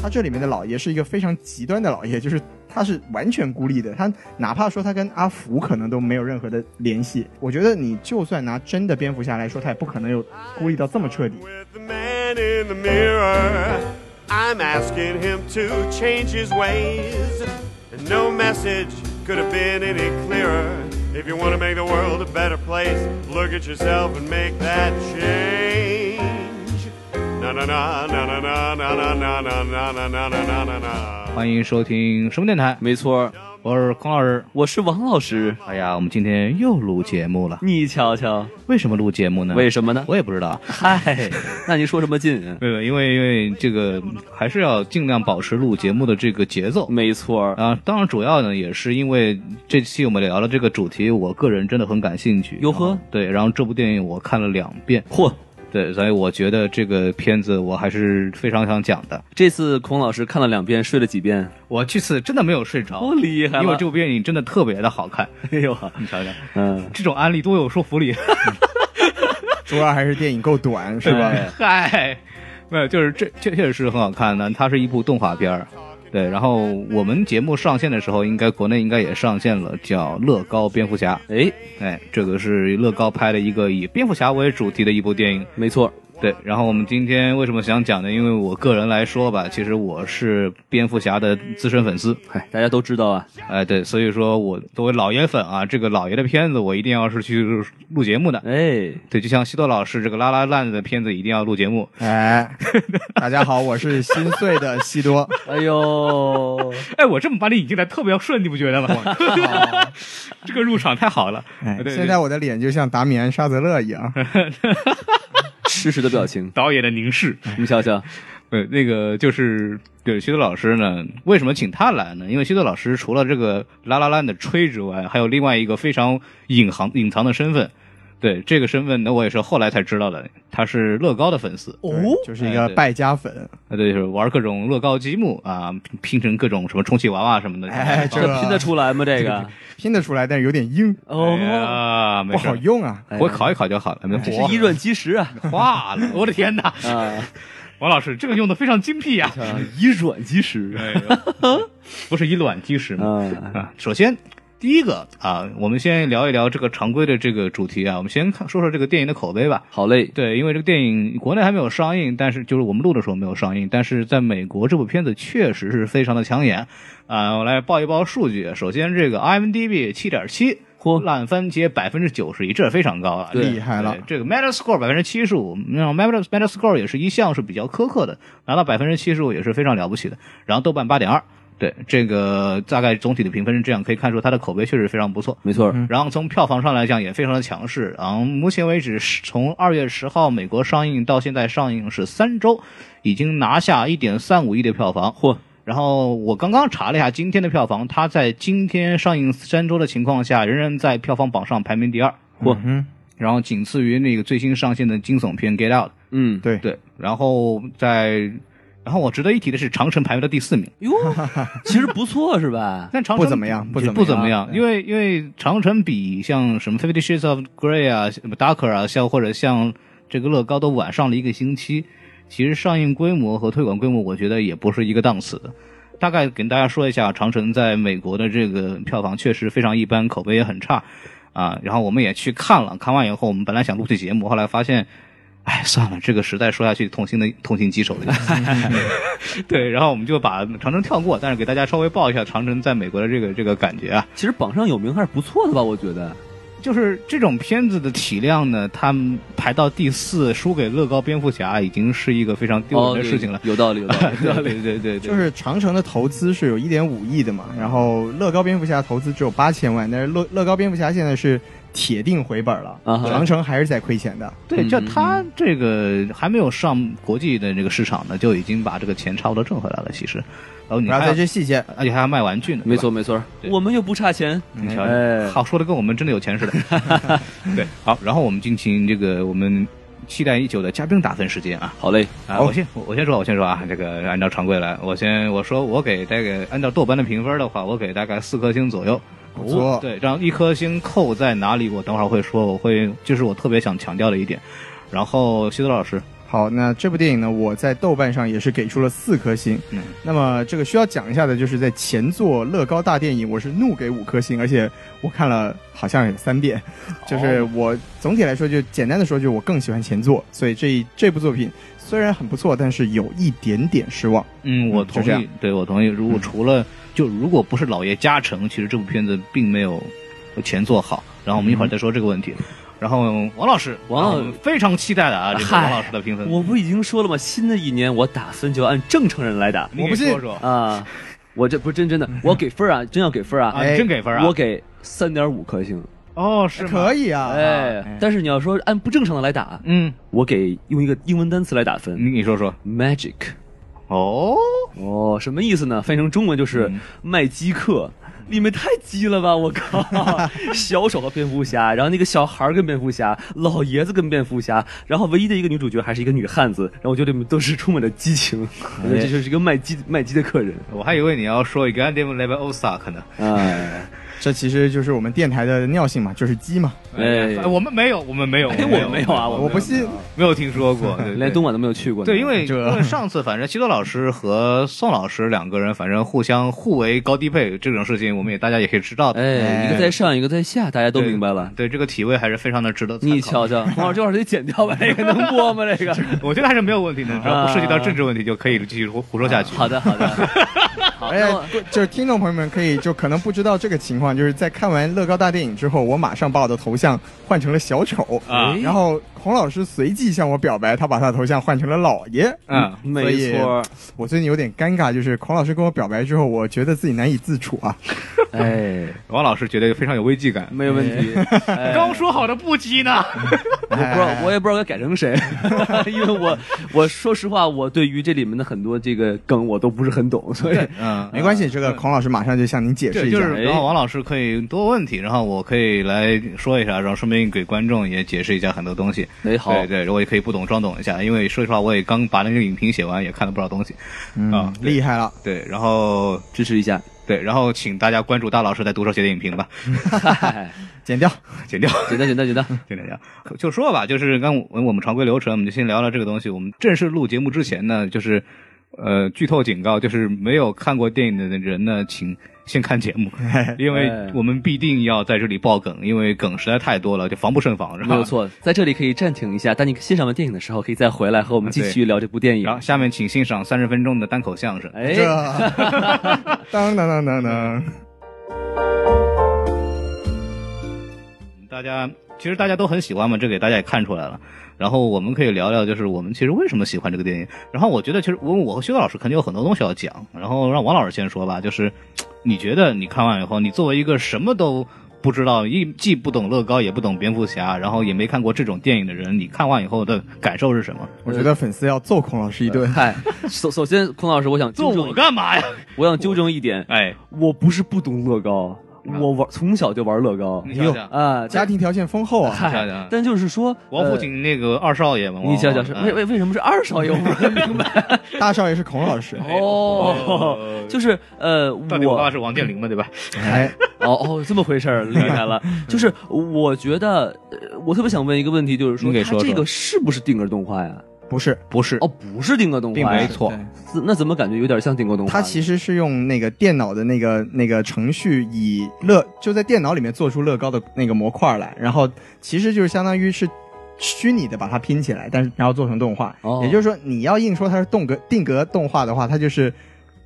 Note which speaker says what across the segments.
Speaker 1: 他这里面的老爷是一个非常极端的老爷， 就是他是完全孤立的，他哪怕说他跟阿福可能都没有任何的联系。我觉得你就算拿真的蝙蝠侠来说，他也不可能有孤立到这么彻底。
Speaker 2: With the man in the mirror, I'm asking him to change his ways. And no message could have been any clearer. If you want to make the world a better place, look at yourself and make that change. Na na na na na na na na na na na na na na na.
Speaker 3: 欢迎收听什么电台？
Speaker 4: 没错，
Speaker 3: 我是康老师。
Speaker 4: 我是王老师。
Speaker 3: 哎呀，我们今天又录节目了。
Speaker 4: 你瞧瞧，
Speaker 3: 为什么录节目呢？
Speaker 4: 为什么 呢？
Speaker 3: 我也不知道。
Speaker 4: 嗨，那你说什么劲？
Speaker 3: 没有，因为因为这个还是要尽量保持录节目的这个节奏。
Speaker 4: 没错，
Speaker 3: 啊，当然主要呢也是因为这期我们聊了这个主题，我个人真的很感兴趣。
Speaker 4: 哟呵
Speaker 3: 然后对，然后这部电影我看了两遍，
Speaker 4: 嚯，
Speaker 3: 对，所以我觉得这个片子我还是非常想讲的。
Speaker 4: 这次孔老师看了两遍，睡了几遍？
Speaker 3: 我这次真的没有睡着，
Speaker 4: 哦厉害了
Speaker 3: 因为这部电影真的特别的好看。
Speaker 4: 哎 呦，
Speaker 3: 你瞧瞧，
Speaker 4: 嗯，
Speaker 3: 这种案例多有说服力，
Speaker 1: 主要还是电影够短，是吧？
Speaker 4: 哎
Speaker 3: 嗨，没有，就是这确确实是很好看的，它是一部动画片儿。对，然后我们节目上线的时候，应该国内应该也上线了，叫《乐高蝙蝠侠》。
Speaker 4: 哎，
Speaker 3: 哎，这个是乐高拍的一个以蝙蝠侠为主题的一部电影。
Speaker 4: 没错，
Speaker 3: 对，然后我们今天为什么想讲呢？因为我个人来说吧，其实我是蝙蝠侠的资深粉丝，
Speaker 4: 嗨，大家都知道啊，
Speaker 3: 哎，对，所以说我作为老爷粉啊，这个老爷的片子我一定要是去录节目的。
Speaker 4: 哎，
Speaker 3: 对，就像西多老师这个拉拉烂的片子一定要录节目。
Speaker 1: 哎， 大家好，我是心碎的西多。
Speaker 4: 哎 呦，
Speaker 3: 哎，我这么把你引进来特别顺，你不觉得吗？ 哦这个入场太好了。
Speaker 1: 哎
Speaker 3: 对，对
Speaker 1: 现在我的脸就像达米安·沙泽勒一 样。
Speaker 4: 痴痴的表情，
Speaker 3: 导演的凝视。
Speaker 4: 你瞧瞧，
Speaker 3: 对，那个就是对徐德老师呢，为什么请他来呢？因为徐德老师除了这个拉拉烂的吹之外，还有另外一个非常隐藏隐藏的身份。对这个身份呢，我也是后来才知道的，他是乐高的粉丝，
Speaker 1: 哦
Speaker 4: 哦
Speaker 1: 对就是一
Speaker 3: 哎
Speaker 1: 个
Speaker 3: 对
Speaker 1: 败家粉。
Speaker 3: 他就是玩各种乐高积木啊，拼拼成各种什么充气娃娃什么的。
Speaker 1: 哎，这
Speaker 4: 这拼得出来吗？这个，
Speaker 1: 拼得出来，但是有点硬，
Speaker 3: 哎
Speaker 4: 哦，
Speaker 3: 呀，没
Speaker 1: 不
Speaker 3: 事
Speaker 1: 好，用啊。
Speaker 4: 哎呀
Speaker 3: 我烤一烤就好了，没
Speaker 4: 这
Speaker 3: 火
Speaker 4: 是以卵击石啊，
Speaker 3: 化了。我的天哪，
Speaker 4: 啊，
Speaker 3: 王老师这个用的非常精辟啊！
Speaker 4: 啊以卵击石，
Speaker 3: 哎呀不是以卵击石吗？
Speaker 4: 啊，
Speaker 3: 啊，首先第一个啊，我们先聊一聊这个常规的这个主题啊，我们先看说说这个电影的口碑吧。
Speaker 4: 好嘞，
Speaker 3: 对，因为这个电影国内还没有上映，但是就是我们录的时候没有上映，但是在美国这部片子确实是非常的抢眼啊、我来报一报数据，首先这个 IMDB 七点七。
Speaker 4: 嚯
Speaker 3: 烂番茄百分之九十一，这是非常高啊，
Speaker 4: 对
Speaker 1: 厉害了
Speaker 3: 对这个 Metascore 百分之七十五，那 Meta Metascore 也是一向是比较苛刻的，拿到百分之七十五也是非常了不起的。然后豆瓣八点二，对这个大概总体的评分是这样，可以看出它的口碑确实非常不错。
Speaker 4: 没错，
Speaker 3: 然后从票房上来讲也非常的强势。然后目前为止，是从二月十号美国上映到现在上映是三周，已经拿下一点三五亿的票房。
Speaker 4: 嚯，
Speaker 3: 然后我刚刚查了一下今天的票房，它在今天上映三周的情况下，仍然在票房榜上排名第二，
Speaker 1: 嗯
Speaker 4: 嚯，
Speaker 3: 然后仅次于那个最新上线的惊悚片《Get Out》。
Speaker 4: 嗯，
Speaker 1: 对，
Speaker 3: 对，然后在。然后我值得一提的是，长城排名到第四名，
Speaker 4: 哟，其实不错是吧？
Speaker 3: 但长城
Speaker 1: 不怎么样，不
Speaker 3: 就
Speaker 1: 怎
Speaker 3: 不
Speaker 1: 么
Speaker 3: 怎
Speaker 1: 样。
Speaker 3: 么样，因为因为长城比像什么 Fifty Shades of Grey 啊、什么 Darker 啊，像或者像这个乐高都晚上了一个星期，其实上映规模和推广规模，我觉得也不是一个档次的。大概跟大家说一下，长城在美国的这个票房确实非常一般，口碑也很差啊。然后我们也去看了，看完以后，我们本来想录期节目，后来发现。哎，算了，这个实在说下去痛心的痛心疾首 的。对，然后我们就把长城跳过，但是给大家稍微报一下长城在美国的这个这个感觉啊。
Speaker 4: 其实榜上有名还是不错的吧？我觉得，
Speaker 3: 就是这种片子的体量呢，他们排到第四，输给乐高蝙蝠侠，已经是一个非常丢
Speaker 4: 哦，
Speaker 3: 人的事情了。
Speaker 4: 对有道理，有道理，有道
Speaker 3: 对
Speaker 4: 理。
Speaker 3: 对对对，嗯
Speaker 1: 就是长城的投资是有一点五亿的嘛，然后乐高蝙蝠侠投资只有八千万，但是乐乐高蝙蝠侠现在是铁定回本了，
Speaker 4: 啊哈
Speaker 1: 长城还是在亏钱的。
Speaker 3: 对，就
Speaker 4: 嗯
Speaker 3: 他这个还没有上国际的这个市场呢，就已经把这个钱差不多挣回来了。其实，然后你啊
Speaker 1: 然后
Speaker 3: 还
Speaker 1: 在
Speaker 3: 要
Speaker 1: 这细节，
Speaker 3: 而且还要卖玩具呢，对
Speaker 4: 没
Speaker 3: 吧
Speaker 4: 错，。没错，
Speaker 3: 对
Speaker 4: 我们又不差钱。
Speaker 3: 你瞧
Speaker 4: 哎，
Speaker 3: 好说的跟我们真的有钱似的。对，好，然后我们进行这个我们期待已久的嘉宾打分时间啊。
Speaker 4: 好嘞，
Speaker 3: 啊，
Speaker 1: 好
Speaker 3: 我先我先说，我先说啊，这个按照常规来，我先我说我给大概按照豆瓣的评分的话，我给大概四颗星左右。
Speaker 1: 不错
Speaker 3: 哦对，然后一颗星扣在哪里？我等会儿会说，我会就是我特别想强调的一点。然后西多老师，
Speaker 1: 好，那这部电影呢，我在豆瓣上也是给出了四颗星。
Speaker 3: 嗯
Speaker 1: 那么这个需要讲一下的就是，在前作《乐高大电影》，我是怒给五颗星，而且我看了好像有三遍。
Speaker 3: 哦
Speaker 1: 就是我总体来说，就简单的说，就是我更喜欢前作，所以这一这部作品虽然很不错，但是有一点点失望。
Speaker 3: 嗯，我
Speaker 1: 就
Speaker 3: 同
Speaker 1: 这样
Speaker 3: 意，对我同意。如果除了、就如果不是老爷加成，其实这部片子并没有前作好。然后我们一会儿再说这个问题。然后王老师，
Speaker 4: 王老
Speaker 3: 啊我们非常期待的啊，这个
Speaker 4: 嗨
Speaker 3: 王老师的评分，
Speaker 4: 我不已经说了吗？新的一年我打分就按正常人来打
Speaker 3: 你
Speaker 1: 我不
Speaker 3: 给
Speaker 1: 信
Speaker 3: 说说
Speaker 4: 啊。我这不是真真的，我给分啊，真要给分啊，
Speaker 3: 啊，你真给分啊？
Speaker 4: 我给三点五颗星。
Speaker 3: 哦，是吗
Speaker 1: 可以啊，
Speaker 4: 哎，但是你要说按不正常的来打，
Speaker 3: 嗯，
Speaker 4: 我给用一个英文单词来打分
Speaker 3: 你你说说。
Speaker 4: ，magic。
Speaker 3: 哦，
Speaker 4: 哦，什么意思呢？翻译成中文就是麦基克，里面太鸡了吧！我靠，小丑和蝙蝠侠，然后那个小孩儿跟蝙蝠侠，老爷子跟蝙蝠侠，然后唯一的一个女主角还是一个女汉子，然后我觉得里面都是充满了激情，我觉得这就是一个卖鸡卖鸡的客人。
Speaker 3: 我还以为你要说 g a n d i m l e v e l o s a k 呢。
Speaker 4: 哎，
Speaker 1: 这其实就是我们电台的尿性嘛，就是鸡嘛。
Speaker 4: 哎
Speaker 3: 我们没有，我们没有，
Speaker 4: 哎，我们没有
Speaker 3: 哦
Speaker 4: 啊，
Speaker 1: 我
Speaker 4: 我
Speaker 1: 不信，
Speaker 3: 没有听说过，对对
Speaker 4: 连东莞都没有去过呢。
Speaker 3: 对，因为
Speaker 1: 这
Speaker 3: 因为上次反正西多老师和宋老师两个人，反正互相互为高低配这种事情，我们也大家也可以知道的。
Speaker 4: 哎，一个在上，一个在下，大家都
Speaker 3: 对
Speaker 4: 明白了。
Speaker 3: 对这个体位还是非常的值得参考。
Speaker 4: 你瞧瞧，黄老师这会儿得剪掉吧？这个能播吗？这个？
Speaker 3: 我觉得还是没有问题的，只要不涉及到政治问题，就可以继续胡胡说下去。
Speaker 4: 好的，好的。好，
Speaker 1: 而
Speaker 4: 那我
Speaker 1: 且哎就是听众朋友们可以就可能不知道这个情况，就是在看完乐高大电影之后，我马上把我的头像换成了小丑，
Speaker 3: 啊
Speaker 1: 然后孔老师随即向我表白，他把他的头像换成了老爷。
Speaker 3: 嗯，
Speaker 1: 所
Speaker 4: 没
Speaker 1: 以
Speaker 4: 错，
Speaker 1: 我最近有点尴尬，就是孔老师跟我表白之后，我觉得自己难以自处啊。
Speaker 3: 嗯
Speaker 4: 哎，
Speaker 3: 王老师觉得非常有危机感。
Speaker 4: 没有问题。哎
Speaker 3: 嗯刚说好的不羁呢？
Speaker 4: 我不知道，我也不知道该改成谁， 因为我我说实话，我对于这里面的很多这个梗我都不是很懂，所以
Speaker 3: 嗯，
Speaker 1: 没关系，这个孔老师马上就向您解释
Speaker 3: 对，
Speaker 1: 一
Speaker 3: 就
Speaker 1: 下。
Speaker 3: 是，
Speaker 4: 哎
Speaker 3: 然后王老师可以多问题，然后我可以来说一下，然后顺便给观众也解释一下很多东西。
Speaker 4: 哎好，
Speaker 3: 对对，我也可以不懂装懂一下，因为说实话，我也刚把那个影评写完，也看了不少东西。啊
Speaker 1: 嗯，
Speaker 3: 对
Speaker 1: 厉害了。
Speaker 3: 对，然后
Speaker 4: 支持一下，
Speaker 3: 对，然后请大家关注大老师在读手写的影评吧，
Speaker 4: 嗨
Speaker 1: 剪掉，
Speaker 3: 剪掉，
Speaker 4: 哎 简单简单简单，
Speaker 3: 剪掉，就说吧，就是刚我我们常规流程，我们就先聊聊这个东西。我们正式录节目之前呢，就是呃，剧透警告，就是没有看过电影的人呢，请先看节 目，因为
Speaker 4: 哎
Speaker 3: 我们必定要在这里爆梗，因为梗实在太多了，就防不胜防，是吧
Speaker 4: 没有。错，在这里可以暂停一下，当你欣赏完电影的时候，可以再回来和我们继续聊这部电影
Speaker 3: 然。后下面请欣赏三十分钟的单口相声。
Speaker 4: 哎
Speaker 1: 这， 当当当当当，
Speaker 3: 大家其实大家都很喜欢嘛，这给大家也看出来了。然后我们可以聊聊，就是我们其实为什么喜欢这个电影。然后我觉得，其实问我和修老师肯定有很多东西要讲。然后让王老师先说吧，就是你觉得你看完以后，你作为一个什么都不知道，一既不懂乐高，也不懂蝙蝠侠，然后也没看过这种电影的人，你看完以后的感受是什么？
Speaker 1: 我觉得粉丝要揍孔老师一顿。
Speaker 4: 嗨，首首先，孔老师，我想
Speaker 3: 做
Speaker 4: 纠
Speaker 3: 我
Speaker 4: 正，
Speaker 3: 干嘛呀？
Speaker 4: 我想纠正一点，
Speaker 3: 哎，
Speaker 4: 我不是不懂乐高，我玩从小就玩乐高
Speaker 3: 你想想，
Speaker 4: 啊，
Speaker 1: 家庭条件丰厚 啊，
Speaker 3: 你想
Speaker 4: 嗨
Speaker 3: 想，
Speaker 4: 但就是说，
Speaker 3: 王府
Speaker 4: 呃
Speaker 3: 井那个二少爷嘛，
Speaker 4: 你想想是
Speaker 3: 王嗯
Speaker 4: 为为为什么是二少爷？我不
Speaker 3: 哦
Speaker 4: 是很明白。
Speaker 1: 大少爷是孔老师。
Speaker 4: 哎哦，就是呃，
Speaker 3: 哎到底我爸
Speaker 4: 我
Speaker 3: 是王健林嘛，对吧？
Speaker 1: 哎，
Speaker 4: 哦哦，这么回事儿，厉 害了。
Speaker 3: 嗯
Speaker 4: 就是我觉得，呃我特别想问一个问题，就是说
Speaker 3: 你给，
Speaker 4: 它
Speaker 3: 说说
Speaker 4: 这个是不是定格动画呀？
Speaker 1: 不是，
Speaker 3: 不是，
Speaker 4: 哦，不是定格动画
Speaker 3: 并
Speaker 4: 呀，
Speaker 3: 没错
Speaker 1: 对。
Speaker 4: 自那怎么感觉有点像定格动画呢？
Speaker 1: 它其实是用那个电脑的那个那个程序，以乐就在电脑里面做出乐高的那个模块来，然后其实就是相当于是虚拟的把它拼起来，但是然后做成动画。
Speaker 4: 哦
Speaker 1: 也就是说，你要硬说它是动格定格动画的话，它就是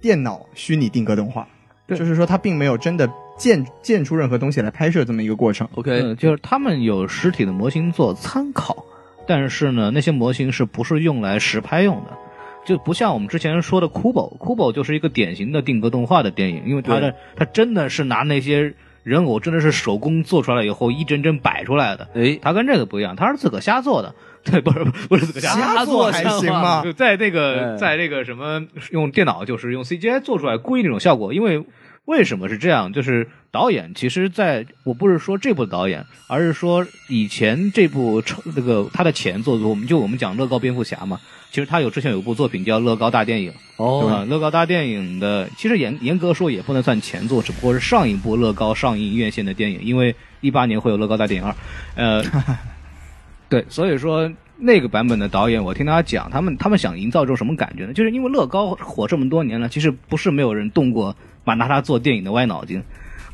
Speaker 1: 电脑虚拟定格动画，就是说它并没有真的建建出任何东西来拍摄这么一个过程。
Speaker 4: OK，
Speaker 3: 呃，就是他们有实体的模型做参考，但是呢，那些模型是不是用来实拍用的？就不像我们之前说的 Kubo，Kubo 就是一个典型的定格动画的电影，因为它的它真的是拿那些人偶真的是手工做出来以后一帧帧摆出来的，
Speaker 4: 哎，
Speaker 3: 它跟这个不一样，它是自个儿瞎做的， 对，不是不是自个儿瞎做的。
Speaker 4: 瞎
Speaker 1: 做
Speaker 4: 做
Speaker 1: 还行吗？
Speaker 3: 嗯就在那个
Speaker 4: 哎
Speaker 3: 在那个什么用电脑就是用 CGI 做出来故意那种效果，因为为什么是这样？就是导演其实在我不是说这部导演，而是说以前这部成那个他的前作，我们就我们讲乐高蝙蝠侠嘛，其实他有之前有一部作品叫《乐高大电影》，对吧？
Speaker 4: 哦，
Speaker 3: 乐高大电影的，其实严严格说也不能算前作，只不过是上一部乐高上映院线的电影，因为一八年会有乐高大电影二， 呃，对，所以说那个版本的导演，我听他讲，他们他们想营造这种什么感觉呢？就是因为乐高火这么多年了，其实不是没有人动过把拿它做电影的歪脑筋，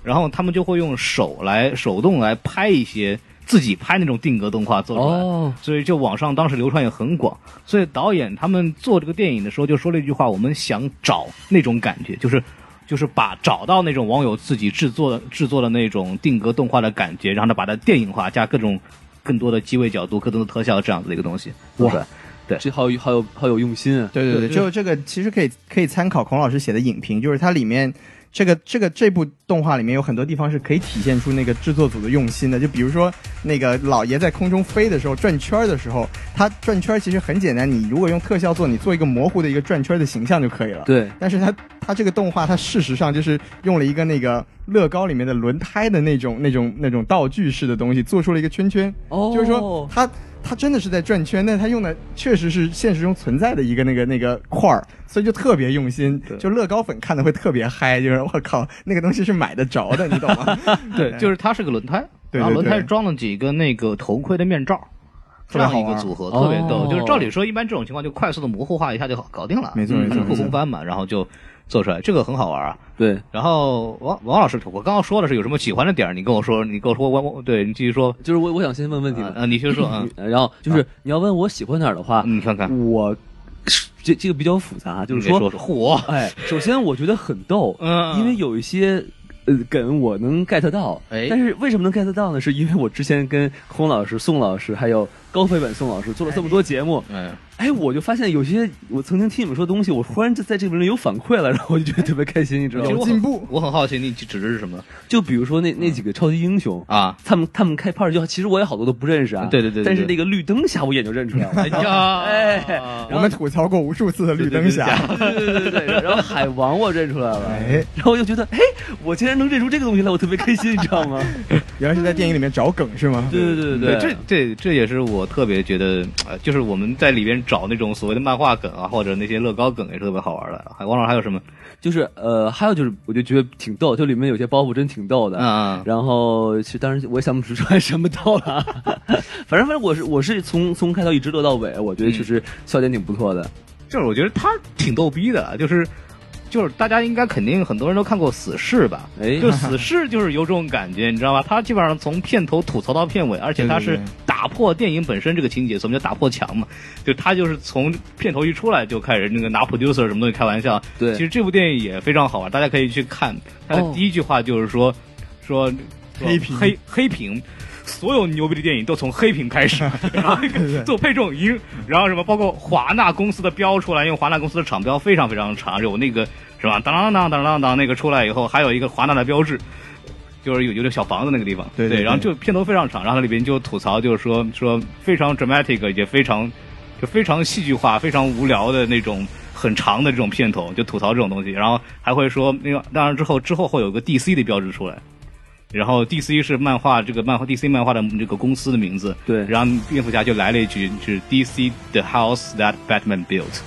Speaker 3: 然后他们就会用手来手动来拍一些自己拍那种定格动画做出来。
Speaker 4: 哦，
Speaker 3: 所以就网上当时流传也很广。所以导演他们做这个电影的时候就说了一句话：我们想找那种感觉，就是就是把找到那种网友自己制作的制作的那种定格动画的感觉，然后呢把它电影化，加各种更多的机位角度、各种的特效这样子的一个东西。
Speaker 4: 哇
Speaker 3: 对，
Speaker 4: 这好有好有好有用心啊！
Speaker 1: 对对对，就这个其实可以可以参考孔老师写的影评，就是它里面这个这个这部动画里面有很多地方是可以体现出那个制作组的用心的，就比如说那个老爷在空中飞的时候转圈儿的时候，他转圈儿其实很简单，你如果用特效做，你做一个模糊的一个转圈儿的形象就可以了。
Speaker 4: 对，
Speaker 1: 但是它它这个动画，它事实上就是用了一个那个乐高里面的轮胎的那种那种那种道具式的东西，做出了一个圈圈。
Speaker 4: 哦
Speaker 1: 就是说它它真的是在转圈，但它用的确实是现实中存在的一个那个那个块儿，所以就特别用心。就乐高粉看的会特别嗨，就是我靠，那个东西是买得着的，你懂吗？
Speaker 3: 对，就是它是个轮胎，
Speaker 1: 对对
Speaker 3: 然后轮
Speaker 1: 对
Speaker 3: 胎装了几个那个头盔的面罩。这
Speaker 1: 特别好
Speaker 3: 样
Speaker 1: 玩
Speaker 3: 一个组合特别逗，
Speaker 4: 哦
Speaker 3: 就是照理说，一般这种情况就快速的模糊化一下就好搞定了，
Speaker 1: 没
Speaker 3: 嗯
Speaker 1: 错没错
Speaker 3: 它是后
Speaker 1: 没错
Speaker 3: 空翻嘛，然后就做出来，这个很好玩啊。
Speaker 4: 对，
Speaker 3: 然后王王老师，我刚刚说的是有什么喜欢的点儿，你跟我说，你跟我说，我我对你继续说，
Speaker 4: 就是我我想先问问题
Speaker 3: 啊
Speaker 4: 嘛，
Speaker 3: 啊，你先说啊，嗯
Speaker 4: 然后就是你要问我喜欢哪儿的话，
Speaker 3: 你看看，
Speaker 4: 我这这个比较复杂，啊就是
Speaker 3: 你别说火，
Speaker 4: 哎，首先我觉得很逗，
Speaker 3: 嗯
Speaker 4: 因为有一些。呃，梗我能 get 到，
Speaker 3: 哎
Speaker 4: 但是为什么能 get 到呢？是因为我之前跟空老师、宋老师还有高飞本宋老师做了这么多节目，
Speaker 3: 嗯，
Speaker 4: 哎，我就发现有些我曾经听你们说的东西，我忽然就在这里面有反馈了，然后我就觉得特别开心，你知道
Speaker 3: 其实
Speaker 4: 吗？
Speaker 3: 我
Speaker 1: 有进步
Speaker 3: 我很好奇你指的是什么
Speaker 4: 就比如说
Speaker 3: 嗯
Speaker 4: 那那几个超级英雄，
Speaker 3: 啊？
Speaker 4: 他们他们开 party 就其实我也好多都不认识啊，
Speaker 3: 对对对对
Speaker 4: 但是那个绿灯侠我一眼就认出来了，
Speaker 3: 哎呀， 啊
Speaker 4: 哎
Speaker 1: 我们吐槽过无数次的绿灯侠。
Speaker 4: 对对对对对，然后海王我认出来了，
Speaker 1: 哎，
Speaker 4: 然后我就觉得，哎，我竟然能认出这个东西来，我特别开心，你知道吗？
Speaker 1: 原来是在电影里面找梗是吗？
Speaker 4: 对对
Speaker 3: 对，
Speaker 4: 对
Speaker 3: 这这这也是我特别觉得，呃，就是我们在里边找那种所谓的漫画梗啊，或者那些乐高梗也是特别好玩的。还王老师还有什么？
Speaker 4: 就是呃，还有就是，我就觉得挺逗，就里面有些包袱真挺逗的。
Speaker 3: 嗯嗯
Speaker 4: 然后其实当时我也想不出来什么逗了， 反正反正我是我是从从开头一直乐到尾，我觉得确实笑点挺不错的。
Speaker 3: 就是我觉得他挺逗逼的，就是就是大家应该肯定很多人都看过《死侍》吧？
Speaker 4: 哎
Speaker 3: 就《死侍》就是有种感觉，你知道吧？他基本上从片头吐槽到片尾，而且他
Speaker 1: 对
Speaker 3: 是
Speaker 1: 对对
Speaker 3: 打破电影本身这个情节，所以我们叫打破墙嘛。就他就是从片头一出来就开始那个拿 producer 什么东西开玩笑。
Speaker 4: 对
Speaker 3: 其实这部电影也非常好玩，大家可以去看。他的
Speaker 4: 哦
Speaker 3: 第一句话就是说、说说
Speaker 1: 黑屏
Speaker 3: 黑黑屏。所有牛逼的电影都从黑屏开 始，然后那个做配重音，然后什么包括华纳公司的标出来，因为华纳公司的厂标非常非常长，有那个什么当当当当当当那个出来以后，还有一个华纳的标志，就是有有点小房子那个地方，
Speaker 1: 对对对
Speaker 3: 然后就片头非常长，然后它里边就吐槽，就是说说非常 dramatic，也非常就非常戏剧化、非常无聊的那种很长的这种片头，就吐槽这种东西，然后还会说那个，当然之后之后会有个 DC 的标志出来。然后 DC 是漫画这个漫画 DC 漫画的这个公司的名字，
Speaker 4: 对
Speaker 3: 然后蝙蝠侠就来了一句，就是 DC the house that Batman built，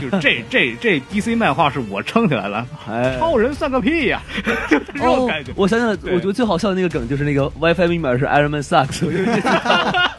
Speaker 3: 就是这这这 DC 漫画是我撑起来了，
Speaker 4: 哎， 哦
Speaker 3: 超人算个屁呀、就是这种感觉。
Speaker 4: 我想想，
Speaker 3: 对
Speaker 4: 我觉得最好笑的那个梗就是那个 WiFi 密码是 Iron Man sucks，我就觉得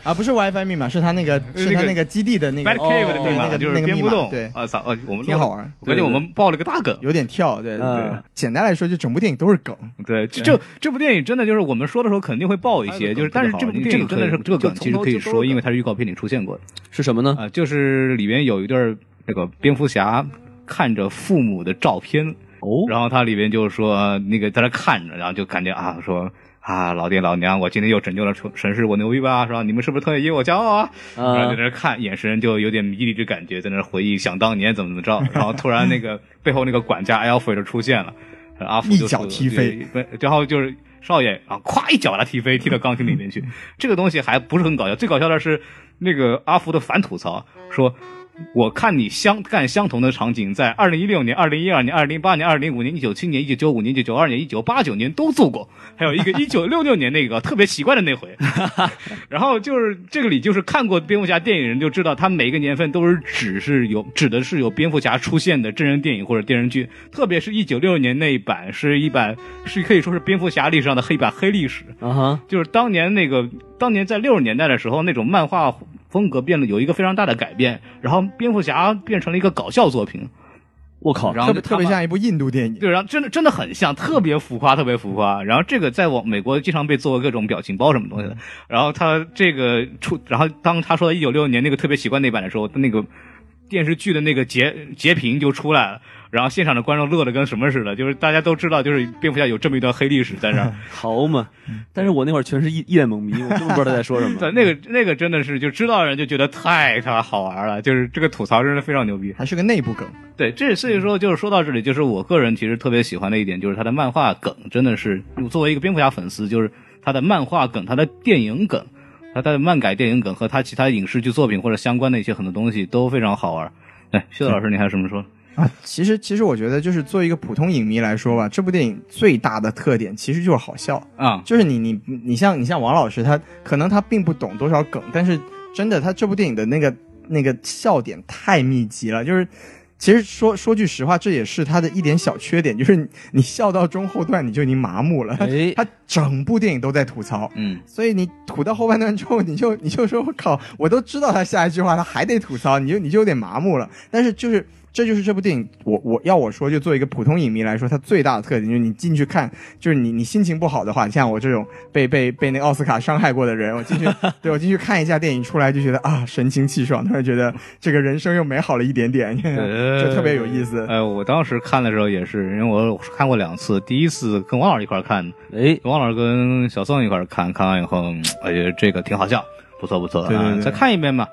Speaker 1: 啊，不是 WiFi 密码，是他那个是他那个基地的那
Speaker 3: Bad
Speaker 1: 个，
Speaker 3: Cave 的
Speaker 4: 哦
Speaker 3: 密码
Speaker 1: 那个
Speaker 3: 就是
Speaker 1: 那个
Speaker 3: 编
Speaker 1: 密
Speaker 3: 不
Speaker 1: 码
Speaker 3: 动，
Speaker 1: 对
Speaker 3: 啊，操，呃我们
Speaker 1: 挺好玩
Speaker 3: 我感觉我们爆了个大梗，
Speaker 1: 有点跳，对对对
Speaker 4: 嗯。
Speaker 1: 简单来说，就整部电影都是梗。
Speaker 3: 对，这这这部电影真的就是我们说的时候肯定会爆一
Speaker 4: 哎这
Speaker 3: 些，
Speaker 4: 个
Speaker 3: 就是
Speaker 4: 梗
Speaker 3: 但是
Speaker 4: 特
Speaker 3: 这部
Speaker 4: 别好
Speaker 3: 电
Speaker 4: 这
Speaker 3: 影
Speaker 4: 个
Speaker 3: 真的
Speaker 4: 可
Speaker 3: 是
Speaker 4: 以
Speaker 3: 这个梗
Speaker 4: 就从
Speaker 3: 其实
Speaker 4: 头
Speaker 3: 可以
Speaker 4: 就都
Speaker 3: 说，
Speaker 4: 是
Speaker 3: 因为它是预告片里出现过的
Speaker 4: 是什么呢？
Speaker 3: 啊，就是里面有一段那个蝙蝠侠看着父母的照片，
Speaker 4: 哦
Speaker 3: 然后它里边就说那个在那看着，然后就感觉啊说。啊，老爹老娘，我今天又拯救了城城市，我牛逼吧，是吧？你们是不是特意为我骄傲啊？
Speaker 4: 啊
Speaker 3: 然后就
Speaker 1: 嗯
Speaker 3: 在那看，眼神就有点迷离之感觉，在那回忆想当年怎么怎么着。然后突然那 个背后那个管家阿福就出现了，阿福就
Speaker 1: 一脚踢飞
Speaker 3: 对，然后就是少爷啊，咵一脚把他踢飞，踢到钢琴里面 去。这个东西还不是很搞笑，最搞笑的是那个阿福的反吐槽说。我看你相干相同的场景，在二零一六年、二零一二年、二零一八年、二零零五年、一九七年、一九九五年、一九九二年、一九八九年都做过，还有一个一九六六年那个特别奇怪的那回。然后就是这个里，就是看过蝙蝠侠电影的人就知道，他每个年份都是指是有指的是有蝙蝠侠出现的真人电影或者电视剧，特别是一九六六年那一版是一版是可以说是蝙蝠侠历史上的黑版黑历史。
Speaker 4: 啊哈，
Speaker 3: 就是当年那个，当年在六十年代的时候，那种漫画风格变得有一个非常大的改变，然后蝙蝠侠变成了一个搞笑作品，
Speaker 4: 我靠，
Speaker 3: 然后
Speaker 1: 特别特别
Speaker 3: 他把
Speaker 1: 像一部印度电影。
Speaker 3: 对，然后真的真的很像，特别浮夸，特别浮夸。然后这个在我美国经常被做各种表情包什么东西的。然后他这个出，然后当他说到一九六六年那个特别奇怪那版的时候，那个电视剧的那个截截屏就出来了。然后现场的观众乐得跟什么似的，就是大家都知道，就是蝙蝠侠有这么一段黑历史在那儿，
Speaker 4: 好嘛！但是我那会儿全是一一脸懵逼，我根本不知道他在说什么。
Speaker 3: 对，那个那个真的是就知道的人就觉得太他好玩了，就是这个吐槽真的非常牛逼。
Speaker 1: 还是个内部梗，
Speaker 3: 对，这所以
Speaker 1: 嗯
Speaker 3: 说就是说到这里，就是我个人其实特别喜欢的一点，就是他的漫画梗真的是作为一个蝙蝠侠粉丝，就是他的漫画梗、他的电影梗、他的漫改电影梗和他其他影视剧作品或者相关的一些很多东西都非常好玩。哎，薛老师，
Speaker 1: 嗯
Speaker 3: 你还有什么说？
Speaker 1: 其实其实我觉得就是作为一个普通影迷来说吧，这部电影最大的特点其实就是好笑，
Speaker 3: 啊、
Speaker 1: 就是你你你像你像王老师他可能他并不懂多少梗，但是真的他这部电影的那个那个笑点太密集了，就是。其实说说句实话，这也是他的一点小缺点，就是你你笑到中后段你就已经麻木了。
Speaker 4: 哎
Speaker 1: 他整部电影都在吐槽，
Speaker 3: 嗯，
Speaker 1: 所以你吐到后半段之后， 你就你就说我靠，我都知道他下一句话，他还得吐槽，你就你就有点麻木了。但是就是这就是这部电影，我我要我说，就作为一个普通影迷来说，它最大的特点就是你进去看，就是你你心情不好的话，像我这种被被被那奥斯卡伤害过的人，我进去 对我进去看一下电影出来就觉得啊神清气爽，突然觉得这个人生又美好了一 点点，就特别有意思。
Speaker 3: 哎，我当时看的时候也是，因为我看过两次，第一次跟王老师一块儿看的，
Speaker 4: 哎，
Speaker 3: 王老师跟小宋一块儿看，看完以后，嗯我觉得这个挺好笑，不错不错，
Speaker 1: 对对
Speaker 3: 啊
Speaker 1: 对
Speaker 3: 再看一遍吧。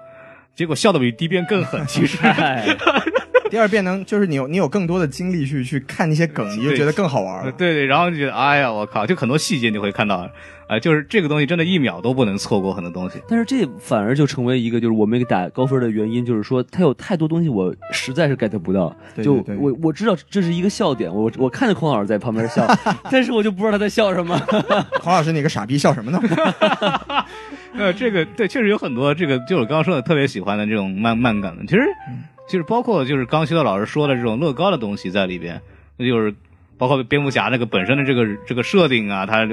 Speaker 3: 结果笑的比第一遍更狠，其实
Speaker 4: 哎，
Speaker 1: 第二遍能就是你有你有更多的精力去去看那些梗，你就觉得更好玩
Speaker 3: 呃
Speaker 1: 了。
Speaker 3: 对对，然后就觉得哎呀，我靠，就很多细节你会看到，啊、就是这个东西真的一秒都不能错过很多东西。
Speaker 4: 但是这反而就成为一个就是我没给打高分的原因，就是说它有太多东西我实在是 get 不到。
Speaker 1: 对
Speaker 4: 就
Speaker 1: 对对
Speaker 4: 我我知道这是一个笑点，我我看着孔老师在旁边笑，但是我就不知道他在笑什么。
Speaker 1: 黄老师，你个傻逼笑什 么呢？
Speaker 3: 呃，这个对，确实有很多这个，就我刚刚说的特别喜欢的这种漫漫感的，其实
Speaker 1: 嗯
Speaker 3: 就是包括就是刚徐道老师说的这种乐高的东西在里边，那就是包括蝙蝠侠那个本身的这个这个设定啊，他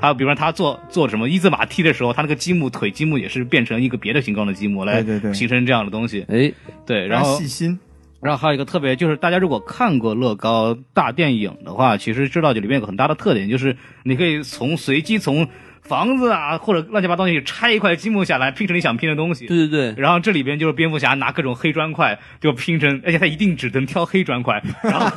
Speaker 3: 他比方说他做做什么一字马踢的时候，他那个积木腿积木也是变成一个别的形状的积木来
Speaker 1: 对对对
Speaker 3: 形成这样的东西，
Speaker 4: 哎，
Speaker 3: 对，然后
Speaker 1: 细心。
Speaker 3: 然后还有一个特别，就是大家如果看过乐高大电影的话，其实知道这里面有个很大的特点，就是你可以从随机从房子啊或者乱七八糟东西拆一块积木下来，拼成你想拼的东西。
Speaker 4: 对对对，
Speaker 3: 然后这里边就是蝙蝠侠拿各种黑砖块就拼成，而且他一定只能挑黑砖块，然后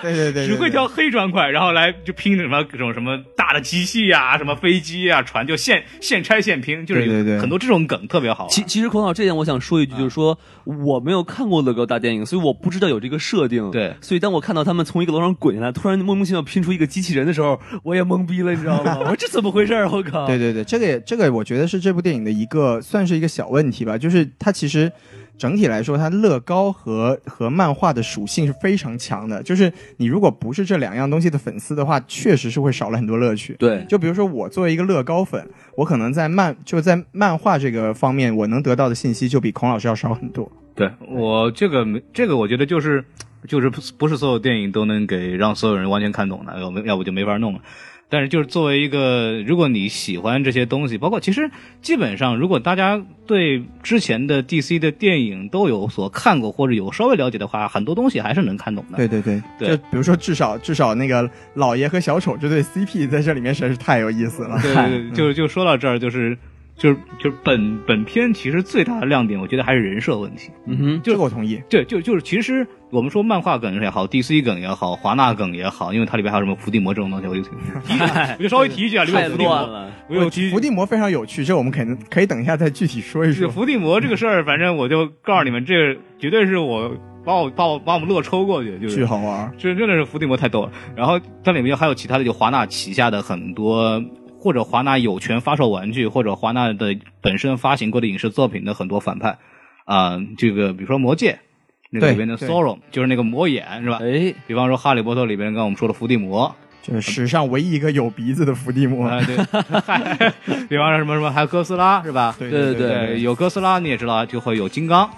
Speaker 1: 对对对对，
Speaker 3: 只会
Speaker 1: 对
Speaker 3: 挑黑砖块，然后来就拼什么各种什么大的机器啊、什么飞机啊、船，就现现拆现拼，就是
Speaker 1: 对对对
Speaker 3: 有很多这种梗特别好玩。
Speaker 4: 其其实孔老师这点我想说一句，就是说我没有看过乐高大电影，所以我不知道有这个设定。
Speaker 3: 对
Speaker 4: 所以当我看到他们从一个楼上滚下来，突然莫名其妙拼出一个机器人的时候，我也懵逼了，你知道吗？我说这怎么回事儿？我靠！
Speaker 1: 对对对，这个也这个我觉得是这部电影的一个算是一个小问题吧，就是它其实整体来说，它乐高和和漫画的属性是非常强的，就是你如果不是这两样东西的粉丝的话，确实是会少了很多乐趣。
Speaker 4: 对，
Speaker 1: 就比如说我作为一个乐高粉，我可能在漫就在漫画这个方面，我能得到的信息就比孔老师要少很多。
Speaker 3: 对我这个没这个，我觉得就是就是不不是所有电影都能给让所有人完全看懂的，要不要不就没法弄了。但是就是作为一个，如果你喜欢这些东西，包括其实基本上，如果大家对之前的 DC 的电影都有所看过或者有稍微了解的话，很多东西还是能看懂的。
Speaker 1: 对对对，
Speaker 3: 对
Speaker 1: 就比如说至少至少那个老爷和小丑这对 CP 在这里面实在是太有意思了。
Speaker 3: 对对对，就就说到这儿，就是就是就是本本片其实最大的亮点，我觉得还是人设问题。
Speaker 4: 嗯哼，
Speaker 1: 这个我同意。
Speaker 3: 对，就就是其实我们说漫画梗也好，DC 梗也好，华纳梗也好，因为它里边还有什么伏地魔这种东西，我就提 我就稍微提一句啊，里面
Speaker 4: 太
Speaker 3: 有伏地魔
Speaker 4: 乱，了。
Speaker 3: 我有提
Speaker 1: 伏地魔非常有趣，这我们可能可以等一下再具体说一
Speaker 3: 是
Speaker 1: 说。
Speaker 3: 伏地魔这个事儿，反正我就告诉你们，这个绝对是我把我把我把我们乐抽过去，就
Speaker 1: 巨
Speaker 3: 是。
Speaker 1: 好玩儿，
Speaker 3: 这真的是伏地魔太逗了，然后它里面还有其他的，就华纳旗下的很多，或者华纳有权发售玩具，或者华纳的本身发行过的影视作品的很多反派，啊、这个比如说《魔戒》那个
Speaker 1: 对
Speaker 3: 里面的
Speaker 1: 对
Speaker 3: Sorrow 就是那个魔眼是吧？
Speaker 4: 哎，
Speaker 3: 比方说《哈利波特》里边刚刚我们说的伏地魔，
Speaker 1: 就是史上唯一一个有鼻子的伏地魔。
Speaker 3: 啊、对， 嗨比方说什么什么，还有哥斯拉是吧？
Speaker 1: 对
Speaker 4: 对
Speaker 1: 对
Speaker 3: 对，有哥斯拉你也知道，就会有金刚，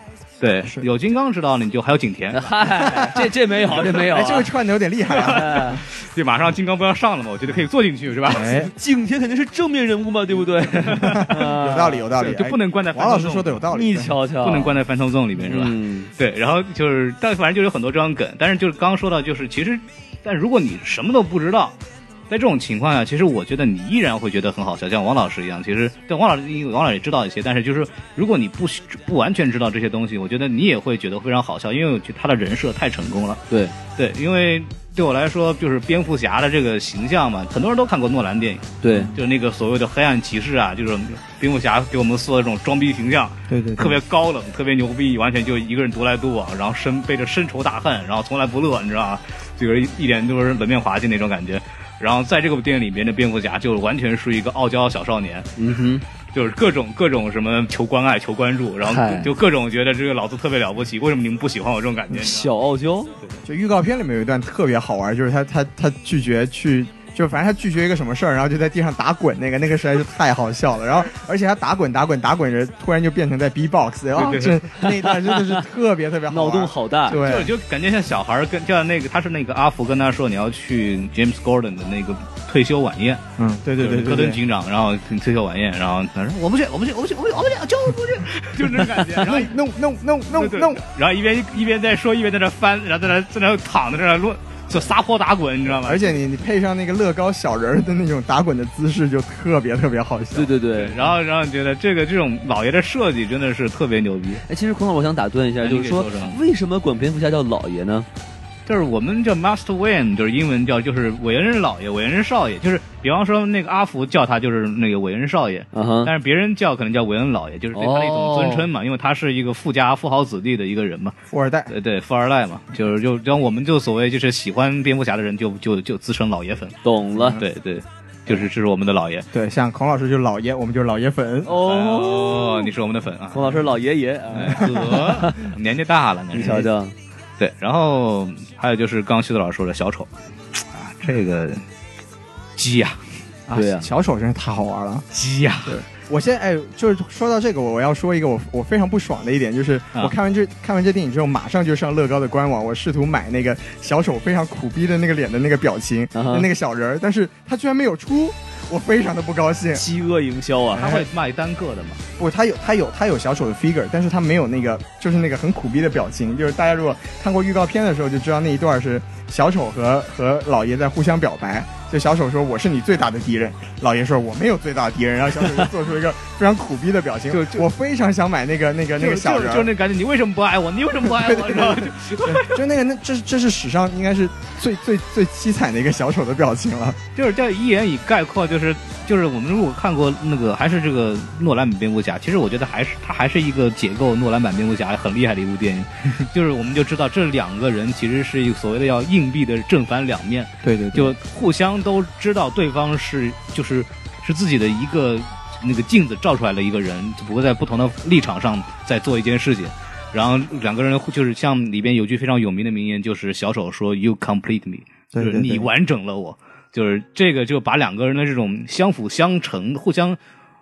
Speaker 3: 对，
Speaker 1: 是
Speaker 3: 有金刚知道你就还有景 甜，
Speaker 4: 嗨，哎这这没有，这没有啊、
Speaker 1: 哎，这个串的有点厉 害啊！
Speaker 4: 哎
Speaker 3: 对，马上金刚不要上了嘛，我觉得可以做进去是吧？
Speaker 1: 哎，
Speaker 4: 景甜肯定是正面人物嘛，对不对？
Speaker 1: 有
Speaker 4: 有
Speaker 1: 道理，有道理
Speaker 3: 对，，就
Speaker 1: 哎
Speaker 3: 不能关在
Speaker 1: 王老师说的有道理，
Speaker 4: 啊你
Speaker 1: 对
Speaker 4: 瞧瞧，
Speaker 3: 不能关在翻唱粽里面是吧？
Speaker 4: 嗯，
Speaker 3: 对，然后就是，但反正就有很多这样梗，但是就是刚刚说到，就是其实，但如果你什么都不知道。在这种情况下，其实我觉得你依然会觉得很好笑，像王老师一样。其实，但王老师，因为王老师也知道一些，但是就是如果你不不完全知道这些东西，我觉得你也会觉得非常好笑，因为我觉得他的人设太成功了。
Speaker 4: 对，
Speaker 3: 对，因为对我来说，就是蝙蝠侠的这个形象嘛，很多人都看过诺兰电影，
Speaker 4: 对，
Speaker 3: 就是那个所谓的黑暗骑士啊，就是蝙蝠侠给我们塑造这种装逼形象，
Speaker 1: 对对，对
Speaker 3: 特别高冷，特别牛逼，完全就一个人独来独往，然后身背着深仇大恨，然后从来不乐，你知道吗？就是一脸都是冷面滑稽那种感觉。然后在这部电影里边的蝙蝠侠就完全是一个傲娇小少年，
Speaker 4: 嗯哼，
Speaker 3: 就是各种各种什么求关爱、求关注，然
Speaker 4: 嗨
Speaker 3: 后就各种觉得这个老子特别了不起，为什么你们不喜欢我这种感觉？你知道吗
Speaker 4: 小傲娇，
Speaker 1: 就预告片里面有一段特别好玩，就是他他他拒绝去，就反正他拒绝一个什么事儿，然后就在地上打滚，那个那个实在是太好笑了。然后而且他打滚打滚打滚着，突然就变成在 B box，然后
Speaker 3: 对
Speaker 1: 这
Speaker 3: 对
Speaker 1: 那一段真的是特别特别好 玩
Speaker 4: 脑洞，好大，
Speaker 3: 就
Speaker 1: 对，
Speaker 3: 就感觉像小孩儿跟就像那个他是那个阿福跟他说你要去 James Gordon 的那个退休晚宴，
Speaker 1: 嗯，对对对
Speaker 3: 科
Speaker 1: 对
Speaker 3: 顿
Speaker 1: 对。
Speaker 3: 警长，然后退休晚宴，然后他说我不去，我不去，我不去，我不去，我不去，就不去，就是这种 感觉。然后
Speaker 1: no no no no
Speaker 3: 对
Speaker 1: no，
Speaker 3: 然后一边一边在说，一边在那翻，然后在那在那躺在那乱就撒泼打滚，你知道吗？
Speaker 1: 而且你你配上那个乐高小人儿的那种打滚的姿势，就特别特别好笑
Speaker 4: 对。对对。
Speaker 3: 然后然后觉得这个这种老爷的设计真的是特别牛逼，
Speaker 4: 哎，其实孔老，我想打断一下，
Speaker 3: 哎
Speaker 4: 就
Speaker 3: 你
Speaker 4: 是
Speaker 3: 给
Speaker 4: 说
Speaker 3: 说说，
Speaker 4: 为什么管蝙蝠侠叫老爷呢？
Speaker 3: 就是我们叫 Master Wayne，就是英文叫就是韦恩老爷、韦恩少爷，就是比方说那个阿福叫他就是那个韦恩少爷，
Speaker 4: 啊哈，
Speaker 3: 但是别人叫可能叫韦恩老爷，就是对他的一种尊称嘛，因为他是一个富家富豪子弟的一个人嘛，
Speaker 1: 富二代，
Speaker 3: 对对，富二代嘛，就是就然后我们就所谓就是喜欢蝙蝠侠的人就就就自称老爷粉，
Speaker 4: 懂了。
Speaker 3: 对对，就是这是我们的老爷。
Speaker 1: 对，像孔老师就是老爷，我们就是老爷粉。
Speaker 3: 哦
Speaker 4: 哦，，
Speaker 3: 你是我们的粉啊
Speaker 4: 孔，老师老爷爷，啊
Speaker 3: 哎呵，年纪大了，
Speaker 4: 你
Speaker 3: 你
Speaker 4: 瞧瞧，
Speaker 3: 对，然后还有就是刚刚徐子老师说的小丑，啊，这个鸡呀、
Speaker 1: 啊
Speaker 4: 对呀
Speaker 1: 小丑真是太好玩了。
Speaker 3: 鸡呀、
Speaker 1: 我现在哎，就是说到这个，我我要说一个我我非常不爽的一点，就是
Speaker 3: 啊
Speaker 1: 我看完这、看完这电影之后，马上就上乐高的官网，我试图买那个小丑非常苦逼的那个脸的那个表情、
Speaker 4: 啊哈
Speaker 1: 那个小人儿，但是他居然没有出，我非常的不高 兴。
Speaker 4: 饥饿营销啊，
Speaker 3: 他会卖单个的嘛？
Speaker 1: 不，他有他有他有小丑的 figure，但是他没有那个就是那个很苦逼的表情。就是大家如果看过预告片的时候，就知道那一段是小丑和和老爷在互相表白。就小丑说我是你最大的敌人，老爷说我没有最大的敌人，然后小丑就做出一个非常苦逼的表情。
Speaker 3: 就就
Speaker 1: 我非常想买那个那个那个小
Speaker 3: 就
Speaker 1: 人
Speaker 3: 是
Speaker 1: 儿，
Speaker 3: 就是那感觉，你为什么不爱我？你为什么不爱我？然后就
Speaker 1: 对就那个那这是这是史上应该是最最最凄惨的一个小丑的表情了。
Speaker 3: 就是叫一言以概括，就是就是我们如果看过那个还是这个诺兰版蝙蝠侠，其实我觉得还是它还是一个解构诺兰版蝙蝠侠很厉害的一部电影， 就是我们就知道这两个人其实是一个所谓的要硬币的正反两面，
Speaker 1: 对对
Speaker 3: 就互相都知道对方是就是是自己的一个那个镜子照出来的一个人，只不过在不同的立场上在做一件事情。然后两个人就是像里边有句非常有名的名言，就是小丑说 “You complete me”，
Speaker 1: 对对
Speaker 3: 就是你
Speaker 1: 对
Speaker 3: 完整了我，就是这个就把两个人的这种相辅相成、互相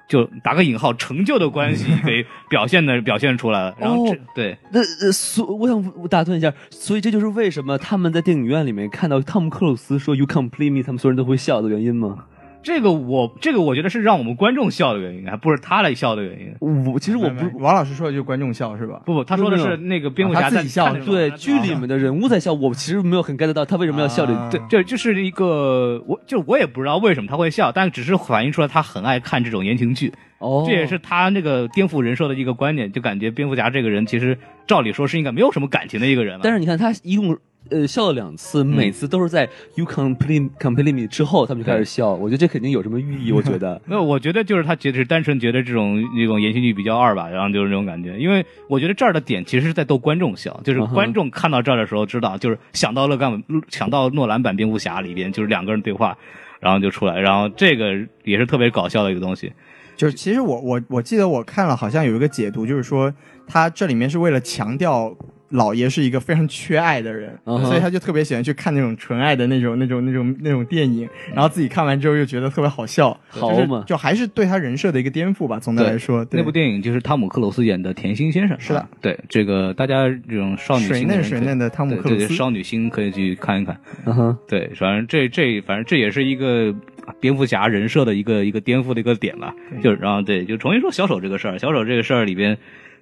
Speaker 3: 就打个引号成就的关系 给表现的表现出来了。然后这、
Speaker 4: 哦
Speaker 3: 对
Speaker 4: 那呃，所我想我打断一下，所以这就是为什么他们在电影院里面看到汤姆克鲁斯说 “You complete me”，他们所有人都会笑的原因吗？
Speaker 3: 这个我这个我觉得是让我们观众笑的原因，还不是他来笑的原因。
Speaker 4: 我其实
Speaker 1: 没
Speaker 4: 我
Speaker 1: 有没有
Speaker 4: 不
Speaker 1: 王老师说的就是观众笑是吧？
Speaker 3: 不不，他说的
Speaker 4: 没有
Speaker 3: 是那个蝙蝠侠
Speaker 1: 啊他自啊
Speaker 3: 在
Speaker 1: 己笑
Speaker 3: 看着
Speaker 1: 是吧
Speaker 4: 对
Speaker 3: 他
Speaker 4: 剧里面的人物在笑，我其实没有很 get 到他为什么要笑的。
Speaker 1: 啊
Speaker 4: 对，
Speaker 3: 这就是一个，我就我也不知道为什么他会笑，但只是反映出来他很爱看这种言情剧，
Speaker 4: 哦，
Speaker 3: 这也是他那个颠覆人设的一个观点，就感觉蝙蝠侠这个人其实照理说是应该没有什么感情的一个人了，。
Speaker 4: 但是你看他一共呃笑了两次，每次都是在 you complete complete me 之后，他们就开始笑。我觉得这肯定有什么寓意，我觉得
Speaker 3: 那我觉得就是他觉得是单纯觉得这种那种言情剧比较二吧，然后就是那种感觉，因为我觉得这儿的点其实是在逗观众笑，就是
Speaker 4: 嗯哼
Speaker 3: 观众看到这儿的时候知道，就是想到了干嗯想到诺兰版蝙蝠侠里边就是两个人对话，然后就出来，然后这个也是特别搞笑的一个东西，
Speaker 1: 就是其实我我我记得我看了，好像有一个解读，就是说他这里面是为了强调老爷是一个非常缺爱的人，
Speaker 4: 嗯哼
Speaker 1: 所以他就特别喜欢去看那种纯爱的那种那种那种那种电影，然后自己看完之后又觉得特别好笑，
Speaker 4: 好
Speaker 1: 就是
Speaker 4: 嘛
Speaker 1: 就还是对他人设的一个颠覆吧。总的
Speaker 3: 对
Speaker 1: 来说，对
Speaker 3: 那部电影就是汤姆克鲁斯演的甜心先生，
Speaker 1: 是的
Speaker 3: 啊，对这个大家这种少女
Speaker 1: 水
Speaker 3: 心的
Speaker 1: 嫩
Speaker 3: 人
Speaker 1: 水
Speaker 3: 可以
Speaker 1: 嫩的汤姆
Speaker 3: 对
Speaker 1: 克鲁
Speaker 3: 对
Speaker 1: 斯
Speaker 3: 对，少女心可以去看一看。
Speaker 4: 嗯哼，
Speaker 3: 对，反正这这反正这也是一个蝙蝠侠人设的一个一个颠覆的一个点吧。就是然后对，就重新说小丑这个事儿，小丑这个事儿里边，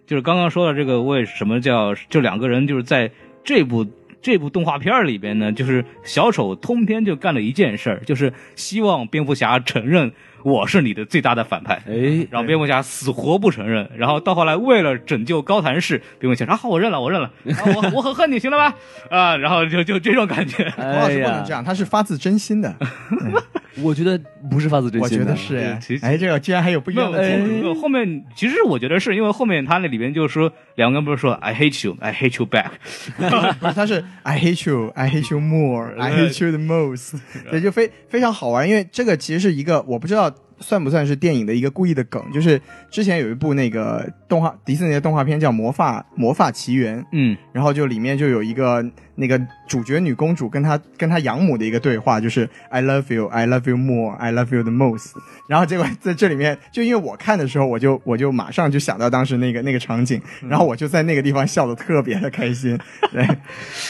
Speaker 3: 就是刚刚说的这个为什么叫就两个人就是在这部。这部动画片儿里边呢，就是小丑通篇就干了一件事儿，就是希望蝙蝠侠承认我是你的最大的反派。
Speaker 4: 哎，
Speaker 3: 然后蝙蝠侠死活不承认，然后到后来为了拯救高谭市，蝙蝠侠说啊，我认了，我认了，啊、我我很恨你，行了吧？啊，然后就就这种感觉，
Speaker 1: 王老
Speaker 4: 哎
Speaker 1: 师不能
Speaker 4: 呀
Speaker 1: 这，样，他是发自真心的，
Speaker 4: 我觉得不是发 自真
Speaker 1: 我
Speaker 4: 心的，啊
Speaker 1: 觉得是哎
Speaker 3: 其实
Speaker 1: 哎，这个居然还有不一
Speaker 3: 没
Speaker 1: 样
Speaker 3: 有，
Speaker 1: 的解
Speaker 4: 哎
Speaker 1: 读。
Speaker 3: 没有哎后面其实我觉得是因为后面他那里边就说两个人不是说 I hate you, I hate you back，
Speaker 1: 不是，他是 I hate you, I hate you more, I hate you the most，对，就非非常好玩，因为这个其实是一个我不知道算不算是电影的一个故意的梗，就是之前有一部那个动画迪士尼的动画片叫《魔法魔法奇缘》，
Speaker 3: 嗯，
Speaker 1: 然后就里面就有一个那个主角女公主跟她跟她养母的一个对话，就是 I love you, I love you more, I love you the most。然后结果在这里面，就因为我看的时候，我就我就马上就想到当时那个那个场景，
Speaker 3: 嗯
Speaker 1: 然后我就在那个地方笑得特别的开 心，对，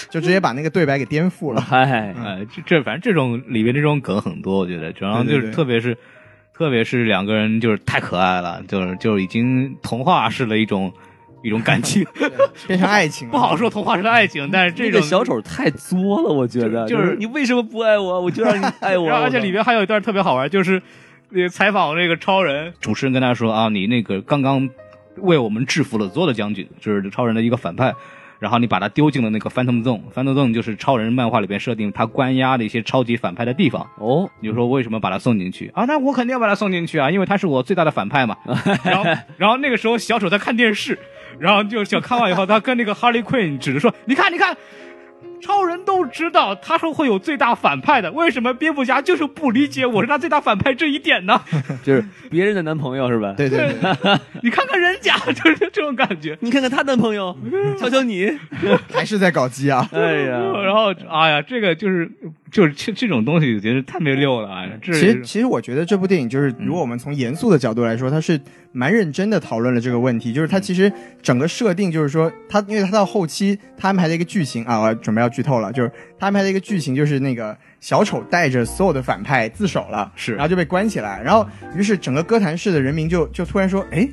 Speaker 1: 就直接把那个对白给颠覆了。
Speaker 4: 嗨，
Speaker 3: 哎，这这反正这种里边这种梗很多，我觉得，然后
Speaker 1: 对对
Speaker 3: 就
Speaker 1: 对
Speaker 3: 是特别是特别是两个人就是太可爱了，就是就是已经童话式的一种一种感 情，
Speaker 1: 变成爱情了
Speaker 3: 不好说童话式的爱情，但是这
Speaker 4: 这
Speaker 3: 种
Speaker 4: 个小丑太作了，我觉得
Speaker 3: 就就是
Speaker 4: 你为什么不爱我？我就让你爱 我。
Speaker 3: 然后而且
Speaker 4: 我
Speaker 3: 里边还有一段特别好玩，就是呃采访那个超人，主持人跟他说啊，你那个刚刚为我们制服了所有的将军，就是超人的一个反派。然后你把他丢进了那个 Phantom Zone，Phantom Zone 就是超人漫画里边设定他关押的一些超级反派的地方。
Speaker 4: 哦，
Speaker 3: 你就说为什么把他送进去啊？那我肯定要把他送进去啊，因为他是我最大的反派 嘛。然后，然后那个时候小丑在看电视，然后就想看完以后，他跟那个哈利 Quinn 指着说：“你看，你看，超人都知道他是会有最大反派的，为什么蝙蝠侠就是不理解我是他最大反派这一点呢？
Speaker 4: 就是别人的男朋友是吧？
Speaker 1: 对对对，
Speaker 3: 你看看人家， 就是这种感觉。”
Speaker 4: 你看看她男朋友，瞧瞧你，
Speaker 1: 还是在搞基啊。
Speaker 4: 哎呀，
Speaker 3: 然后，哎呀，这个就是就是这这种东西，我觉得太没溜了啊！这
Speaker 1: 其实，其实我觉得这部电影就是，如果我们从严肃的角度来说，它是蛮认真的讨论了这个问题。就是它其实整个设定就是说，它因为它到后期他安排的一个剧情啊，我准备要剧透了，就是他安排的一个剧情就是那个小丑带着所有的反派自首了，
Speaker 3: 是
Speaker 1: 然后就被关起来，然后于是整个哥谭市的人民就就突然说，哎，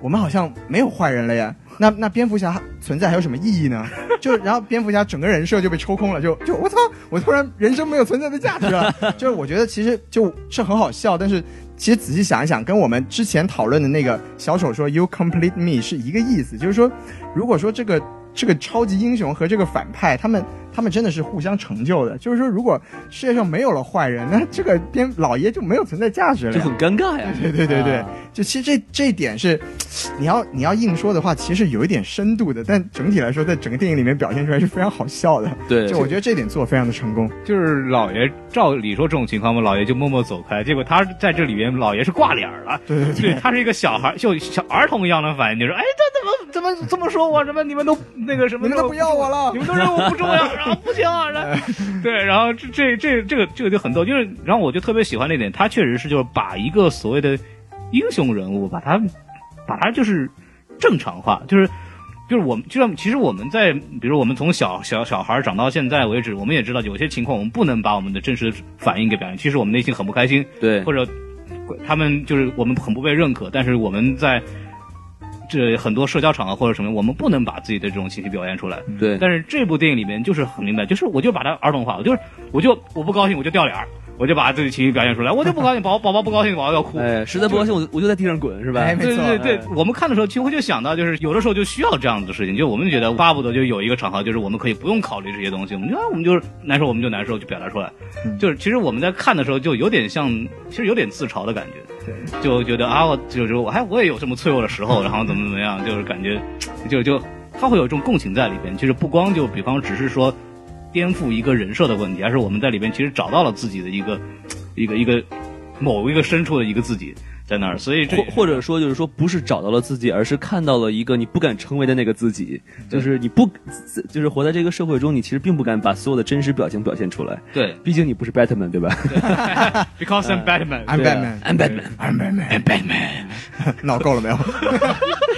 Speaker 1: 我们好像没有坏人了呀。那那蝙蝠侠存在还有什么意义呢？就然后蝙蝠侠整个人设就被抽空了，就就我操，我突然人生没有存在的价值了。 就是我觉得其实就是很好笑，但是其实仔细想一想，跟我们之前讨论的那个小丑说 “You complete me” 是一个意思，就是说，如果说这个这个超级英雄和这个反派他们。他们真的是互相成就的，就是说，如果世界上没有了坏人，那这个边老爷就没有存在价值了
Speaker 4: 就
Speaker 1: 呀。
Speaker 4: 很尴尬呀。
Speaker 1: 对 对对对，
Speaker 4: 啊
Speaker 1: 就其实这这一点是，你要你要硬说的话，其实有一点深度的，但整体来说，在整个电影里面表现出来是非常好笑的。
Speaker 4: 对
Speaker 1: 就我觉得这点做得非常的成功。
Speaker 3: 就是老爷照理说这种情况嘛，老爷就默默走开。结果他在这里边，老爷是挂脸儿了。
Speaker 1: 对对对
Speaker 3: 对，他是一个小孩，就小儿童一样的反应，就说：“哎，这怎么怎么这么说我？什么你们都那个什么，
Speaker 1: 你们都不要我了
Speaker 3: 你们都认我不重要，然后不行啊，然 后对，然后这这这这个这个就很逗，就是然后我就特别喜欢那点，他确实是就是把一个所谓的英雄人物，把他把他就是正常化，就是就是我们，就像其实我们在，比如我们从小小小孩长到现在为止，我们也知道有些情况我们不能把我们的真实反应给表现，其实我们内心很不开心，
Speaker 4: 对
Speaker 3: 或者他们就是我们很不被认可，但是我们在这很多社交场合或者什么，我们不能把自己的这种情绪表现出来。
Speaker 4: 对，
Speaker 3: 但是这部电影里面就是很明白，就是我就把它儿童化，我就是我就我不高兴我就掉脸儿，我就把自己情绪表现出来，我就不高兴，宝宝宝不高兴，宝宝要哭。
Speaker 4: 哎，实在不高兴我就我就在地上滚是吧？
Speaker 1: 哎没
Speaker 3: 对
Speaker 1: 错
Speaker 3: 对对
Speaker 4: 哎
Speaker 3: 对，我们看的时候几乎就想到，就是有的时候就需要这样子的事情，就我们觉得巴不得就有一个场合，就是我们可以不用考虑这些东西，我们就啊我们就是难受我们就难受，就表达出来。
Speaker 1: 嗯
Speaker 3: 就是其实我们在看的时候就有点像，其实有点自嘲的感觉，
Speaker 1: 对，
Speaker 3: 就觉得啊我就是我还我也有这么脆弱的时
Speaker 1: 嗯
Speaker 3: 候，然后怎么怎么样，就是感觉就就他会有一种共情在里边。其实不光就比方只是说颠覆一个人设的问题，而是我们在里边其实找到了自己的一个一个一个某一个深处的一个自己。在那儿，所以这
Speaker 4: 或或者说就是说，不是找到了自己，而是看到了一个你不敢成为的那个自己，
Speaker 1: 嗯
Speaker 4: 就是你不，就是活在这个社会中，你其实并不敢把所有的真实表情表现出来，
Speaker 3: 对，
Speaker 4: 毕竟你不是 Batman 对吧？
Speaker 3: Because I'm Batman.
Speaker 1: I'm
Speaker 4: 对啊
Speaker 1: Batman，
Speaker 4: I'm Batman，
Speaker 1: I'm Uh,
Speaker 3: I'm
Speaker 1: Batman，
Speaker 3: Batman.
Speaker 1: 闹够了没有？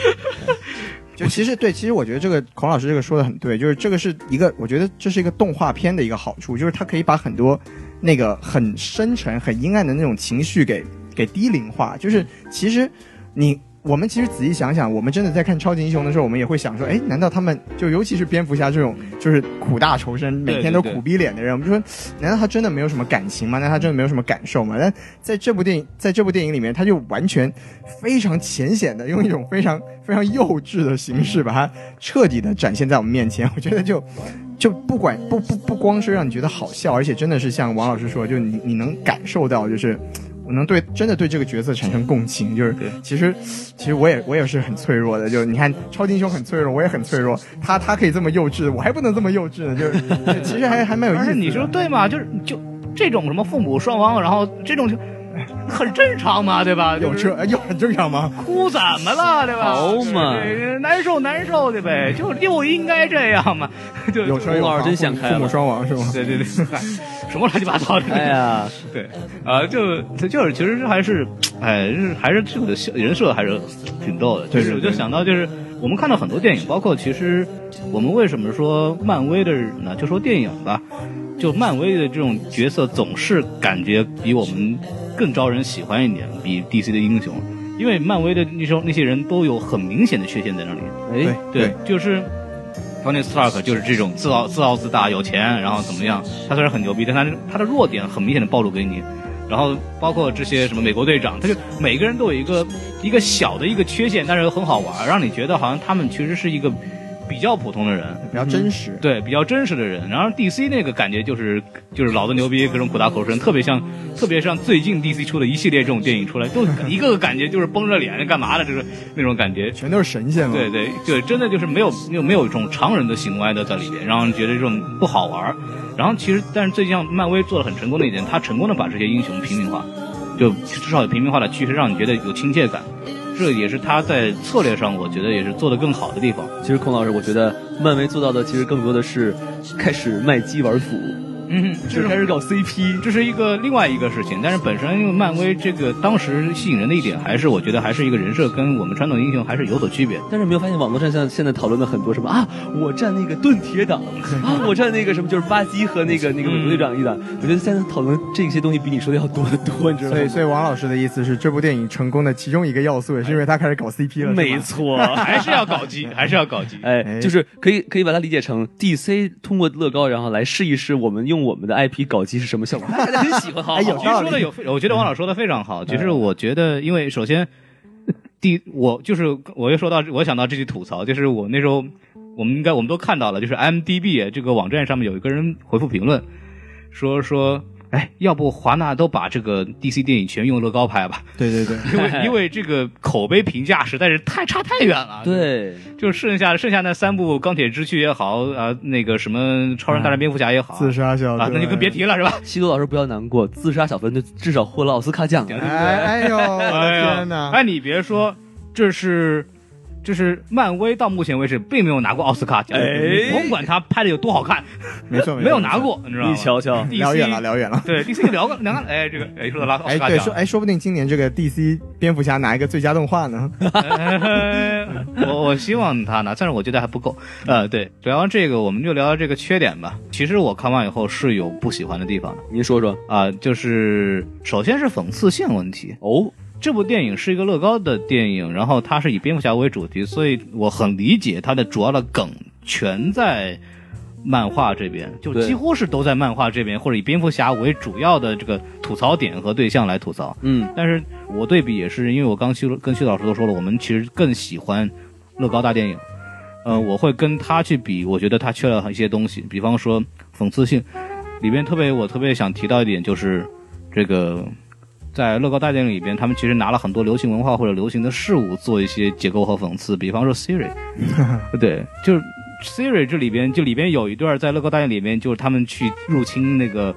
Speaker 1: 就其实对，其实我觉得这个孔老师这个说的很对，就是这个是一个，我觉得这是一个动画片的一个好处，就是它可以把很多那个很深沉、很阴暗的那种情绪给给低龄化。就是其实你我们其实仔细想想，我们真的在看超级英雄的时候，我们也会想说，哎，难道他们就尤其是蝙蝠侠这种就是苦大仇深、每天都
Speaker 3: 对对
Speaker 1: 苦逼脸的人，我们就说，难道他真的没有什么感情吗？难道他真的没有什么感受吗？但在这部电影，在这部电影里面，他就完全非常浅显的，用一种非常非常幼稚的形式，把它彻底的展现在我们面前。 我觉得就就不管不不不光是让你觉得好笑，而且真的是像王老师说，就你你能感受到，就是我能对真的对这个角色产生共情。就是
Speaker 3: 对
Speaker 1: 其实其实我也我也是很脆弱的，就是你看超级英雄很脆弱，我也很脆弱，他他可以这么幼稚，我还不能这么幼稚呢，就是其实还还蛮有意
Speaker 3: 而
Speaker 1: 思
Speaker 3: 且
Speaker 1: 的。
Speaker 3: 你说对
Speaker 1: 嗯
Speaker 3: 嘛？就是就这种什么父母双亡，然后这种就 很正常嘛，对吧？
Speaker 1: 有
Speaker 3: 就是
Speaker 1: 这有很正常吗？
Speaker 3: 哭怎么了，对吧？
Speaker 4: 好嘛
Speaker 3: 对难受难受的呗，就就应该这样嘛， 就
Speaker 1: 嗯有车有
Speaker 4: 孔老
Speaker 1: 房
Speaker 4: 师真
Speaker 1: 父
Speaker 4: 想
Speaker 1: 母
Speaker 4: 开
Speaker 1: 父母
Speaker 4: 了
Speaker 1: 双亡是吗？
Speaker 3: 对对对， 什么乱七八糟的。
Speaker 4: 哎 呀，
Speaker 3: 对，啊、就他就是其实还是，哎，是还是这个人设还是挺逗的。就
Speaker 1: 对
Speaker 3: 是
Speaker 1: 对
Speaker 3: 我就想到就是我们看到很多电影，包括其实我们为什么说漫威的人呢？就说电影吧，就漫威的这种角色总是感觉比我们更招人喜欢一点，比 DC 的英雄，因为漫威的那时候那些人都有很明显的缺陷在那里。
Speaker 4: 哎，
Speaker 3: 对，就是。Tony Stark 就是这种自傲、自傲自大、有钱，然后怎么样？他虽然很牛逼，但他他的弱点很明显的暴露给你。然后包括这些什么美国队长，他就每个人都有一个一个小的一个缺陷，但是又很好玩，让你觉得好像他们其实是一个比较普通的人，
Speaker 1: 比
Speaker 4: 嗯
Speaker 1: 较真实。
Speaker 3: 对，比较真实的人。然后 DC 那个感觉就是就是老子牛逼，各种苦大仇深，特别像特别像最近 DC 出的一系列这种电影出来，都 一个个感觉就是绷着脸干嘛的，就是那种感觉。
Speaker 1: 全都是神仙嘛。
Speaker 3: 对对对，真的就是没有没有没有一种常人的行为的在里边，让人觉得这种不好玩儿。然后其实，但是最近漫威做的很成功的一点，他成功的把这些英雄平民化，就至少有平民化的趋势，让你觉得有亲切感。这也是他在策略上，我觉得也是做得更好的地方。
Speaker 4: 其实孔老师，我觉得漫威做到的其实更多的是开始卖鸡玩腐，
Speaker 3: 嗯，
Speaker 4: 就是开始搞 CP。
Speaker 3: 这是一个另外一个事情，但是本身因为漫威这个当时吸引人的一点，还是我觉得还是一个人设跟我们传统英雄还是有所区别 的。
Speaker 4: 但是没有发现网络上像现在讨论的很多什么啊，我站那个盾铁党啊，我站那个什么就是巴基和那
Speaker 1: 嗯
Speaker 4: 个那个美国队长一党。我觉得现在讨论这些东西比你说的要多得多，你知道
Speaker 1: 所以，
Speaker 4: 吗？
Speaker 1: 所以王老师的意思是，这部电影成功的其中一个要素，也是因为他开始搞 CP 了，
Speaker 4: 没
Speaker 1: 是吗
Speaker 4: 错，
Speaker 3: 还是要搞基，还是要搞基。
Speaker 4: 哎，
Speaker 1: 哎
Speaker 4: 就是可以可以把它理解成 DC 通过乐高，然后来试一试我们用我们的 IP 搞基是什么效果。大家很喜欢，好好
Speaker 1: 哎有
Speaker 4: 好
Speaker 3: 其实
Speaker 1: 道理嗯
Speaker 3: 说的有，我觉得王老师说的非常好。其实我觉得，因为首先，第我就是我又说到，我想到这句吐槽，就是我那时候我们应该我们都看到了，就是 m d b 这个网站上面有一个人回复评论，说说。哎，要不华纳都把这个 DC 电影全用乐高拍 吧，
Speaker 1: 对对对，
Speaker 3: 因为因为这个口碑评价实在是太差太远了。，
Speaker 4: 对，
Speaker 3: 就剩下剩下那三部《钢铁之躯》也好啊，那个什么《超人大战蝙蝠侠》也好啊，
Speaker 1: 自杀小
Speaker 3: 啊，那就更别。提了，是吧？
Speaker 4: 西多老师不要难过，自杀小分队至少获 了奥斯卡奖了。啊
Speaker 1: 哎 哎哎呦，我的
Speaker 3: 哎呀
Speaker 1: 天哪！
Speaker 3: 哎，你别说，这是就是漫威到目前为止并没有拿过奥斯卡奖，
Speaker 4: 哎
Speaker 3: 甭管他拍的有多好看，
Speaker 1: 没错，
Speaker 3: 没有拿
Speaker 1: 错。
Speaker 3: 过，你知道吗？
Speaker 4: 你瞧瞧
Speaker 3: DC
Speaker 1: 聊远了，聊远了。
Speaker 3: 对 DC 聊个聊个，哎，这个哎说到拿奥
Speaker 1: 哎
Speaker 3: 斯，卡
Speaker 1: 对，说
Speaker 3: 奖，
Speaker 1: 哎，说不定今年这个 DC 蝙蝠侠拿一个最佳动画呢。
Speaker 3: 哎我我希望他拿，但是我觉得还不够。呃，对，聊完这个，我们就聊聊这个缺点吧。其实我看完以后是有不喜欢的地方的
Speaker 4: 您说说
Speaker 3: 啊、就是首先是讽刺性问题，
Speaker 4: 哦，
Speaker 3: 这部电影是一个乐高的电影，然后它是以蝙蝠侠为主题，所以我很理解它的主要的梗全在漫画这边，就
Speaker 4: 对
Speaker 3: 几乎是都在漫画这边，或者以蝙蝠侠为主要的这个吐槽点和对象来吐槽。
Speaker 4: 嗯，
Speaker 3: 但是我对比也是，因为我刚徐跟徐老师都说了，我们其实更喜欢乐高大电影。呃，我会跟他去比，我觉得他缺了一些东西，比方说讽刺性。里边特别我特别想提到一点就是，这个在乐高大电影里边，他们其实拿了很多流行文化或者流行的事物做一些结构和讽刺，比方说 Siri，对，就是 Siri 这里边就里边有一段在乐高大电影里面，就是他们去入侵那个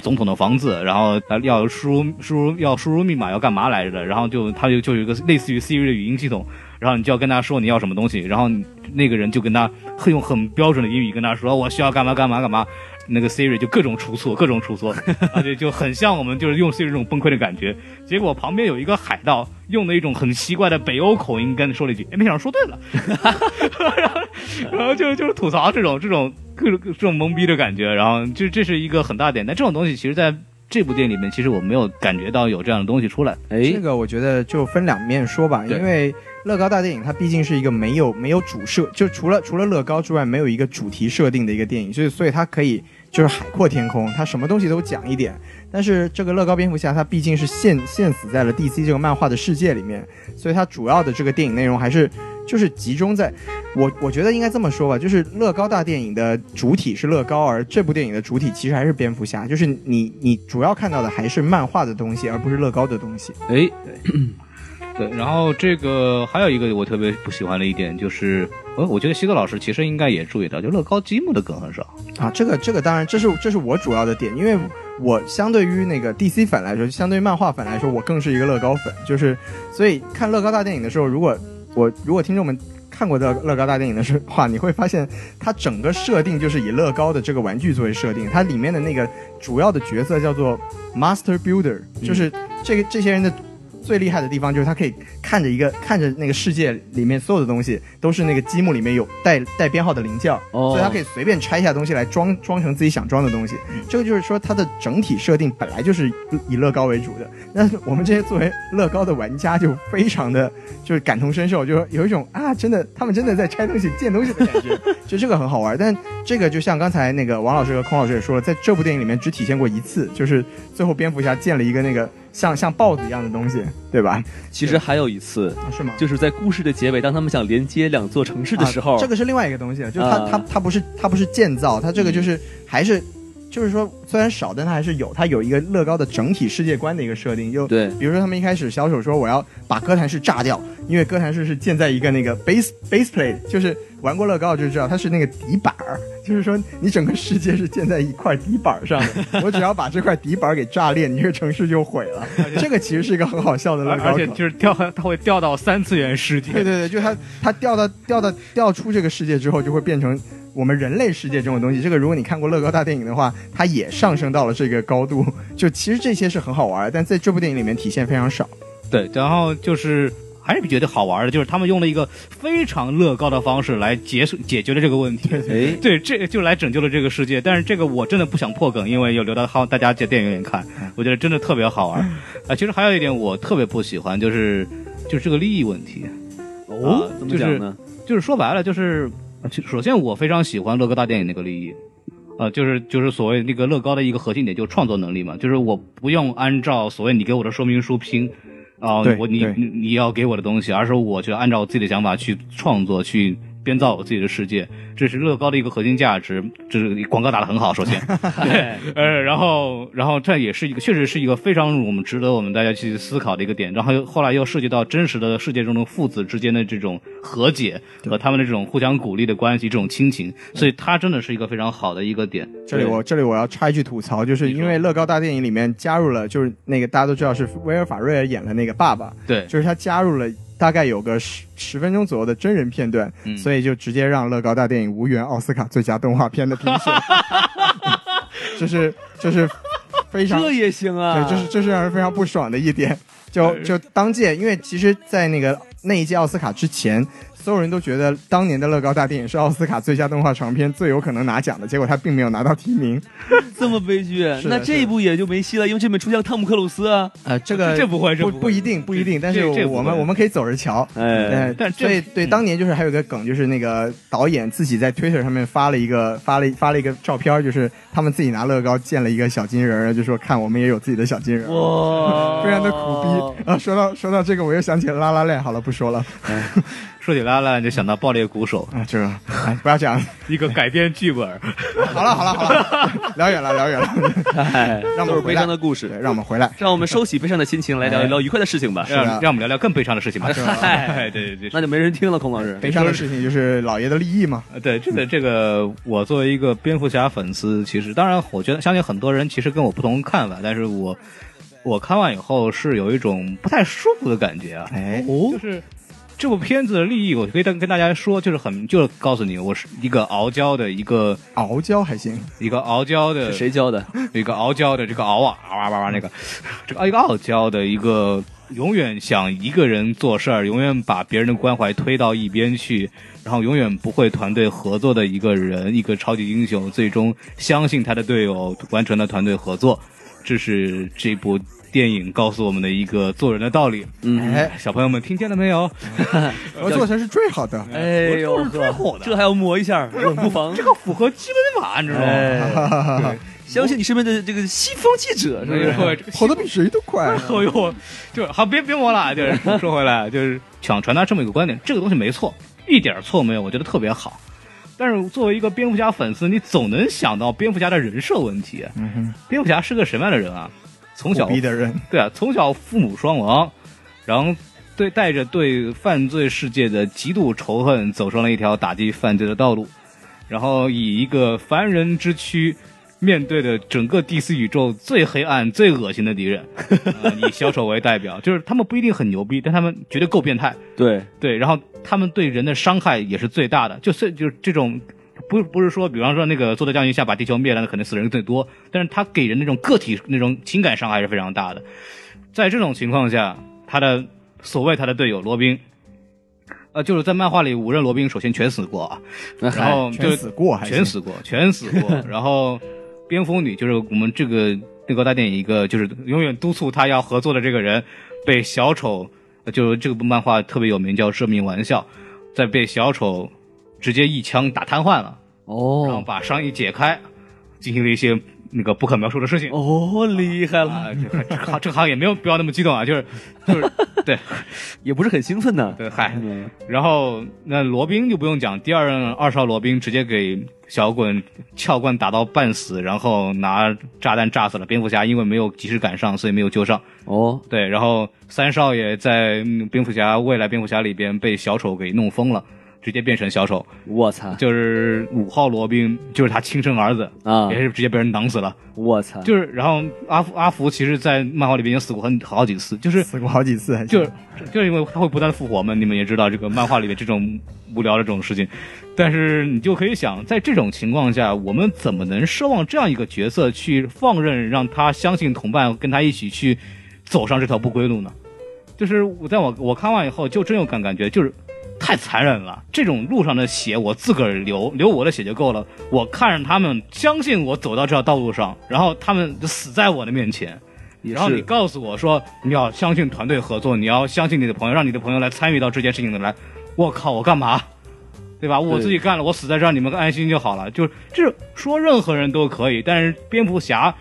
Speaker 3: 总统的房子，然后呃要输入输入要输入密码要干嘛来着的，然后就他就就有一个类似于 Siri 的语音系统，然后你就要跟他说你要什么东西，然后你那个人就跟他很用很标准的英语跟他说我需要干嘛干嘛干嘛，那个 Siri 就各种出错各种出错，而且就很像我们就是用 Siri 这种崩溃的感觉。结果旁边有一个海盗用的一种很奇怪的北欧口音跟说了一句，哎，没想到说对了，然后然后就就是吐槽这种这种各种这种懵逼的感觉，然后这这是一个很大的点，但这种东西其实在这部电影里面，其实我没有感觉到有这样的东西出来。
Speaker 4: 哎
Speaker 1: 这，个我觉得就分两面说吧，
Speaker 3: 对
Speaker 1: 因为乐高大电影它毕竟是一个没有没有主设，就除了除了乐高之外没有一个主题设定的一个电影，所以所以它可以就是海阔天空，它什么东西都讲一点。但是这个乐高蝙蝠侠它毕竟是现现死在了 DC 这个漫画的世界里面，所以它主要的这个电影内容还是就是集中在我我觉得应该这么说吧，就是乐高大电影的主体是乐高，而这部电影的主体其实还是蝙蝠侠，就是你你主要看到的还是漫画的东西，而不是乐高的东西。
Speaker 4: 哎，
Speaker 3: 对，然后这个还有一个我特别不喜欢的一点就是，呃，我觉得西多老师其实应该也注意到，就乐高积木的梗很少。
Speaker 1: 啊，这个这个当然，这是这是我主要的点，因为我相对于那个 DC 粉来说，相对于漫画粉来说，我更是一个乐高粉，就是所以看乐高大电影的时候，如果我如果听众们看过乐乐高大电影的时候话，你会发现它整个设定就是以乐高的这个玩具作为设定，它里面的那个主要的角色叫做 Master Builder，就是这个这些人的。最厉害的地方就是他可以看着一个看着那个世界里面所有的东西都是那个积木里面有带带编号的零件儿，
Speaker 4: 哦
Speaker 1: 所以他可以随便拆下东西来装装成自己想装的东西。这个就是说它的整体设定本来就是以乐高为主的。那我们这些作为乐高的玩家就非常的就是感同身受，就是有一种啊，真的他们真的在拆东西、建东西的感觉，就这个很好玩。但这个就像刚才那个王老师和孔老师也说了，在这部电影里面只体现过一次，就是最后蝙蝠侠建了一个那个像像豹子一样的东西，对吧？
Speaker 4: 其实还有一次，
Speaker 1: 是吗？
Speaker 4: 就是在故事的结尾，当他们想连接两座城市的时候，
Speaker 1: 啊这个是另外一个东西了，就是它、
Speaker 4: 啊
Speaker 1: 它它不是它不是建造，它这
Speaker 4: 嗯
Speaker 1: 个就是还是。就是说，虽然少，但它还是有，它有一个乐高的整体世界观的一个设定。就
Speaker 4: 对
Speaker 1: 比如说他们一开始小手说我要把哥谭市炸掉，因为哥谭市是建在一个那个 base base plate，就是玩过乐高就知道它是那个底板儿，就是说你整个世界是建在一块底板儿上的，我只要把这块底板儿给炸裂，你这个城市就毁了。 这个其实是一个很好笑的乐
Speaker 3: 而
Speaker 1: 高
Speaker 3: 而且
Speaker 1: 梗
Speaker 3: 就是掉， 它会掉到三次元世界。
Speaker 1: 对对对，就它它掉到掉到掉出这个世界之后，就会变成我们人类世界这种东西。这个如果你看过乐高大电影的话，它也上升到了这个高度。就其实这些是很好玩儿，但在这部电影里面体现非常少。
Speaker 3: 对，然后就是还是觉得好玩的，就是他们用了一个非常乐高的方式来结束解决了这个问题。
Speaker 4: 哎，
Speaker 3: 对，这就来拯救了这个世界。但是这个我真的不想破梗，因为有留到好大家在电影院看，我觉得真的特别好玩。啊、其实还有一点我特别不喜欢，就是就是这个利益问题。
Speaker 4: 哦
Speaker 3: 啊，
Speaker 4: 怎么讲呢？
Speaker 3: 就是说白了，就是就首先我非常喜欢乐高大电影那个利益，呃，就是就是所谓那个乐高的一个核心点，就是创作能力嘛，就是我不用按照所谓你给我的说明书拼。啊、
Speaker 1: 对
Speaker 3: 我你
Speaker 1: 对
Speaker 3: 你你要给我的东西，而是我就按照我自己的想法去创作，去编造我自己的世界，这是乐高的一个核心价值。这是广告打得很好，首先，
Speaker 4: 对，
Speaker 3: 呃，然后，然后这也是一个，确实是一个非常我们值得我们大家去思考的一个点。然后又后来又涉及到真实的世界中的父子之间的这种和解和他们的这种互相鼓励的关系，这种亲情，所以它真的是一个非常好的一个点。
Speaker 1: 这里我这里我要插一句吐槽，就是因为乐高大电影里面加入了，就是那个大家都知道是威尔法瑞尔演了那个爸爸，
Speaker 3: 对
Speaker 1: 就是他加入了大概有个十十分钟左右的真人片段，
Speaker 3: 嗯
Speaker 1: 所以就直接让乐高大电影无缘奥斯卡最佳动画片的评 选， 就是就是非常
Speaker 4: 这也行啊，
Speaker 1: 对，这是这是让人非常不爽的一点。就就当届，因为其实，在那个那一届奥斯卡之前，所有人都觉得当年的乐高大电影是奥斯卡最佳动画长片最有可能拿奖的，结果他并没有拿到提名。
Speaker 4: 这么悲剧。
Speaker 1: 是的
Speaker 4: 那这一部也就没戏了，因为这里面出现了汤姆克鲁斯啊。
Speaker 1: 呃，这个
Speaker 3: 这不会这
Speaker 1: 不
Speaker 3: 不会
Speaker 1: 不一定不一定，但是
Speaker 3: 这这不会
Speaker 1: 我们我们可以走着瞧。
Speaker 4: 哎
Speaker 1: 呃，
Speaker 3: 但这
Speaker 1: 所以对
Speaker 3: 嗯
Speaker 1: 当年就是还有个梗，就是那个导演自己在 Twitter 上面发了一个发了发了一个照片，就是他们自己拿乐高建了一个小金人儿，就说看我们也有自己的小金人儿。
Speaker 4: 哇，
Speaker 1: 非常的 苦逼。啊！说到说到这个，我又想起了拉拉链。好了，不说了
Speaker 3: 说起拉拉就想到爆裂鼓手，
Speaker 1: 啊，这个哎，不要讲了。
Speaker 3: 一个改编剧本，
Speaker 1: 好了好了好了， 聊远了聊远了，
Speaker 4: 哎，
Speaker 1: 让我
Speaker 4: 都
Speaker 1: 们
Speaker 4: 是
Speaker 1: 回
Speaker 4: 悲
Speaker 1: 来
Speaker 4: 伤的
Speaker 1: 对，
Speaker 4: 故事，
Speaker 1: 让我们回来。
Speaker 4: 让我们收起悲伤的心情，来聊一聊愉快的事情吧。
Speaker 3: 让
Speaker 1: 是啊啊
Speaker 3: 让我们聊聊更悲伤的事情吧。
Speaker 4: 嗨
Speaker 3: 哎， 对对对，
Speaker 4: 那就没人听了，孔老师。
Speaker 1: 悲伤的事情就是老爷的利益嘛，
Speaker 3: 呃，对这个这个，我作为一个蝙蝠侠粉丝，其实当然，我觉得相信很多人其实跟我不同看法，但是我我看完以后是有一种不太舒服的感觉 啊。
Speaker 1: 哎，
Speaker 3: 哦，就是这部片子的利益，我可以跟跟大家说，就是很就是告诉你，我是一个傲娇的一个
Speaker 1: 傲娇还行，
Speaker 3: 一个傲娇的
Speaker 4: 是谁教的？
Speaker 3: 一个傲娇的这个嗷啊嗷啊哇哇那个， 这个一个傲娇的一个永远想一个人做事儿，永远把别人的关怀推到一边去，然后永远不会团队合作的一个人，一个超级英雄，最终相信他的队友完成了团队合作，这是这部电影告诉我们的一个做人的道理。
Speaker 4: 嗯，
Speaker 1: 哎，
Speaker 3: 小朋友们听见了没有？
Speaker 1: 合作才是最好的。
Speaker 4: 哎呦
Speaker 3: 我就是最火
Speaker 4: 呵，
Speaker 3: 的
Speaker 4: 这还要磨一下，冷不 防。
Speaker 3: 这个符合基本法，你知道吗？
Speaker 4: 哎，相信你身边的这个西方记者是不是？
Speaker 3: 哎
Speaker 1: 跑得比谁都 快，
Speaker 3: 哎呦，就是好，别别磨了，啊就是说回来，就是想传达这么一个观点，这个东西没错，一点错没有，我觉得特别好。但是作为一个蝙蝠侠粉丝，你总能想到蝙蝠侠的人设问题。
Speaker 1: 嗯
Speaker 3: 蝙蝠侠是个什么样的人啊？从
Speaker 1: 哼，
Speaker 3: 小
Speaker 1: 苦逼的人，
Speaker 3: 对啊，从小父母双亡，然后对带着对犯罪世界的极度仇恨，走上了一条打击犯罪的道路，然后以一个凡人之躯。面对的整个 DC 宇宙最黑暗、最恶心的敌人， 呃以小丑为代表，就是他们不一定很牛逼，但他们绝对够变态。
Speaker 4: 对，
Speaker 3: 对，然后他们对人的伤害也是最大的，就是就是这种，不不是说，比方说那个坐在降临下把地球灭了，那可能死人最多，但是他给人那种个体那种情感伤害是非常大的。在这种情况下，他的所谓他的队友罗宾，呃，就是在漫画里五任罗宾首先全死过啊，然后就
Speaker 1: 哎哦全死过还行
Speaker 3: 全，死过，全死过。然后蝙蝠女就是我们这个那个大电影一个就是永远督促他要合作的这个人，被小丑，呃就是这部漫画特别有名叫《致命玩笑》，在被小丑直接一枪打瘫痪了，然后
Speaker 4: 哦
Speaker 3: 把伤一解开，进行了一些那个不可描述的事 情。
Speaker 4: 哦，厉害了，
Speaker 3: 啊，这个这个行这个行也没有不要那么激动啊，就是就是，对
Speaker 4: 也不是很兴奋呢。
Speaker 3: 对，嗨，
Speaker 4: 嗯
Speaker 3: 然后那罗宾就不用讲，第二任二少罗宾直接给小滚撬棍打到半死，然后拿炸弹炸死了蝙蝠侠，因为没有及时赶上，所以没有救上。
Speaker 4: 哦，
Speaker 3: 对，然后三少爷在嗯蝙蝠侠未来蝙蝠侠里边被小丑给弄疯了，直接变成小丑，
Speaker 4: 我操
Speaker 3: 就是五号罗宾，就是他亲生儿子，
Speaker 4: 啊
Speaker 3: 也，是直接被人囊死了。
Speaker 4: 我操，
Speaker 3: 就是然后阿福阿福其实，在漫画里边已经死过很好几次，就是
Speaker 1: 死过好几次，还行
Speaker 3: 就是就是因为它会不断地复活嘛，你们也知道这个漫画里面这种无聊的这种事情，但是你就可以想，在这种情况下，我们怎么能奢望这样一个角色去放任让他相信同伴，跟他一起去走上这条不归路呢？就是我在我我看完以后，就真有感感觉，就是太残忍了。这种路上的血，我自个儿流，流我的血就够了。我看着他们，相信我走到这条道路上，然后他们就死在我的面前。
Speaker 4: 也
Speaker 3: 然后你
Speaker 4: 是
Speaker 3: 告诉我说你要相信团队合作，你要相信你的朋友，让你的朋友来参与到这件事情的来。我靠，我干嘛？对吧？我自己干了，我死在这儿，你们安心就好了。就是这说任何人都可以，但是蝙蝠侠，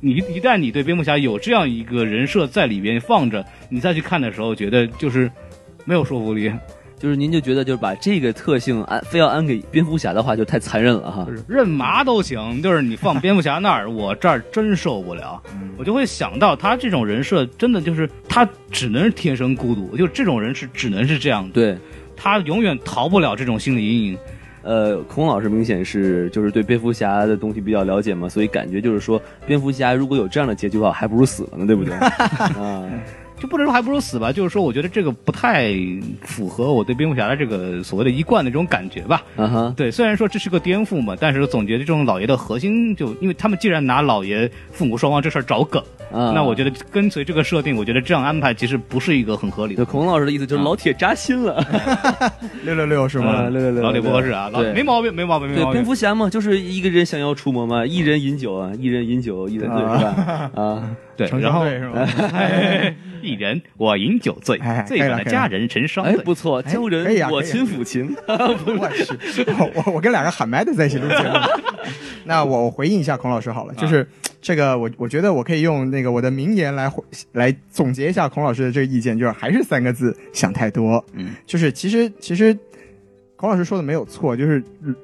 Speaker 3: 你一旦你对蝙蝠侠有这样一个人设在里边放着，你再去看的时候，觉得就是没有说服力。
Speaker 4: 就是您就觉得就是把这个特性安非要安给蝙蝠侠的话，就太残忍了哈。
Speaker 3: 认麻都行，就是你放蝙蝠侠那儿，我这儿真受不了，我就会想到他这种人设真的就是他只能是天生孤独，就这种人是只能是这样的，
Speaker 4: 对，
Speaker 3: 他永远逃不了这种心理阴影。
Speaker 4: 呃，孔老师明显是就是对蝙蝠侠的东西比较了解嘛，所以感觉就是说，蝙蝠侠如果有这样的结局的话，还不如死了呢，对不对？啊，
Speaker 3: 就不能说还不如死吧，就是说我觉得这个不太符合我对蝙蝠侠的这个所谓的一贯的这种感觉吧。
Speaker 4: 嗯哼，
Speaker 3: 对，虽然说这是个颠覆嘛，但是总觉得这种老爷的核心就，因为他们既然拿老爷父母双亡这事儿找梗，
Speaker 4: 啊
Speaker 3: 那我觉得跟随这个设定，我觉得这样安排其实不是一个很合理
Speaker 4: 对
Speaker 3: 的。
Speaker 4: 孔老师的意思就是老铁扎心了，
Speaker 1: 六六六是吗？
Speaker 4: 嗯对对对
Speaker 3: 老李不合适啊，老
Speaker 4: 对
Speaker 3: 没毛病，没毛病，没
Speaker 4: 对
Speaker 3: 毛
Speaker 4: 蝙
Speaker 3: 病。
Speaker 4: 蝠侠嘛，就是一个人想要出魔嘛，一人饮酒啊，一人饮酒，一人醉
Speaker 1: 啊
Speaker 4: 是吧？啊，
Speaker 3: 对，
Speaker 1: 成
Speaker 3: 然
Speaker 1: 双
Speaker 3: 后
Speaker 1: 对是吗？
Speaker 3: 一人我饮酒醉
Speaker 1: 哎，
Speaker 3: 醉
Speaker 1: 可以
Speaker 3: 把的
Speaker 1: 了可以
Speaker 3: 家
Speaker 1: 了
Speaker 3: 人成双
Speaker 4: 哎
Speaker 3: 对。，
Speaker 4: 不错，
Speaker 1: 哎
Speaker 4: 救
Speaker 1: 可以
Speaker 4: 人
Speaker 1: 啊
Speaker 4: 我
Speaker 1: 可以啊
Speaker 4: 亲抚琴，
Speaker 1: 我去，我我我跟两个喊麦的在一起录节目。 那我我回应一下孔老师好了，就是、
Speaker 3: 啊
Speaker 1: 这个我我觉得我可以用那个我的名言来回来总结一下孔老师的这个意见，就是还是三个字：想太多。
Speaker 3: 嗯，
Speaker 1: 就是其实其实孔老师说的没有错，就是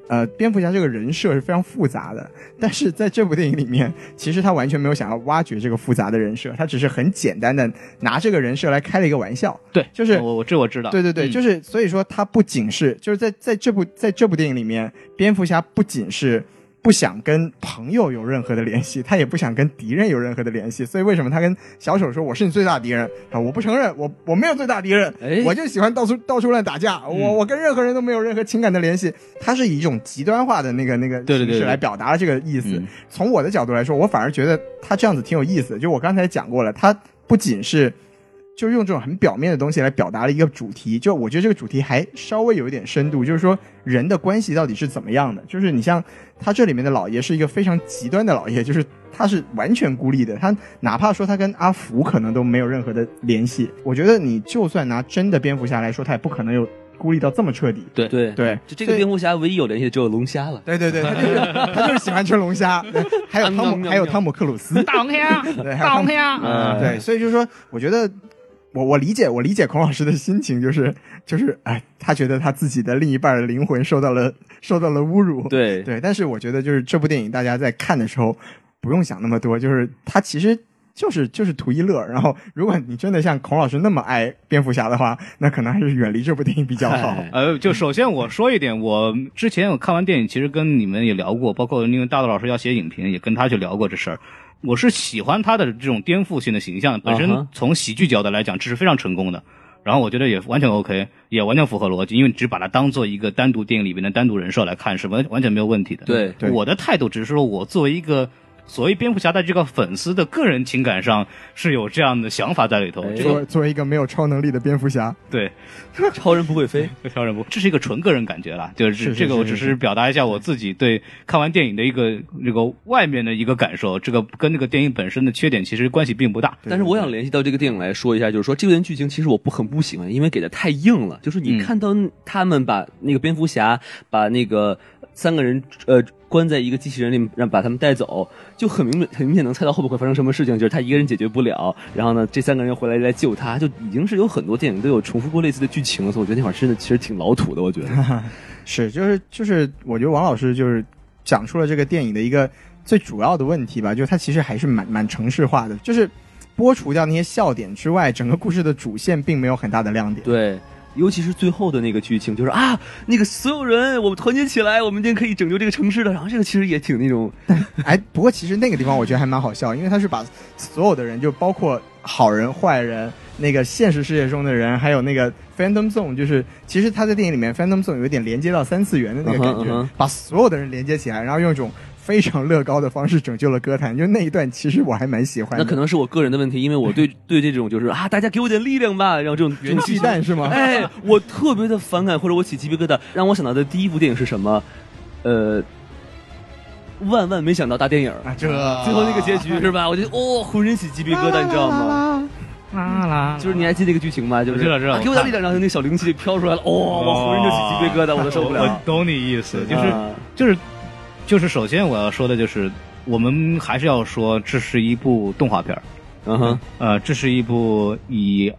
Speaker 1: 呃，蝙蝠侠这个人设是非常复杂的，但是在这部电影里面，其实他完全没有想要挖掘这个复杂的人设，他只是很简单的拿这个人设来开了一个玩笑。
Speaker 3: 对，
Speaker 1: 就是
Speaker 3: 我我这我知道。
Speaker 1: 对对对，
Speaker 3: 嗯
Speaker 1: 就是所以说，他不仅是就是在在这部在这部电影里面，蝙蝠侠不仅是不想跟朋友有任何的联系，他也不想跟敌人有任何的联系。所以为什么他跟小丑说我是你最大敌人？他说我不承认，我我没有最大敌人，
Speaker 4: 哎
Speaker 1: 我就喜欢到处到处乱打架，我我跟任何人都没有任何情感的联系。他是以一种极端化的那个那个
Speaker 3: 对对对
Speaker 1: 形式
Speaker 3: 对
Speaker 1: 来表达了这个意思。
Speaker 3: 嗯
Speaker 1: 从我的角度来说，我反而觉得他这样子挺有意思的。就我刚才讲过了，他不仅是就是用这种很表面的东西来表达了一个主题，就我觉得这个主题还稍微有一点深度，就是说人的关系到底是怎么样的。就是你像他这里面的老爷是一个非常极端的老爷，就是他是完全孤立的，他哪怕说他跟阿福可能都没有任何的联系。我觉得你就算拿真的蝙蝠侠来说，他也不可能有孤立到这么彻底。
Speaker 3: 对
Speaker 4: 对，
Speaker 1: 对，
Speaker 4: 就这个
Speaker 1: 所以
Speaker 4: 蝙蝠侠唯一有联系的只有龙虾了。
Speaker 1: 对对 对，他就是他就是喜欢吃龙虾，对还有汤姆还有汤姆克鲁斯，
Speaker 3: 大王虾，
Speaker 1: 对，还有
Speaker 3: 大
Speaker 1: 汤
Speaker 3: 王
Speaker 1: 姆，
Speaker 3: 虾。
Speaker 4: 嗯
Speaker 1: 对，所以就是说，我觉得我我理解我理解孔老师的心情，就是就是哎，他觉得他自己的另一半的灵魂受到了受到了侮辱，
Speaker 4: 对
Speaker 1: 对，但是我觉得就是这部电影大家在看的时候不用想那么多，就是它其实。就是就是图一乐，然后如果你真的像孔老师那么爱蝙蝠侠的话，那可能还是远离这部电影比较
Speaker 4: 哎
Speaker 1: 好。
Speaker 3: 呃，就首先我说一点，我之前我看完电影，其实跟你们也聊过，包括因为大道老师要写影评，也跟他去聊过这事儿。我是喜欢他的这种颠覆性的形象，本
Speaker 4: 啊哈
Speaker 3: 身从喜剧角度来讲，这是非常成功的。然后我觉得也完全 OK，也完全符合逻辑，因为只把它当做一个单独电影里面的单独人设来看，是完完全没有问题的。
Speaker 4: 对
Speaker 1: 对
Speaker 3: 我的态度只是说我作为一个所谓蝙蝠侠的这个粉丝的个人情感上是有这样的想法在里头，
Speaker 4: 哎
Speaker 3: 这个
Speaker 1: 作作为一个没有超能力的蝙蝠侠，
Speaker 3: 对。
Speaker 4: 超人不会飞，
Speaker 3: 调整不，这是一个纯个人感觉啦，就是
Speaker 1: 是是
Speaker 3: 这个我
Speaker 1: 是
Speaker 3: 只
Speaker 1: 是
Speaker 3: 是表达一下我自己对看完电影的一个这个外面的一个感受，这个跟那个电影本身的缺点其实关系并不大。
Speaker 4: 但是我想联系到这个电影来说一下，就是说这个剧情其实我不很不喜欢，因为给的太硬了。就是
Speaker 3: 嗯
Speaker 4: 你看到他们把那个蝙蝠侠把那个三个人呃关在一个机器人里，让把他们带走，就很明很明显能猜到后面会发生什么事情，就是他一个人解决不了，然后呢这三个人又回来来救他，就已经是有很多电影都有重复过类似的剧情了，所以我觉得那会儿真的其实挺老土的，我觉得。
Speaker 1: 是，就是就是，我觉得王老师就是讲出了这个电影的一个最主要的问题吧，就是它其实还是蛮蛮城市化的，就是剥除掉那些笑点之外，整个故事的主线并没有很大的亮点。
Speaker 4: 对，尤其是最后的那个剧情，就是啊，那个所有人我们团结起来，我们一定可以拯救这个城市的。然后这个其实也挺那种，
Speaker 1: 哎，不过其实那个地方我觉得还蛮好笑，因为他是把所有的人，就包括好人、坏人，那个现实世界中的人，还有那个 Phantom Zone，就是其实他在电影里面 Phantom Zone 有一点连接到三次元的那个感
Speaker 4: 嗯哼
Speaker 1: 觉
Speaker 4: 嗯哼
Speaker 1: 把所有的人连接起来，然后用一种非常乐高的方式拯救了歌坛。就那一段，其实我还蛮喜欢的。
Speaker 4: 那可能是我个人的问题，因 为我对对这种就是啊，大家给我点力量吧，然后这种
Speaker 1: 元气。弹是
Speaker 4: 这
Speaker 1: 吗？
Speaker 4: 种哎，我特别的反感，或者我起鸡皮疙瘩。让我想到的第一部电影是什么？呃，万万没想到大电影，
Speaker 1: 啊，这
Speaker 4: 最后那个结局是吧？我就哦，浑身起鸡皮疙瘩，你知道吗？
Speaker 3: 啦啦
Speaker 4: 就是你还记得那个剧情吗？就
Speaker 3: 我
Speaker 4: 是
Speaker 3: 知道知道
Speaker 4: 啊给我点力量，然后那小灵气飘出来了，哦，我浑身就起鸡皮疙瘩，我都受不了
Speaker 3: 我。懂你意思，就是、
Speaker 4: 啊
Speaker 3: 就是就是，首先我要说的就是，我们还是要说这是一部动画片儿，
Speaker 4: 嗯哼，
Speaker 3: 呃，这是一部以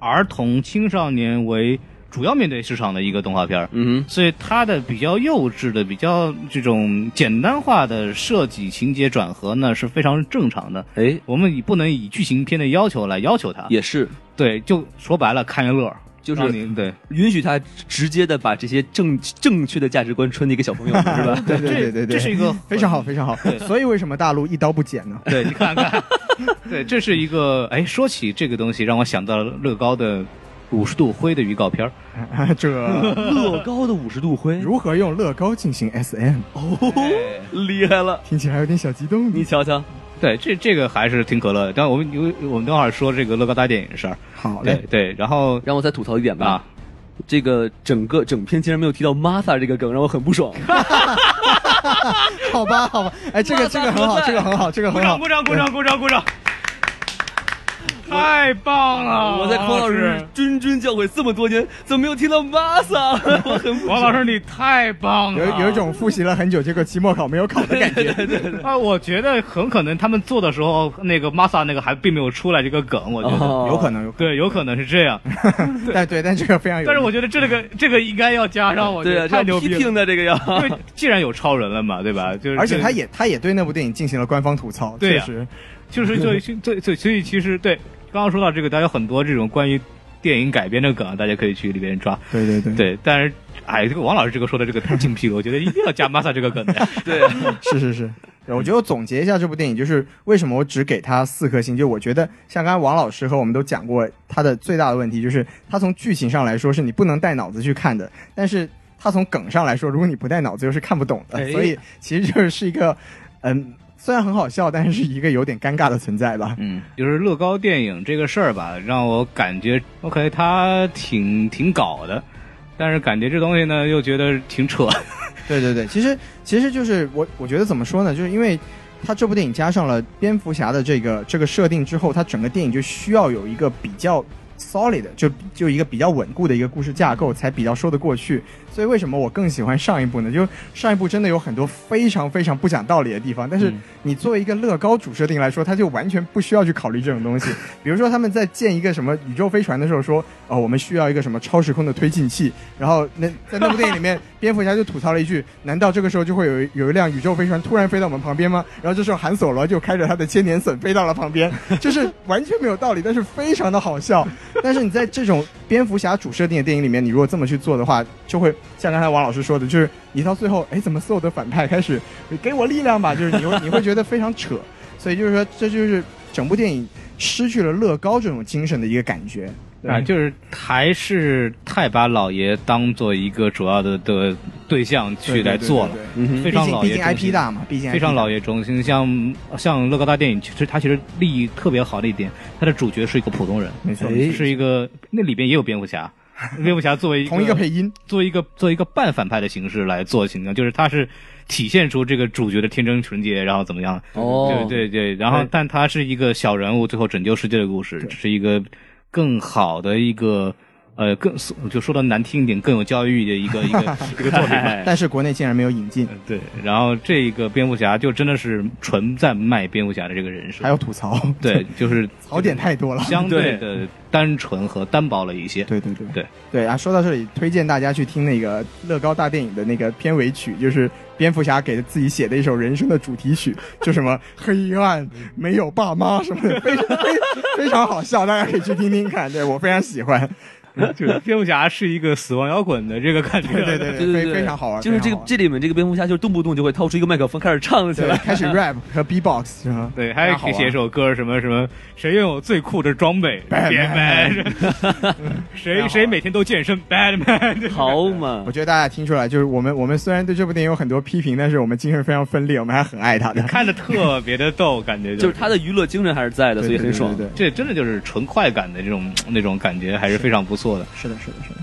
Speaker 3: 儿童青少年为主要面对市场的一个动画片儿。
Speaker 4: 嗯哼。
Speaker 3: 所以它的比较幼稚的、比较这种简单化的设计、情节转合呢是非常正常的。
Speaker 4: 哎，
Speaker 3: 我们以不能以剧情片的要求来要求它，
Speaker 4: 也是，
Speaker 3: 对，就说白了看一乐儿，
Speaker 4: 就是
Speaker 3: 让你对
Speaker 4: 允许他直接的把这些正正确的价值观传递给小朋友们，是吧？
Speaker 1: 对对对对对，
Speaker 3: 这这是一个
Speaker 1: 非常好非常好。所以为什么大陆一刀不剪呢？
Speaker 3: 对，你看看，对，这是一个哎，说起这个东西，让我想到了乐高的五十度灰的预告片儿
Speaker 1: 这
Speaker 4: 乐高的五十度灰，
Speaker 1: 如何用乐高进行 SM，
Speaker 4: 哦，厉害了！
Speaker 1: 听起来有点小激动。
Speaker 4: 你瞧瞧，
Speaker 3: 对，这这个还是挺可乐的。但我们有我们等会儿说这个乐高大电影的事儿。
Speaker 1: 好
Speaker 3: 对
Speaker 1: 嘞，
Speaker 3: 对，然后
Speaker 4: 让我再吐槽一点吧。
Speaker 3: 啊
Speaker 4: 这个整个整篇竟然没有提到 Martha 这个梗，让我很不爽。
Speaker 1: 好吧，好吧，哎，这个这个很好，这个很好，这个
Speaker 3: 鼓
Speaker 1: 很好
Speaker 3: 掌，。鼓掌，鼓掌，鼓掌，鼓掌！太棒了！
Speaker 4: 我在
Speaker 3: 王
Speaker 4: 孔老
Speaker 3: 师
Speaker 4: 师，谆谆教诲这么多年，怎么没有提到 Martha？我很不
Speaker 3: 王老师你太棒了！
Speaker 1: 有有一种复习了很久，结果期末考没有考的感觉。
Speaker 3: 啊，我觉得很可能他们做的时候，那个 Masa 那个还并没有出来这个梗，我觉得。
Speaker 4: 哦
Speaker 1: 有可能，有可
Speaker 3: 对，有可能是这样，
Speaker 1: 能，但对，但这个非常有意思。
Speaker 3: 但是我觉得这个这个应该要加上，我觉
Speaker 4: 对
Speaker 3: 得
Speaker 4: 啊，
Speaker 3: 太
Speaker 4: 这
Speaker 3: 牛
Speaker 4: 样
Speaker 3: 逼
Speaker 4: 批
Speaker 3: 了。
Speaker 4: 评的这个呀。
Speaker 3: 因为既然有超人了嘛，对吧？就是
Speaker 1: 而且他
Speaker 3: 也。
Speaker 1: 也他也对那部电影进行了官方吐槽，
Speaker 3: 对
Speaker 1: 确
Speaker 3: 呀
Speaker 1: 实，
Speaker 3: 就是就就对对，所以其实对，刚刚说到这个，大家有很多这种关于电影改编的梗，大家可以去里边抓。
Speaker 1: 对对对，
Speaker 3: 对，但是哎，这个王老师这个说的这个太精辟了，我觉得一定要加 Masa 这个梗 的。
Speaker 4: 对，
Speaker 1: 是是是。我觉得我总结一下这部电影，就是为什么我只给他四颗星，就我觉得像刚才王老师和我们都讲过，他的最大的问题就是他从剧情上来说是你不能带脑子去看的，但是他从梗上来说，如果你不带脑子又是看不懂的，
Speaker 4: 哎
Speaker 1: 所以其实就是是一个，嗯，虽然很好笑，但是是一个有点尴尬的存在吧。
Speaker 3: 嗯，就是乐高电影这个事儿吧，让我感觉 OK，他挺挺搞的，但是感觉这东西呢又觉得挺 扯。
Speaker 1: 对对对，其实其实就是我我觉得怎么说呢，就是因为他这部电影加上了蝙蝠侠的这个这个设定之后，他整个电影就需要有一个比较 solid 的就就一个比较稳固的一个故事架构，才比较说得过去。所以为什么我更喜欢上一部呢？就是上一部真的有很多非常非常不讲道理的地方，但是
Speaker 3: 嗯
Speaker 1: 你作为一个乐高主设定来说，他就完全不需要去考虑这种东西。比如说他们在建一个什么宇宙飞船的时候说，哦，我们需要一个什么超时空的推进器，然后那在那部电影里面，蝙蝠侠就吐槽了一句：“ 难道这个时候就会有一有一辆宇宙飞船突然飞到我们旁边吗？”然后这时候韩索罗就开着他的千年隼飞到了旁边， 就是完全没有道理，但是非常的好笑。 但是你在这种蝙蝠侠主设定的电影里面，你如果这么去做的话，就会像刚才王老师说的，就是你到最后，哎，怎么所有的反派开始给我力量吧？就是 你会你会觉得非常扯。所以就是说，这就是整部电影失去了乐高这种精神的一个感觉。对
Speaker 3: 啊，就是还是太把老爷当做一个主要的的对象去来做了。
Speaker 1: 对对对对对
Speaker 3: 非
Speaker 4: 嗯哼，
Speaker 1: 毕
Speaker 3: 常
Speaker 1: 竟
Speaker 3: 老
Speaker 1: 毕
Speaker 3: 爷
Speaker 1: 竟
Speaker 3: 中心
Speaker 1: IP 大嘛，毕竟 IP
Speaker 3: 非常
Speaker 1: 大
Speaker 3: 老爷中心，像像乐高大电影，其实它其实立意特别好的一点，它的主角是一个普通人，
Speaker 1: 没错，
Speaker 4: 哎
Speaker 3: 是一个那里边也有蝙蝠侠，蝙蝠侠作为一个
Speaker 1: 同一个 配音，
Speaker 3: 作为一个作为一个半反派的形式来做形象，就是他是体现出这个主角的天真纯洁，然后怎么样？
Speaker 4: 哦
Speaker 3: 对对对，然后
Speaker 1: 对
Speaker 3: 但他是一个小人物，最后拯救世界的故事，是一个更好的一个。呃，更就说的难听一点，更有教育的一个一 个一个作品吧。
Speaker 1: 但是国内竟然没有引进，
Speaker 3: 对，然后这个蝙蝠侠就真的是纯在卖蝙蝠侠的这个人设
Speaker 1: 还，有吐槽，
Speaker 3: 对，就是
Speaker 1: 槽点太多了。
Speaker 3: 相对的单纯和单薄了一些。
Speaker 1: 对对对
Speaker 3: 对
Speaker 1: 对啊！说到这里，推荐大家去听那个乐高大电影的那个片尾曲，就是蝙蝠侠给自己写的一首人生的主题曲， 就什么黑暗没有爸妈什么的，非常非非常好笑，大家可以去听听看。对我非常 喜欢，
Speaker 3: 就是蝙蝠侠是一个死亡摇滚的这个感觉。
Speaker 1: 对对
Speaker 4: 对对
Speaker 1: 非
Speaker 4: 对，
Speaker 1: 非常好玩，
Speaker 4: 就是这
Speaker 1: 非
Speaker 4: 个
Speaker 1: 常好玩
Speaker 4: 这里面这个蝙蝠侠，就是动不动就会掏出一个麦克风开始唱起
Speaker 1: 对
Speaker 4: 来。
Speaker 1: 开始 rap 和 b-box 是吧？
Speaker 3: 对，还可以写一首歌，什么什么，谁拥有最酷的装备
Speaker 1: Batman
Speaker 3: 谁谁每天都健身，Batman。
Speaker 4: 好嘛
Speaker 1: 我，觉得大家听出来，就是我们我们虽然对这部电影有很多批评，但是我们精神非常分裂，我们还很爱它的，
Speaker 3: 看着特别的逗，感觉
Speaker 4: 就是是他的娱乐精神还是在的，所以很爽。
Speaker 1: 对对对对
Speaker 3: 这真的就是纯快感的这种那种感觉，还是非常不错的。嗯
Speaker 1: 是的，是的，是的，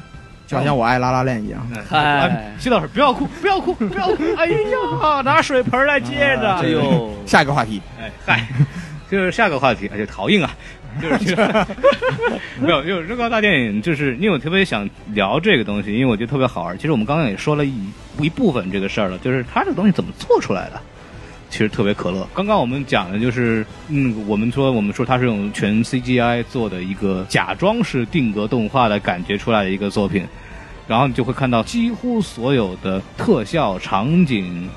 Speaker 1: 就好像我爱拉拉链一样。
Speaker 4: 嗨，
Speaker 3: 哎徐老师不要哭，不要哭，不要哭！哎呀，拿水盆来接着。
Speaker 4: 哎呦，
Speaker 1: 下一个话题，
Speaker 3: 哎嗨，就是下个话题，而且逃硬啊，就是这个没有，就是乐高大电影，就是因为我特别想聊这个东西，因为我觉得特别好玩。其实我们刚刚也说了一一部分这个事儿了，就是它这个东西怎么做出来的。其实特别可乐。刚刚我们讲的就是，嗯，我们说我们说它是用全 CGI 做的一个假装是定格动画的感觉出来的一个作品，然后你就会看到几乎所有的特效场景，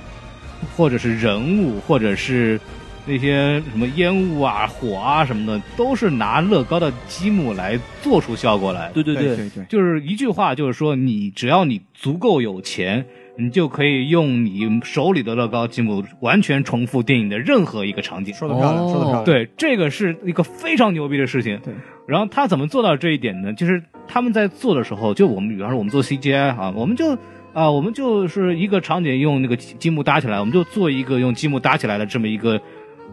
Speaker 3: 或者是人物，或者是那些什么烟雾啊、火啊什么的，都是拿乐高的积木来做出效果来的。
Speaker 4: 对对
Speaker 1: 对
Speaker 4: 对，
Speaker 1: 对，
Speaker 3: 就是一句话，就是说你只要你足够有钱，你就可以用你手里的乐高积木完全重复电影的任何一个场景。
Speaker 1: 说的漂亮，
Speaker 4: 哦
Speaker 1: 说的漂亮。
Speaker 3: 对，这个是一个非常牛逼的事情。
Speaker 1: 对，
Speaker 3: 然后他怎么做到这一点呢？就是他们在做的时候，就我们比方说我们做 CGI 啊，我们就啊、我们就是一个场景用那个积积木搭起来，我们就做一个用积木搭起来的这么一个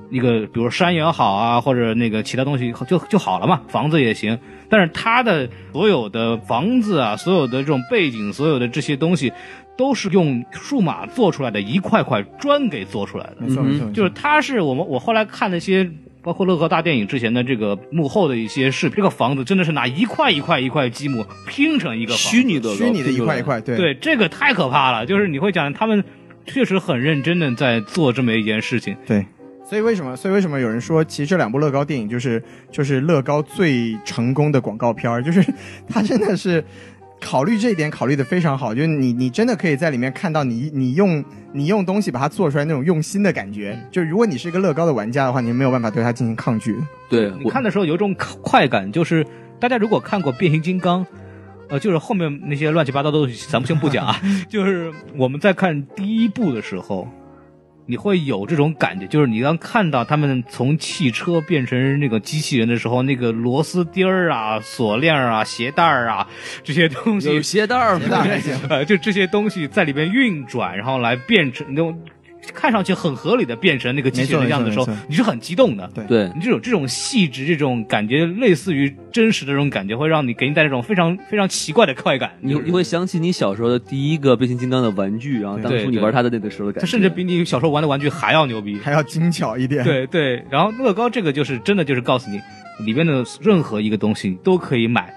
Speaker 3: 一个，比如山也好啊，或者那个其他东西 就就好了嘛，房子也行。但是它的所有的房子啊，所有的这种背景，所有的这些东西，都是用数码做出来的一块块砖给做出来
Speaker 4: 哦
Speaker 3: 的。
Speaker 1: 没错没错，
Speaker 4: 嗯
Speaker 3: 就是它是我们我后来看那些包括乐高大电影之前的这个幕后的一些视频，这个房子真的是拿一块一块一块积木拼成一个房子
Speaker 4: 虚拟的
Speaker 1: 虚拟的一块一，块，对
Speaker 3: 对，这个太可怕了。就是你会讲他们确实很认真的在做这么一件事情，
Speaker 1: 对。所以为什么？所以为什么有人说，其实这两部乐高电影就是就是乐高最成功的广告片儿，就是它真的是考虑这一点考虑的非常好，就是你你真的可以在里面看到你你用你用东西把它做出来那种用心的感觉。就如果你是一个乐高的玩家的话，你没有办法对它进行抗拒。
Speaker 4: 对，
Speaker 3: 你
Speaker 4: 我
Speaker 3: 看的时候有一种快感，就是大家如果看过变形金刚。呃，就是后面那些乱七八糟的东西，咱们先不讲啊。 就是我们在看第一部的时候，啊你会有这种感觉，就是你当看到他们从汽车变成那个机器人的时候，那个螺丝钉儿啊、锁链儿啊、鞋带儿啊这些东西
Speaker 4: 有鞋带儿吗？
Speaker 3: 呃，就这些东西在里边运转，然后来变成那种看上去很合理的变成那个机器人的
Speaker 1: 没错
Speaker 3: 样子的时候
Speaker 1: 没错没，错
Speaker 3: 你是很激动的。
Speaker 1: 对
Speaker 4: 对，
Speaker 3: 你这种这种细致，这种感觉类似于真实的这种感觉，会让你给你带来一种非常非常奇怪的快 感。
Speaker 4: 你
Speaker 3: 就是
Speaker 4: 你会想起你小时候的第一个变形金刚的玩具，然后当
Speaker 3: 对
Speaker 4: 初你
Speaker 3: 对
Speaker 4: 玩它的那个时候的感
Speaker 3: 它
Speaker 4: 觉，
Speaker 3: 甚至比你小时候玩的玩具还要牛逼。
Speaker 1: 还要精巧一点。，
Speaker 3: 对对，然后乐高这个就是真的就是告诉你，里边的任何一个东西你都可以买，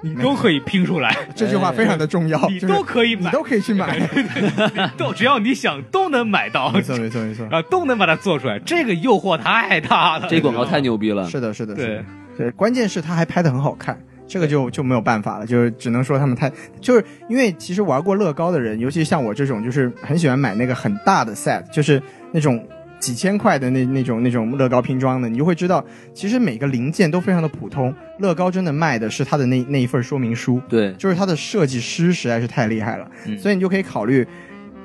Speaker 3: 你都可以拼出来，
Speaker 1: 这句话非常的重要，
Speaker 3: 你
Speaker 1: 就是
Speaker 3: 都可以
Speaker 1: 哎你
Speaker 3: 买，
Speaker 1: 都可以去买。
Speaker 3: 都只要你想都能买到。
Speaker 1: 没错没错没错，
Speaker 3: 啊， 都能把它做出来，这个诱惑太大了。
Speaker 4: 这广告太牛逼 了。
Speaker 1: 是的是的是的。
Speaker 3: 对，
Speaker 1: 对，关键是他还拍的很好看，这个就就没有办法了，就是只能说他们太，就是因为其实玩过乐高的人，尤其像我这种，就是很喜欢买那个很大的 set，就是那种。几千块的那那种那种乐高拼装的，你就会知道，其实每个零件都非常的普通。乐高真的卖的是它的那那一份说明书，
Speaker 4: 对，
Speaker 1: 就是它的设计师实在是太厉害了，
Speaker 3: 嗯
Speaker 1: 所以你就可以考虑，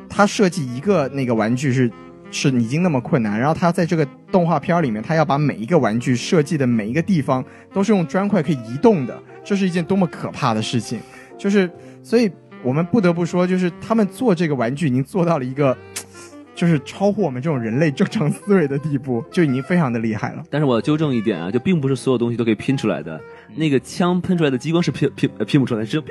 Speaker 1: 他设计一个那个玩具是是已经那么困难，然后他在这个动画片里面，他要把每一个玩具设计的每一个地方都是用砖块可以移动的，这是一件多么可怕的事情！就是，所以我们不得不说，就是他们做这个玩具已经做到了一个。就是超乎我们这种人类正常思维的地步，就已经非常的厉害了。
Speaker 4: 但是我要纠正一点啊，就并不是所有东西都可以拼出来的。那个枪喷出来的激光是拼拼呃拼不出来的，只有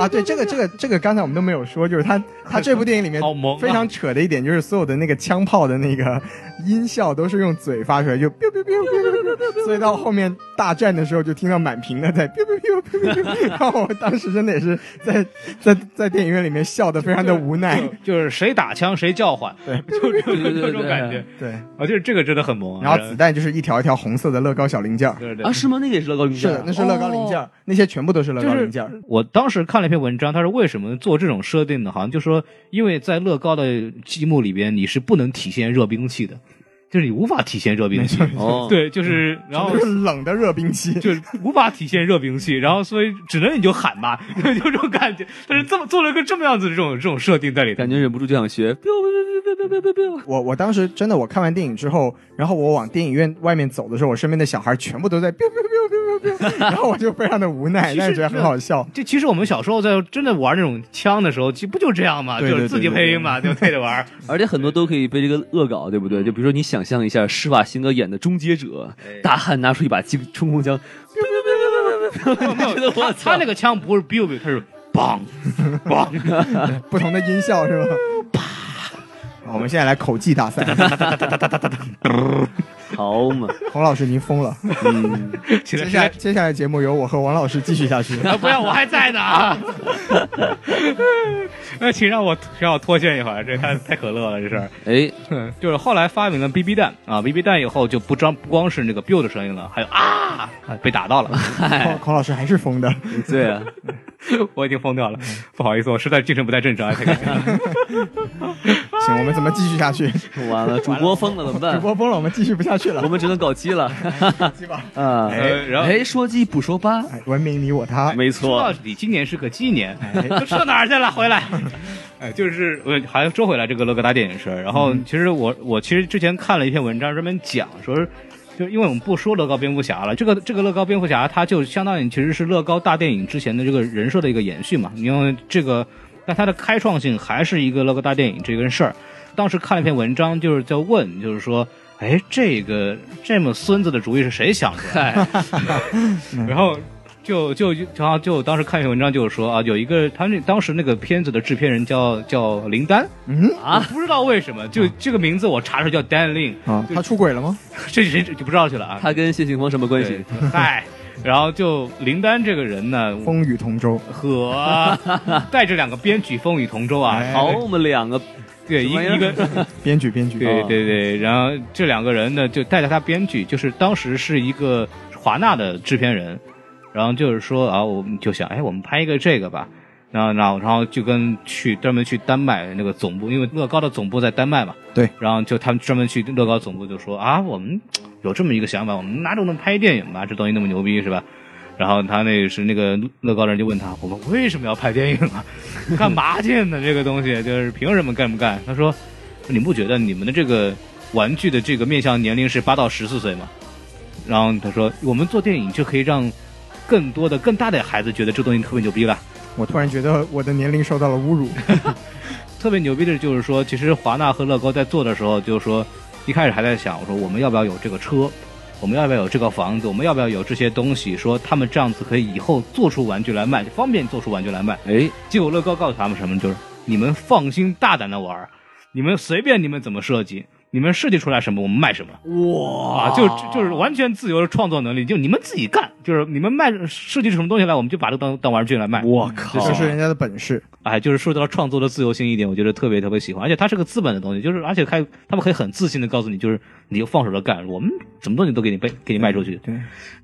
Speaker 1: 啊，对，这个这个这个，刚才我们都没有说，就是他他这部电影里面
Speaker 3: 好萌啊
Speaker 1: 非常扯的一点，就是所有的那个枪炮的那个音效都是用嘴发出来，就 biu biu biu biu biu biu，所以到后面大战的时候就听到满屏的在 biu biu biu biu biu，然后我当时真的也是在在在电影院里面笑的非常的无奈，
Speaker 3: 就是谁打枪谁叫唤，
Speaker 1: 对
Speaker 3: 就这种
Speaker 4: 对对对
Speaker 3: 这种感觉
Speaker 1: 对，
Speaker 4: 对
Speaker 3: 啊，就是这个真的很萌啊。
Speaker 1: 然后子弹就是一条一条红色的乐高小零件儿，
Speaker 3: 对对
Speaker 4: 啊
Speaker 3: 对
Speaker 4: 是吗？那个也是乐高零
Speaker 1: 是
Speaker 4: 件
Speaker 1: 的
Speaker 4: 啊，，
Speaker 1: 那是 乐高零件儿，那些全部都是乐
Speaker 3: 就
Speaker 1: 高
Speaker 3: 是
Speaker 1: 零件儿，
Speaker 3: 我当时看了一篇文章，他说为什么做这种设定呢？好像就说因为在乐高的积木里边，你是不能体现热兵器的，就是你无法体现热兵器。
Speaker 4: 哦，
Speaker 3: 对，就是然后
Speaker 1: 都是冷的热兵器，
Speaker 3: 就是无法体现热兵器，然后所以只能你就喊吧， 就这种感觉。但是这么做了个这么样子的这种这种设定在里头，
Speaker 4: 感觉忍不住就想学。
Speaker 1: 我我当时真的，我看完电影之后，然后我往电影院外面走的时候，我身边的小孩全部都在 biu biu biu biu biu biu，然后 我就非常的无奈，
Speaker 3: 其实
Speaker 1: 但是觉得很好笑。
Speaker 3: 这其实我们小时候在真的玩那种枪的时候，其实不就这样嘛，
Speaker 1: 对对啊
Speaker 3: 就是自己配音嘛，就配着 玩。
Speaker 4: 而且很多都可以被这个恶搞，对不对？就比如说你想象一下施瓦辛格演的《终结者》，大汉拿出一把机冲锋枪，
Speaker 3: 没有
Speaker 4: 觉得我
Speaker 3: 他
Speaker 4: 操
Speaker 3: 他那个枪不是 biu biu，他是 梆梆，
Speaker 1: 不同的音效是吧？啪！我们现在来口技大赛，
Speaker 4: 好嘛，
Speaker 1: 洪老师您疯了。
Speaker 4: 嗯，
Speaker 3: 起
Speaker 1: 接下来
Speaker 3: 来。
Speaker 1: 接下来节目由我和王老师继续下去。
Speaker 3: 啊！不要，我还在呢啊！ 那请让我让我脱线一会儿，这太太可乐了，这事儿。
Speaker 4: 哎，
Speaker 3: 嗯，就是后来发明了 BB 弹啊，BB 弹以后就不张不光是那个 biu 的声音了，还有啊，啊被打到了。
Speaker 1: 孔孔老师还是疯的，
Speaker 3: 哎
Speaker 4: 对啊，
Speaker 3: 我已经疯掉了，不好意思，我实在精神不太正常。太感谢了
Speaker 1: 行，我们怎么继续下去？
Speaker 4: 完了，主播疯了怎么
Speaker 1: 主
Speaker 4: 办？
Speaker 1: 播疯了，我们继续不下去
Speaker 4: 我
Speaker 1: 了。
Speaker 4: 们只能搞 基了
Speaker 1: 鸡吧，
Speaker 4: 啊！
Speaker 3: 呃然后
Speaker 4: 哎，说鸡不说八，
Speaker 1: 哎文明你我他。
Speaker 4: 没
Speaker 3: 说
Speaker 4: 错
Speaker 3: 到，底，今年是个鸡年，
Speaker 1: 哎
Speaker 3: 都说哪儿去了？回来，哎，就是我还说回来这个乐高大电影社，然后其实我我其实之前看了一篇文章，专门讲说是，就因为我们不说乐高蝙蝠侠了，这个这个乐高蝙蝠侠，它就相当于其实是乐高大电影之前的这个人设的一个延续嘛，因为这个，但它的开创性还是一个乐高大电影这个事儿。当时看了一篇文章，就是在问，就是说。哎，这个这么孙子的主意是谁想出来的？然后就就然后就当时看一篇文章，就是说啊，有一个他那当时那个片子的制片人叫叫林丹，
Speaker 1: 嗯
Speaker 3: 啊，不知道为什么，就这个名字我查出来叫 Dan Lin，
Speaker 1: 啊，他出轨了吗？
Speaker 3: 这谁就不知道去了啊？
Speaker 4: 他跟谢杏峰什么关系
Speaker 3: 对？，嗨，然后就林丹这个人呢，
Speaker 1: 风雨同舟，
Speaker 3: 和带着两个编剧风雨同舟啊，
Speaker 1: 哎
Speaker 4: 好，我们两个
Speaker 3: 对
Speaker 4: 什
Speaker 3: 一
Speaker 4: 么呀
Speaker 3: 一个
Speaker 1: 编剧编剧，
Speaker 3: 对
Speaker 4: 啊
Speaker 3: 对对，然后这两个人呢，就带着他编剧，就是当时是一个华纳的制片人，然后就是说啊，我们就想，哎，我们拍一个这个吧，然后然后然后就跟去专门去丹麦那个总部，因为乐高的总部在丹麦嘛，
Speaker 1: 对，
Speaker 3: 然后就他们专门去乐高总部就说啊，我们有这么一个想法，我们哪种能拍电影吧？这东西那么牛逼是吧？然后他那是那个乐高人就问他，我们为什么要拍电影啊？ 干嘛去呢？这个东西就是凭什么干不干？他说，你不觉得你们的这个玩具的这个面向年龄是八到十四岁吗？然后他说，我们做电影就可以让更多的更大的孩子觉得这东西特别牛逼了。
Speaker 1: 我突然觉得我的年龄受到了侮辱。
Speaker 3: 哦特别牛逼的就是说，其实华纳和乐高在做的时候，就是说一开始还在想，我说我们要不要有这个车，我们要不要有这个房子，我们要不要有这些东西，说他们这样子可以以后 做出玩具来卖，方便做出玩具来卖。
Speaker 4: 哎，
Speaker 3: 结果乐高告诉他们什么，就是你们放心大胆的玩儿，你们随便你们怎么设计，你们设计出来什么我们卖什么。
Speaker 4: 哇
Speaker 3: 啊，就就是完全自由的创作能力，就你们自己干，就是你们卖设计出什么东西来，我们就把这当当玩具来卖。
Speaker 4: 我靠，
Speaker 1: 这是人家的本事，
Speaker 3: 哎，就是说到创作的自由性一点，我觉得特别特别喜欢，而且它是个资本的东西，就是而且还他们可以很自信的告诉你，就是你就放手的干，我们什么东西都给你卖，给你卖出去。
Speaker 1: 对，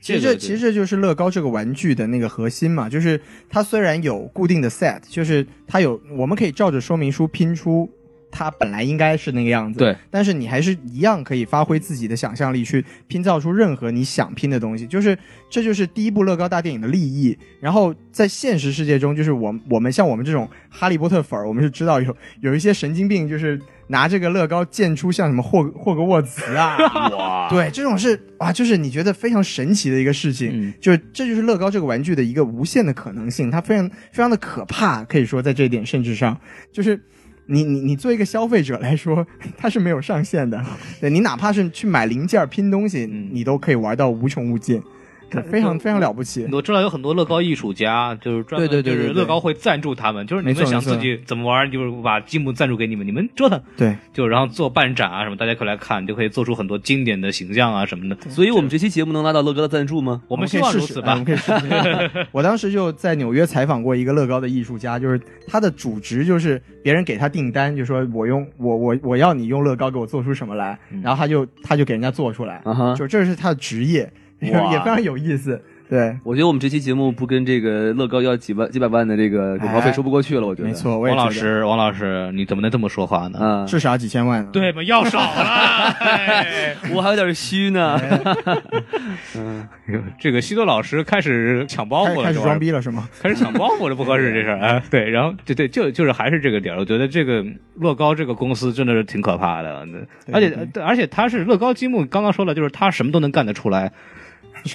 Speaker 1: 其
Speaker 3: 这
Speaker 1: 实
Speaker 3: 个
Speaker 1: 这
Speaker 3: 对
Speaker 1: 其实这就是乐高这个玩具的那个核心嘛，就是它虽然有固定的 set，就是它有我们可以照着说明书拼出它本来应该是那个样子，
Speaker 4: 对，
Speaker 1: 但是你还是一样可以发挥自己的想象力去拼造出任何你想拼的东西，就是这就是第一部乐高大电影的立意。然后在现实世界中，就是我我们像我们这种哈利波特粉儿，我们是知道有有一些神经病就是。拿这个乐高建出像什么霍霍格沃茨啊，
Speaker 3: 哇，
Speaker 1: 对，这种是啊，就是你觉得非常神奇的一个事情，
Speaker 3: 嗯
Speaker 1: 就这就是乐高这个玩具的一个无限的可能性，它非常非常的可怕，可以说在这一点甚至上，就是你你你作为一个消费者来说，它是没有上限的，对你哪怕是去买零件儿拼东西，
Speaker 3: 嗯
Speaker 1: 你都可以玩到无穷无尽，非常非常了不起。
Speaker 3: 我知道有很多乐高艺术家，就是专门
Speaker 1: 对对对
Speaker 3: 就
Speaker 1: 对
Speaker 3: 是乐高会赞助他们，就是你
Speaker 1: 没
Speaker 3: 们
Speaker 1: 错
Speaker 3: 想
Speaker 1: 没错
Speaker 3: 自己怎么玩，就是把积木赞助给你们，你们折腾，
Speaker 1: 对，
Speaker 3: 就然后做办展啊什么，大家可以来看，就可以做出很多经典的形象啊什么的。
Speaker 4: 所以我们这期节目能拉到乐高的赞助吗？
Speaker 3: 我
Speaker 1: 我
Speaker 3: 们
Speaker 1: 可
Speaker 3: 希
Speaker 1: 以
Speaker 3: 望
Speaker 1: 试
Speaker 3: 如
Speaker 1: 试，
Speaker 3: 此
Speaker 1: 哎我
Speaker 3: 吧
Speaker 1: 们。可以试 试。我当时就在纽约采访过一个乐高的艺术家，就是他的主职就是别人给他订单，就说我用我我我要你用乐高给我做出什么来，
Speaker 3: 嗯
Speaker 1: 然后他就他就给人家做出来，
Speaker 4: 啊哈，
Speaker 1: 就这是他的职业，也
Speaker 4: 哇
Speaker 1: 非常有意思。对，
Speaker 4: 我觉得我们这期节目不跟这个乐高要几万几百万的这个广告费
Speaker 1: 哎
Speaker 4: 说不过去了，我觉得。
Speaker 1: 没，错，我也
Speaker 3: 王老
Speaker 1: 觉得嗯
Speaker 3: 师，王老师，你怎么能这么说话呢？
Speaker 4: 啊，
Speaker 1: 至少几千万啊。
Speaker 3: 对嘛，要少了。哎
Speaker 4: 我还有点虚呢。
Speaker 1: 哎
Speaker 3: 这个西多老师开始抢包
Speaker 1: 开
Speaker 3: 袱
Speaker 1: 始
Speaker 3: 了，
Speaker 1: 开
Speaker 3: 这玩
Speaker 1: 始
Speaker 3: 意儿
Speaker 1: 装，逼了是吗？
Speaker 3: 开始抢包袱了，不合适这事儿 啊。对，然后对对，就就是还是这个点儿，我觉得这个乐高这个公司真的是挺可怕的，嗯而
Speaker 1: 对
Speaker 3: 且而且它是乐高积木，刚刚说了，就是它什么都能干得出 来，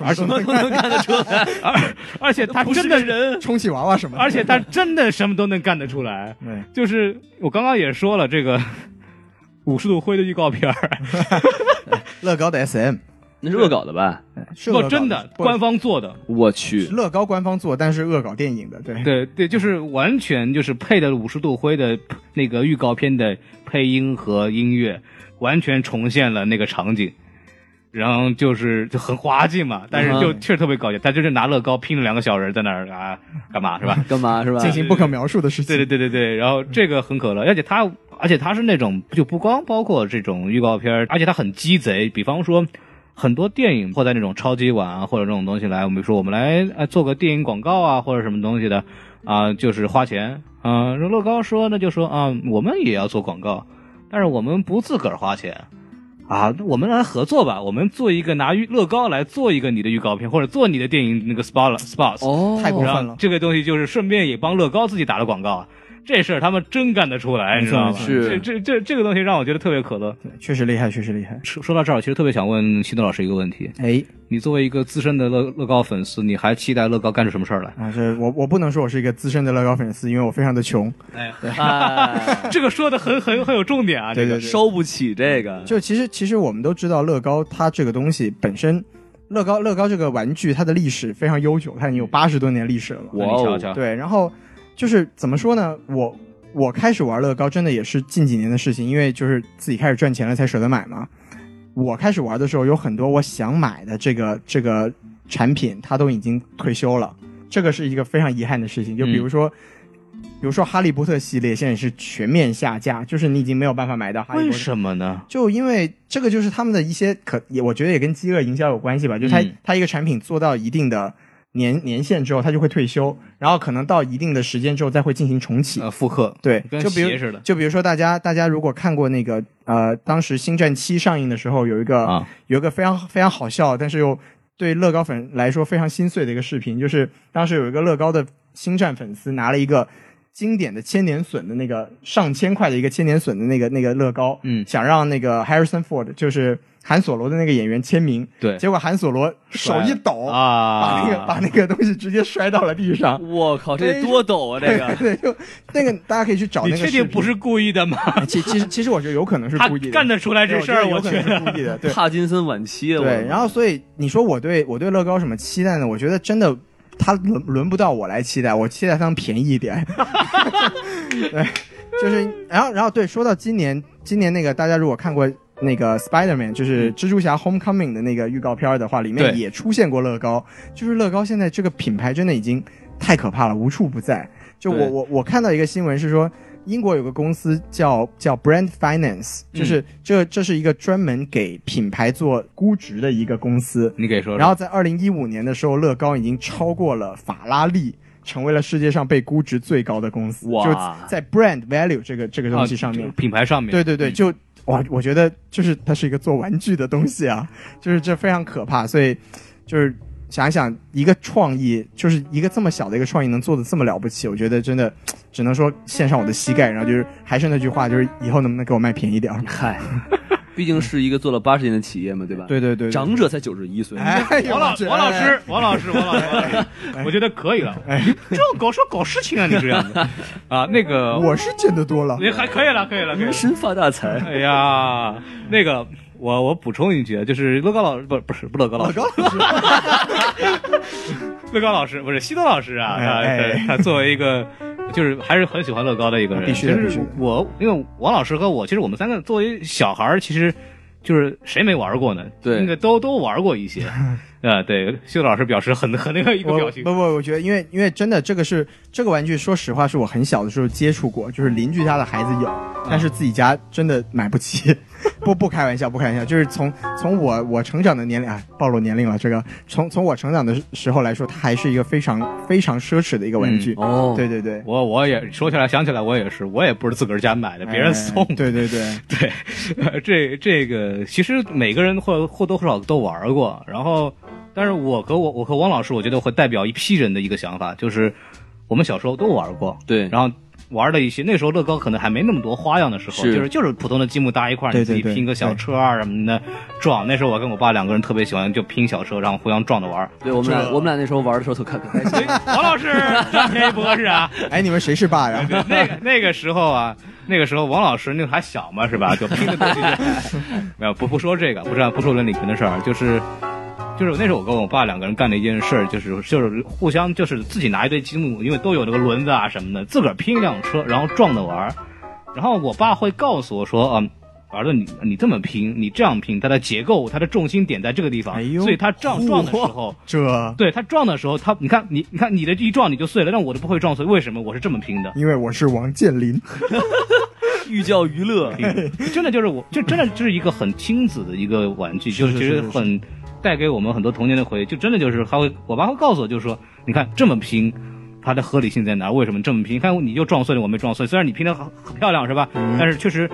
Speaker 1: 而且
Speaker 4: 都能看得出来，
Speaker 3: 而而且它
Speaker 4: 不是
Speaker 3: 真
Speaker 4: 个
Speaker 3: 的，
Speaker 4: 人。
Speaker 1: 充气娃娃什么的，
Speaker 3: 而且它真的什么都能干得出来。
Speaker 1: 对
Speaker 3: 就是我刚刚也说了，这个 五十度灰的预告片儿，
Speaker 1: 乐高的 SM
Speaker 4: 那是恶搞的吧？
Speaker 1: 是乐
Speaker 3: 不
Speaker 1: 高
Speaker 3: 真的
Speaker 1: 不
Speaker 3: 官方做的，
Speaker 4: 我
Speaker 1: 是
Speaker 4: 去，
Speaker 1: 乐高官方做，但是恶搞电影的，对
Speaker 3: 对对，就是完全就是配的五十度灰的那个预告片的配音和音乐，完全重现了那个场景。然后就是就很滑稽嘛，但是就
Speaker 4: 嗯
Speaker 3: 确实特别搞笑。他就是拿乐高拼了两个小人在那儿啊，干嘛是吧？
Speaker 4: 干嘛是吧？
Speaker 1: 进行不可描述的事情。嗯
Speaker 3: 对对对对对，然后这个很可乐，而且他而且他是那种就不光包括这种预告片儿，而且他很鸡贼，比方说。很多电影会在那种超级碗啊，或者这种东西来，我们说我们来呃做个电影广告啊，或者什么东西的啊、就是花钱啊。呃乐高说那就说啊、我们也要做广告，但是我们不自个儿花钱啊，那我们来合作吧，我们做一个拿预乐高来做一个你的预告片，或者做你的电影那个 spot spot
Speaker 4: 哦，
Speaker 1: 太过分
Speaker 3: 然
Speaker 1: 了
Speaker 3: 后这个东西就是顺便也帮乐高自己打了广告啊。这事儿他们真干得出来，你
Speaker 1: 没错
Speaker 3: 知道吗？
Speaker 1: 没错
Speaker 3: 这
Speaker 4: 是
Speaker 3: 这这这个东西让我觉得特别可乐。
Speaker 1: 确实厉害，确实厉害。
Speaker 3: 说说到这儿，我其实特别想问西德老师一个问题：
Speaker 1: 哎，
Speaker 3: 你作为一个资深的乐乐高粉丝，你还期待乐高干出什么事儿来？
Speaker 1: 啊，这我我不能说我是一个资深的乐高粉丝，因为我非常的穷。
Speaker 4: 哎，
Speaker 3: 这个说的很很很有重点啊！
Speaker 1: 对
Speaker 3: 这
Speaker 1: 对
Speaker 3: 个
Speaker 1: 对，
Speaker 4: 收不起这个，
Speaker 1: 就其实其实我们都知道，乐高它这个东西本身，乐高乐高这个玩具它的历史非常悠久，它已经有八十多年历史了嘛。
Speaker 3: 那你瞧瞧，
Speaker 1: 对，然后就是怎么说呢？我我开始玩乐高真的也是近几年的事情，因为就是自己开始赚钱了才舍得买嘛。我开始玩的时候，有很多我想买的这个这个产品，它都已经退休了，这个是一个非常遗憾的事情。就比如说。比如说《哈利波特》系列现在是全面下架，就是你已经没有办法买到《哈利
Speaker 3: 为
Speaker 1: 波特》。
Speaker 3: 什么呢？
Speaker 1: 就因为这个就是他们的一些可也，我觉得也跟饥饿营销有关系吧。就它、
Speaker 3: 嗯
Speaker 1: 它一个产品做到一定的年年限之后，它就会退休，然后可能到一定的时间之后再会进行重启。
Speaker 3: 呃，复刻
Speaker 1: 对，
Speaker 3: 跟
Speaker 1: 就比
Speaker 3: 鞋似
Speaker 1: 如
Speaker 3: 的
Speaker 1: 就比如说大家大家如果看过那个呃，当时《星战七》上映的时候，有一个、
Speaker 3: 啊，
Speaker 1: 有一个非常非常好笑，但是又对乐高粉来说非常心碎的一个视频，就是当时有一个乐高的星战粉丝拿了一个经典的千年隼的那个上千块的一个千年隼的那个那个乐高，
Speaker 3: 嗯
Speaker 1: 想让那个 Harrison Ford 就是韩索罗的那个演员签名，
Speaker 3: 对
Speaker 1: 结果韩索罗手一抖，把
Speaker 3: 啊，
Speaker 1: 那个把那个东西直接摔到了地上。
Speaker 4: 我靠，这得多陡啊！这个
Speaker 1: 对，就那个大家可以去找那
Speaker 3: 你
Speaker 1: 个视
Speaker 3: 确
Speaker 1: 频。
Speaker 3: 定不是故意的 吗？
Speaker 1: 哎？其其实其实我觉得有可能是
Speaker 3: 他
Speaker 1: 故意的，
Speaker 3: 干得出来这事儿，
Speaker 1: 对
Speaker 3: 我
Speaker 1: 我
Speaker 3: 觉
Speaker 1: 觉得有可
Speaker 3: 得
Speaker 1: 能是故意的。对，
Speaker 4: 帕金森晚期啊，
Speaker 1: 对，然
Speaker 4: 后
Speaker 1: 后所以你说我对我对乐高什么期待呢？我觉得真的它轮轮不到我来期待，我期待它能便宜一点。 对，就是然后然后对，说到今年今年那个大家如果看过。那个 Spider-Man 就是蜘蛛侠 Homecoming 的那个预告片儿的话，里面
Speaker 3: 对
Speaker 1: 也出现过乐高。就是乐高现在这个品牌真的已经太可怕了，无处不在。就我
Speaker 4: 对
Speaker 1: 我我看到一个新闻是说，英国有个公司叫叫 Brand Finance，就是这这是一个专门给品牌做估值的一个公司。
Speaker 3: 你给说说，
Speaker 1: 然后在二零一五年的时候，乐高已经超过了法拉利，成为了世界上被估值最高的公司。
Speaker 4: 哇
Speaker 1: 就是在 brand value 这个这个
Speaker 3: 啊
Speaker 1: 东西上面，
Speaker 3: 品牌上面，
Speaker 1: 对对对，
Speaker 3: 嗯
Speaker 1: 就哇，我觉得就是它是一个做玩具的东西啊，就是这非常可怕，所以就是想一想一个创意，就是一个这么小的一个创意能做的这么了不起，我觉得真的只能说献上我的膝盖，然后就是还是那句话，就是以后能不能给我卖便宜点儿？
Speaker 4: 嗨，毕竟是一个做了八十年的企业嘛，对吧？，
Speaker 1: 对对对，对
Speaker 4: 长者才九十一岁，
Speaker 1: 哎，
Speaker 3: 王老王老师，王老师，王老师，王老师，我觉得可以了。
Speaker 1: 哎
Speaker 3: 你这搞说搞事情啊，你这样 子啊，那个
Speaker 1: 哎我是见得多了，
Speaker 3: 你还可以了，可以了，可以了
Speaker 4: 人。生发大财。
Speaker 3: 哎呀，那个我我补充一句，啊就是乐高老师不不是不乐高老
Speaker 1: 老
Speaker 3: 师，
Speaker 1: 高老师，
Speaker 3: 乐高老师不是西多老师啊，
Speaker 1: 哎
Speaker 3: 他
Speaker 1: 哎
Speaker 3: 他他作为一个就是还是很喜欢乐高的一个人，
Speaker 1: 必须的
Speaker 3: 就
Speaker 1: 必须
Speaker 3: 是
Speaker 1: 的
Speaker 3: 我因为王老师和我，其实我们三个作为小孩儿，其实就是谁没玩过呢？
Speaker 4: 对
Speaker 3: 那个都都玩过 一些。啊，对，西多老师表示很很那个一个
Speaker 1: 我
Speaker 3: 表情
Speaker 1: 不，不，我觉得因为因为真的这个是这个玩具，说实话是我很小的时候接触过，就是邻居家的孩子有，
Speaker 3: 嗯
Speaker 1: 但是自己家真的买不起。不不开玩笑，不开玩笑，就是从从我我成长的年龄啊，暴露年龄了。这个从从我成长的时候来说，它还是一个非常非常奢侈的一个玩具。
Speaker 3: 嗯
Speaker 4: 哦，
Speaker 1: 对对对，
Speaker 3: 我我也说起来想起来，我也是，我也不是自个儿家买的，别人送
Speaker 1: 嗯哎
Speaker 3: 的。
Speaker 1: 对对对，
Speaker 3: 对，呃这这个其实每个人或或多或少都玩过，然后，但是我和我我和王老师，我觉得会代表一批人的一个想法，就是我们小时候都玩过，
Speaker 4: 对
Speaker 3: 然后玩了一些，那时候乐高可能还没那么多花样的时候，
Speaker 4: 是
Speaker 3: 就是就是普通的积木搭一块儿，
Speaker 1: 对
Speaker 3: 你自己
Speaker 1: 对对
Speaker 3: 拼个小车啊什么的撞。那时候我跟我爸两个人特别喜欢就拼小车，然后互相撞着玩儿。
Speaker 4: 对，我们俩我们俩那时候玩的时候特可开心。
Speaker 3: 王老 师占便宜不合适啊。
Speaker 1: 哎，你们谁是爸呀？
Speaker 3: 那个那个时候啊，那个时候王老师那个还小嘛，是吧？就拼的东西就，没有不不说这个，不是不说伦理群的事儿，就是就是那时候我跟我爸两个人干了一件事儿，就是就是互相就是自己拿一堆积木，因为都有那个轮子啊什么的，自个儿拼一辆车，然后撞着玩儿。然后我爸会告诉我说，嗯。儿子，你你这么拼，你这样拼，它的结构，它的重心点在这个地方，
Speaker 1: 哎呦
Speaker 3: 所以它撞撞的时候，
Speaker 1: 这
Speaker 3: 对它撞的时候，它你看你你看你的一撞你就碎了，但我的不会撞碎，为什么？我是这么拼的，
Speaker 1: 因为我是王健林。
Speaker 4: 寓教于乐，
Speaker 3: 真的就是我，就真的就是一个很亲子的一个玩具，就是
Speaker 1: 是
Speaker 3: 其实
Speaker 1: 是是
Speaker 3: 很带给我们很多童年的回忆。就真的就是他会，我爸会告诉我，就是说，你看这么拼，它的
Speaker 1: 嗯
Speaker 3: 合理性在哪儿？为什么这么拼？你看你就撞碎了，我没撞碎，虽然你拼的很很漂亮是吧？但是确实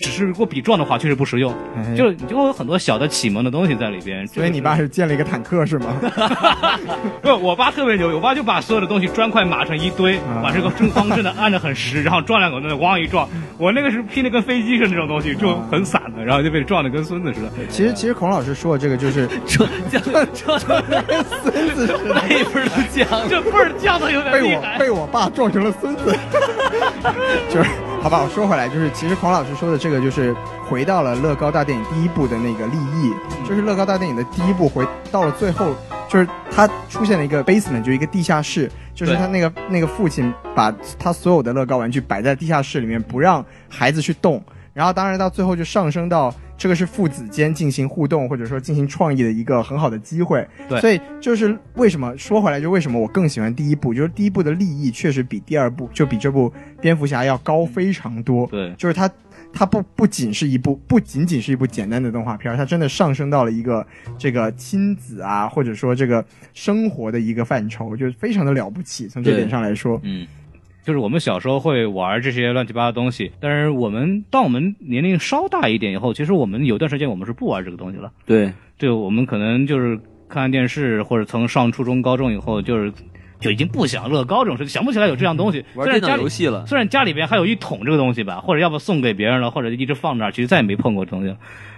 Speaker 3: 只是如果比撞的话，确实不实用。
Speaker 1: 哎
Speaker 3: 就是你就会有很多小的启蒙的东西在里边。
Speaker 1: 所以你爸是建了一个坦克是吗？
Speaker 3: 不，我爸特别牛，我爸就把所有的东西砖块码成一堆，
Speaker 1: 啊
Speaker 3: 把这个正方正的按得很实，然后撞两口那咣一撞。我那个是拼的跟飞机似的那种东西，就很散的，然后就被撞得跟孙子似的。
Speaker 1: 其实其实孔老师说的这个就是
Speaker 4: 这这这
Speaker 1: 跟孙子似的，
Speaker 4: 辈分都降 了。
Speaker 3: 这辈儿降的有点
Speaker 1: 被
Speaker 3: 厉
Speaker 1: 我
Speaker 3: 害。
Speaker 1: 被我爸撞成了孙 子，就是好吧。我说回来，就是其实孔老师说的这个就是回到了乐高大电影第一部的那个立意，
Speaker 3: 嗯
Speaker 1: 就是乐高大电影的第一部回到了最后，就是他出现了一个 basement，就一个地下室，就是
Speaker 4: 对
Speaker 1: 他那个那个父亲把他所有的乐高玩具摆在地下室里面，不让孩子去动。然后当然到最后就上升到这个是父子间进行互动或者说进行创意的一个很好的机会。
Speaker 3: 对
Speaker 1: 所以就是为什么说回来，就为什么我更喜欢第一部，就是第一部的立意确实比第二部就比这部蝙蝠侠要高非常多。
Speaker 3: 对，
Speaker 1: 就是它。它不不仅是一部，不仅仅是一部简单的动画片儿，它真的上升到了一个这个亲子啊，或者说这个生活的一个范畴，就是非常的了不起。从这
Speaker 4: 对
Speaker 1: 点上来说，
Speaker 3: 嗯。就是我们小时候会玩这些乱七八糟的东西，但是我们当我们年龄稍大一点以后，其实我们有段时间我们是不玩这个东西了。
Speaker 4: 对，
Speaker 3: 对，我们可能就是看电视，或者从上初中、高中以后，就是就已经不想乐高这种事，想不起来有这样东西。
Speaker 4: 玩
Speaker 3: 虽
Speaker 4: 电
Speaker 3: 然
Speaker 4: 脑
Speaker 3: 家里
Speaker 4: 游戏了。
Speaker 3: 虽然家里边还有一桶这个东西吧，或者要不送给别人了，或者一直放那儿，其实再也没碰过这东西了。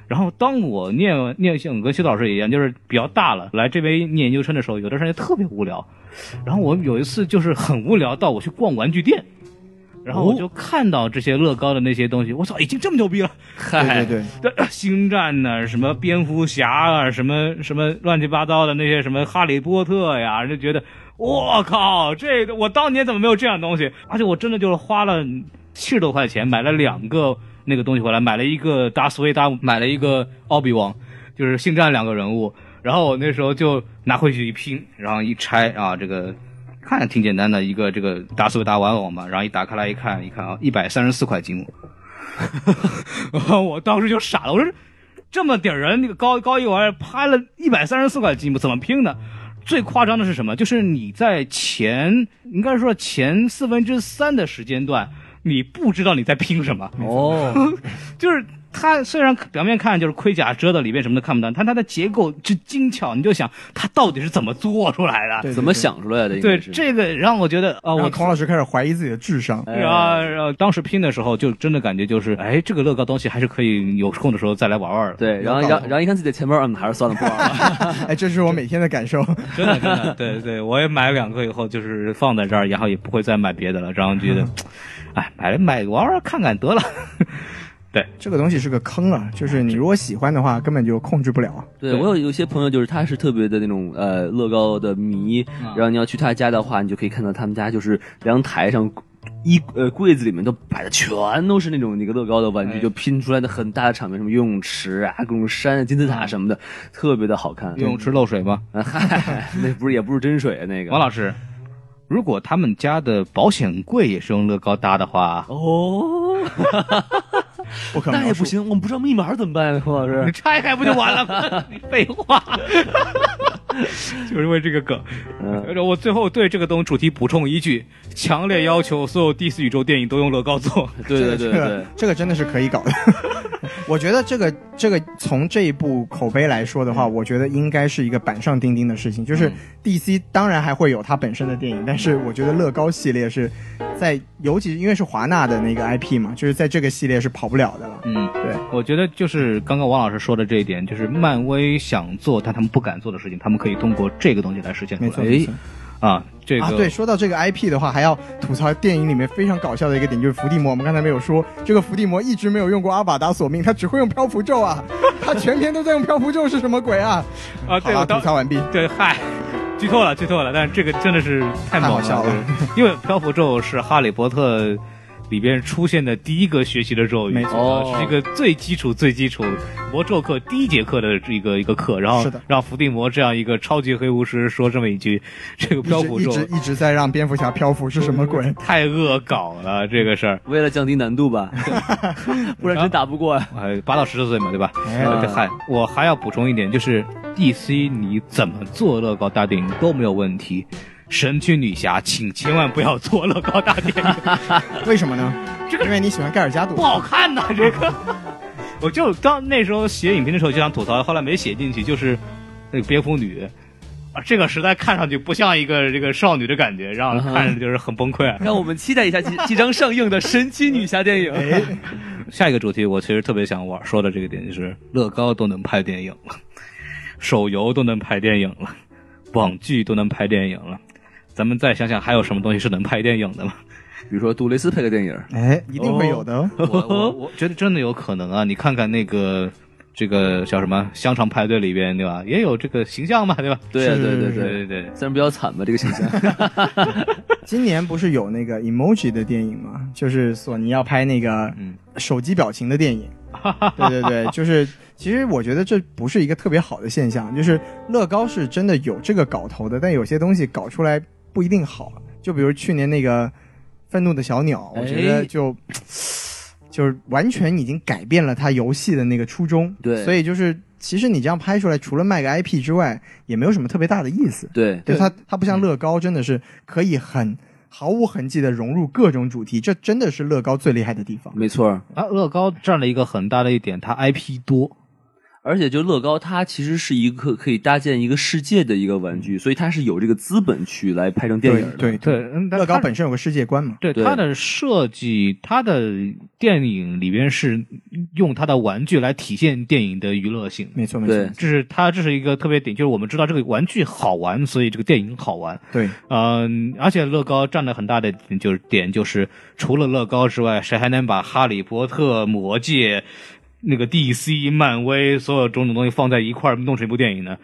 Speaker 3: 然后当我念念像我跟修老师一样，就是比较大了，来这边念研究生的时候，有段时间特别无聊。然后我有一次就是很无聊到我去逛玩具店，然后我就看到这些乐高的那些东西，我操，已经这么牛逼了！
Speaker 4: 嗨
Speaker 3: 哎
Speaker 1: 对对对，
Speaker 3: 对，星战呐、什么蝙蝠侠啊，什么什么乱七八糟的那些什么哈利波特呀，就觉得我靠，这个我当年怎么没有这样东西？而且我真的就是花了七十多块钱买了两个那个东西回来，买了一个达斯维达，买了一个奥比王，就是星战两个人物。然后我那时候就拿回去一拼，然后一拆啊，这个看着挺简单的一个这个达斯维达玩偶嘛，然后一打开来一看，一看啊，一百三十四块积木。 我当时就傻了，我说这么点儿人，那个高高一玩意儿拍了一百三十四块积木，怎么拼的？最夸张的是什么？就是你在前应该说前四分之三的时间段，你不知道你在拼什么，
Speaker 4: 哦，
Speaker 3: 就是。它虽然表面看就是盔甲遮的，里面什么都看不到，但它的结构之精巧，你就想它到底是怎么做出来的？
Speaker 1: 对
Speaker 4: 啊怎么？想出来的？应
Speaker 3: 对
Speaker 4: 该是
Speaker 3: 这个让我觉得啊，
Speaker 1: 对对然
Speaker 3: 我
Speaker 1: 后孔老师开始怀疑自己的智 商。
Speaker 4: 哎
Speaker 3: 然后，然后当时拼的时候，就真的感觉就是，哎，这个乐高东西还是可以有空的时候再来玩玩的。
Speaker 4: 对，然后然后然后一看自己的钱包，嗯，还是算了，不玩了。
Speaker 1: 哎，这是我每天的感受。
Speaker 3: 真的真的，对对，我也买了两个以后，就是放在这儿，然后也不会再买别的了。然后觉得，哎，买了买玩玩看看得了。
Speaker 1: 这个东西是个坑啊，就是你如果喜欢的话，根本就控制不了。啊
Speaker 4: 对
Speaker 3: 对
Speaker 4: 我有有些朋友就是他是特别的那种呃乐高的迷，然后你要去他家的话，你就可以看到他们家就是阳台上。衣呃柜子里面都摆的全都是那种那个乐高的玩具，
Speaker 3: 哎
Speaker 4: 就拼出来的很大的场面，什么游泳池啊、各种山、金字塔什么的，特别的好看。
Speaker 3: 游泳池漏水吗？
Speaker 4: 啊嗨， 那不是也不是真水啊那个。
Speaker 3: 王老师，如果他们家的保险柜也是用乐高搭的话，
Speaker 4: 哦，
Speaker 1: 不可啊
Speaker 4: 那
Speaker 1: 描
Speaker 4: 也不
Speaker 1: 述。
Speaker 4: 行，我们不知道密码怎么办呀，孔老
Speaker 3: 你
Speaker 4: 师。
Speaker 3: 拆开不就完了 吗？你废话，就是因为这个梗。
Speaker 4: 嗯，
Speaker 3: 我最后对这个东主题补充一句：强烈要求所有 DC 宇宙电影都用乐高做。
Speaker 4: 对对 对
Speaker 1: 这个
Speaker 4: 对，
Speaker 1: 这个真的是可以搞的。 我觉得这个这个从这一部口碑来说的话，我觉得应该是一个板上钉钉的事情。就是
Speaker 4: 嗯
Speaker 1: DC 当然还会有它本身的电影，但是我觉得乐高系列是在，尤其因为是华纳的那个 IP 嘛，就是在这个系列是跑不了的了。
Speaker 3: 嗯，
Speaker 1: 对，
Speaker 3: 我觉得就是刚刚王老师说的这一点，就是漫威想做但他们不敢做的事情，他们可以通过这个东西来实现出
Speaker 1: 没
Speaker 3: 来。
Speaker 1: 错
Speaker 4: 哎
Speaker 1: 没错。
Speaker 3: 啊，这个、
Speaker 1: 啊，对，说到这个 IP 的话，还要吐槽电影里面非常搞笑的一个点，就是伏地魔。我们刚才没有说，这个伏地魔一直没有用过阿瓦达索命，他只会用漂浮咒啊，他全篇都在用漂浮咒，是什么鬼啊？
Speaker 3: 啊，
Speaker 1: 好
Speaker 3: 对
Speaker 1: 了，
Speaker 3: 我
Speaker 1: 吐
Speaker 3: 当
Speaker 1: 槽完毕。
Speaker 3: 对嗨，剧透了剧透了，但是这个真的是太猛
Speaker 1: 太好笑了
Speaker 3: 对因为漂浮咒是哈利波特里边出现的第一个学习的咒语，
Speaker 1: 没
Speaker 4: 错哦
Speaker 3: 啊是一个最基础最基础魔咒课第一节课的一个一个课，然后
Speaker 1: 是的
Speaker 3: 让伏地魔这样一个超级黑巫师说这么一句，这个漂浮
Speaker 1: 一
Speaker 3: 咒啊
Speaker 1: 直一直一直在让蝙蝠侠漂浮是什 么鬼？
Speaker 3: 太恶搞了，这个事儿。
Speaker 4: 为了降低难度吧，不然真打不过呀。啊
Speaker 3: 呃，八到十岁嘛，对吧？
Speaker 1: 哎
Speaker 3: 呃嗨，我还要补充一点，就是 DC 你怎么做乐高大电影都没有问 题，神奇女侠请千万不要做乐高大电影，
Speaker 1: 为什么呢？因为你喜欢盖尔加朵。
Speaker 3: 不好看呐、这 个。我就当那时候写影评的时候就想吐槽，后来没写进去，就是那个蝙蝠女啊，这个实在看上去不像一个这个少女的感觉，让人看着就是很崩溃。啊
Speaker 4: 让我们期待一下即即将上映的神奇女侠电影。
Speaker 1: 哎，
Speaker 3: 下一个主题，我其实特别想玩说的这个点就是，乐高都能拍电影 了，手游都能拍电影了，网剧都能拍电影了，咱们再想想还有什么东西是能拍电影的吗？
Speaker 4: 比如说杜蕾斯拍个电影，
Speaker 1: 哎，一定会有的哦。
Speaker 3: 我呃我我觉得真的有可能啊！你看看那个这个叫什么香肠派对里边对吧，也有这个形象嘛对吧？
Speaker 4: 对啊
Speaker 1: 是
Speaker 4: 对对
Speaker 1: 是
Speaker 4: 对，
Speaker 3: 对对对，
Speaker 4: 虽然比较惨吧这个形象，
Speaker 1: 今年不是有那个 emoji 的电影吗？就是索尼要拍那个
Speaker 3: 嗯
Speaker 1: 手机表情的电影。对对 对，就是其实我觉得这不是一个特别好的现象，就是乐高是真的有这个搞头的，但有些东西搞出来不一定好。就比如去年那个愤怒的小鸟，我觉
Speaker 4: 哎
Speaker 1: 得就、就是完全已经改变了它游戏的那个初衷。
Speaker 4: 对
Speaker 1: 所以就是其实你这样拍出来，除了卖个 IP 之外，也没有什么特别大的意思。
Speaker 4: 对
Speaker 1: 对它，它不像乐高，真的是可以很毫无痕迹的融入各种主题，这真的是乐高最厉害的地方。
Speaker 4: 没错儿。
Speaker 3: 啊，乐高占了一个很大的一点，它 IP 多，
Speaker 4: 而且就乐高，它其实是一个可以搭建一个世界的一个玩具，所以它是有这个资本去来拍成电影的。
Speaker 1: 对对，
Speaker 3: 对，嗯但
Speaker 1: 乐高
Speaker 3: 它
Speaker 1: 本身有个世界观嘛，
Speaker 3: 对
Speaker 4: 对
Speaker 3: 它的设计，它的电影里边是用它的玩具来体现电影的娱乐性。
Speaker 1: 没错没错，
Speaker 4: 对
Speaker 3: 这是它，这是一个特别点，就是我们知道这个玩具好玩，所以这个电影好玩。
Speaker 1: 对
Speaker 3: 嗯，而且乐高占了很大的就是点，就是除了乐高之外，谁还能把《哈利波特》《魔戒》那个 DC、漫威所有种种东西放在一块儿弄成一部电影呢？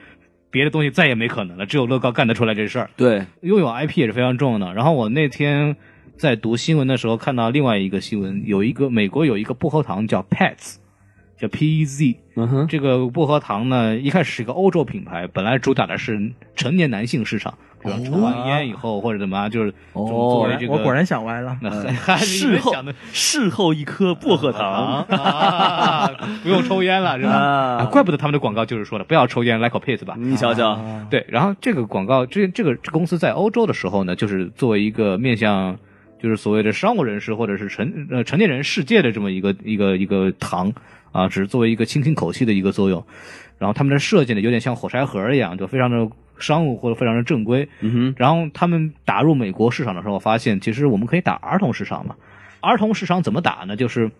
Speaker 3: 别的东西再也没可能了，只有乐高干得出来这事儿。
Speaker 4: 对
Speaker 3: 拥有 IP 也是非常重要的。然后我那天在读新闻的时候看到另外一个新闻，有一个美国有一个薄荷糖叫 Pets，叫 E PEZ。
Speaker 4: 嗯哼，
Speaker 3: 这个薄荷糖呢，一开始是一个欧洲品牌，本来主打的是成年男性市
Speaker 1: 哦
Speaker 3: 场，比如抽完烟以后或者怎么样，就是
Speaker 4: 哦
Speaker 3: 作为这个。
Speaker 1: 我果然想歪了。
Speaker 3: 那还还 是你
Speaker 4: 事
Speaker 3: 们
Speaker 4: 后
Speaker 3: 想的
Speaker 4: 事后一颗薄荷
Speaker 3: 啊
Speaker 4: 糖，
Speaker 3: 啊，不用抽烟 了是吧？
Speaker 4: 啊
Speaker 3: 啊，怪不得他们的广告就是说的不要抽烟，来口 p e t 吧。
Speaker 4: 你瞧瞧，
Speaker 3: 对，然后这个广告，这这个这公司在欧洲的时候呢，就是作为一个面向，就是所谓的商务人士或者是成呃成年人世界的这么一个一个一个糖啊，只是作为一个清新口气的一个作用。然后他们的设计呢，有点像火柴盒一样，就非常的商务或者非常的正规。
Speaker 4: 嗯哼，
Speaker 3: 然后他们打入美国市场的时候，发现其实我们可以打儿童市场嘛。儿童市场怎么打呢？就是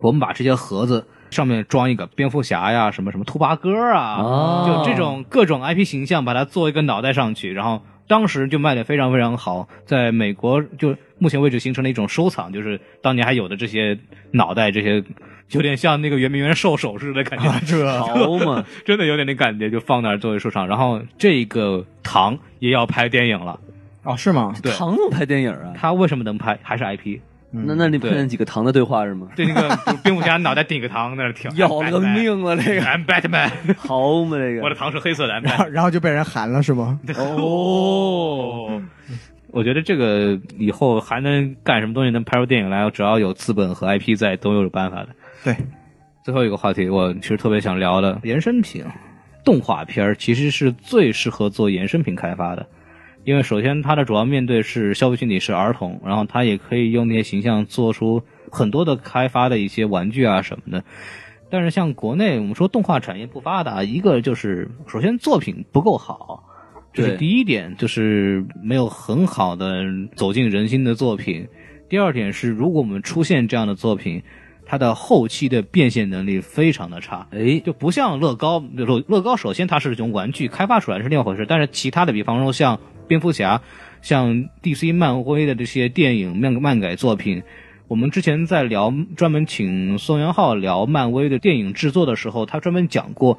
Speaker 3: 我们把这些盒子上面装一个蝙蝠侠呀，什么什么兔八哥啊，
Speaker 4: 哦
Speaker 3: 就这种各种 IP 形象，把它做一个脑袋上去，然后当时就卖的非常非常好，在美国就目前为止形成了一种收藏，就是当年还有的这些脑袋，这些有点像那个圆明园兽首似的感觉，
Speaker 1: 这
Speaker 4: 好 嘛，
Speaker 3: 真的有点那感觉，就放那儿作为收藏。然后这个糖也要拍电影了。
Speaker 1: 哦是吗？
Speaker 3: 对
Speaker 4: 糖怎么拍电影啊？
Speaker 3: 他为什么能拍？还是 IP？
Speaker 1: 嗯
Speaker 4: 那那你碰见几个糖的嗯对话是吗？
Speaker 3: 对，那个蝙蝠侠脑袋顶个糖在那跳，
Speaker 4: 要了个
Speaker 3: Batman，
Speaker 4: 命了，这个
Speaker 3: ！I'm Batman，
Speaker 4: 好嘛，这个
Speaker 3: 我的糖是黑色的。I'm
Speaker 1: 然后
Speaker 3: Batman
Speaker 1: 然后就被人喊了是吗？
Speaker 3: 哦，我觉得这个以后还能干什么东西能拍出电影来？只要有资本和 IP 在，都有办法的。
Speaker 1: 对，
Speaker 3: 最后一个话题，我其实特别想聊的衍生品，动画片儿其实是最适合做衍生品开发的，因为首先它的主要面对是消费群体是儿童，然后它也可以用那些形象做出很多的开发的一些玩具啊什么的。但是像国内，我们说动画产业不发达，一个就是首先作品不够好，这是
Speaker 4: 对
Speaker 3: 第一点，就是没有很好的走进人心的作品。第二点是，如果我们出现这样的作品，它的后期的变现能力非常的差，
Speaker 4: 哎，
Speaker 3: 就不像乐高。乐乐高首先它是从玩具开发出来是另外回事，但是其他的，比方说像蝙蝠侠、像 DC 漫威的这些电影漫漫改作品。我们之前在聊专门请宋元浩聊漫威的电影制作的时候，他专门讲过，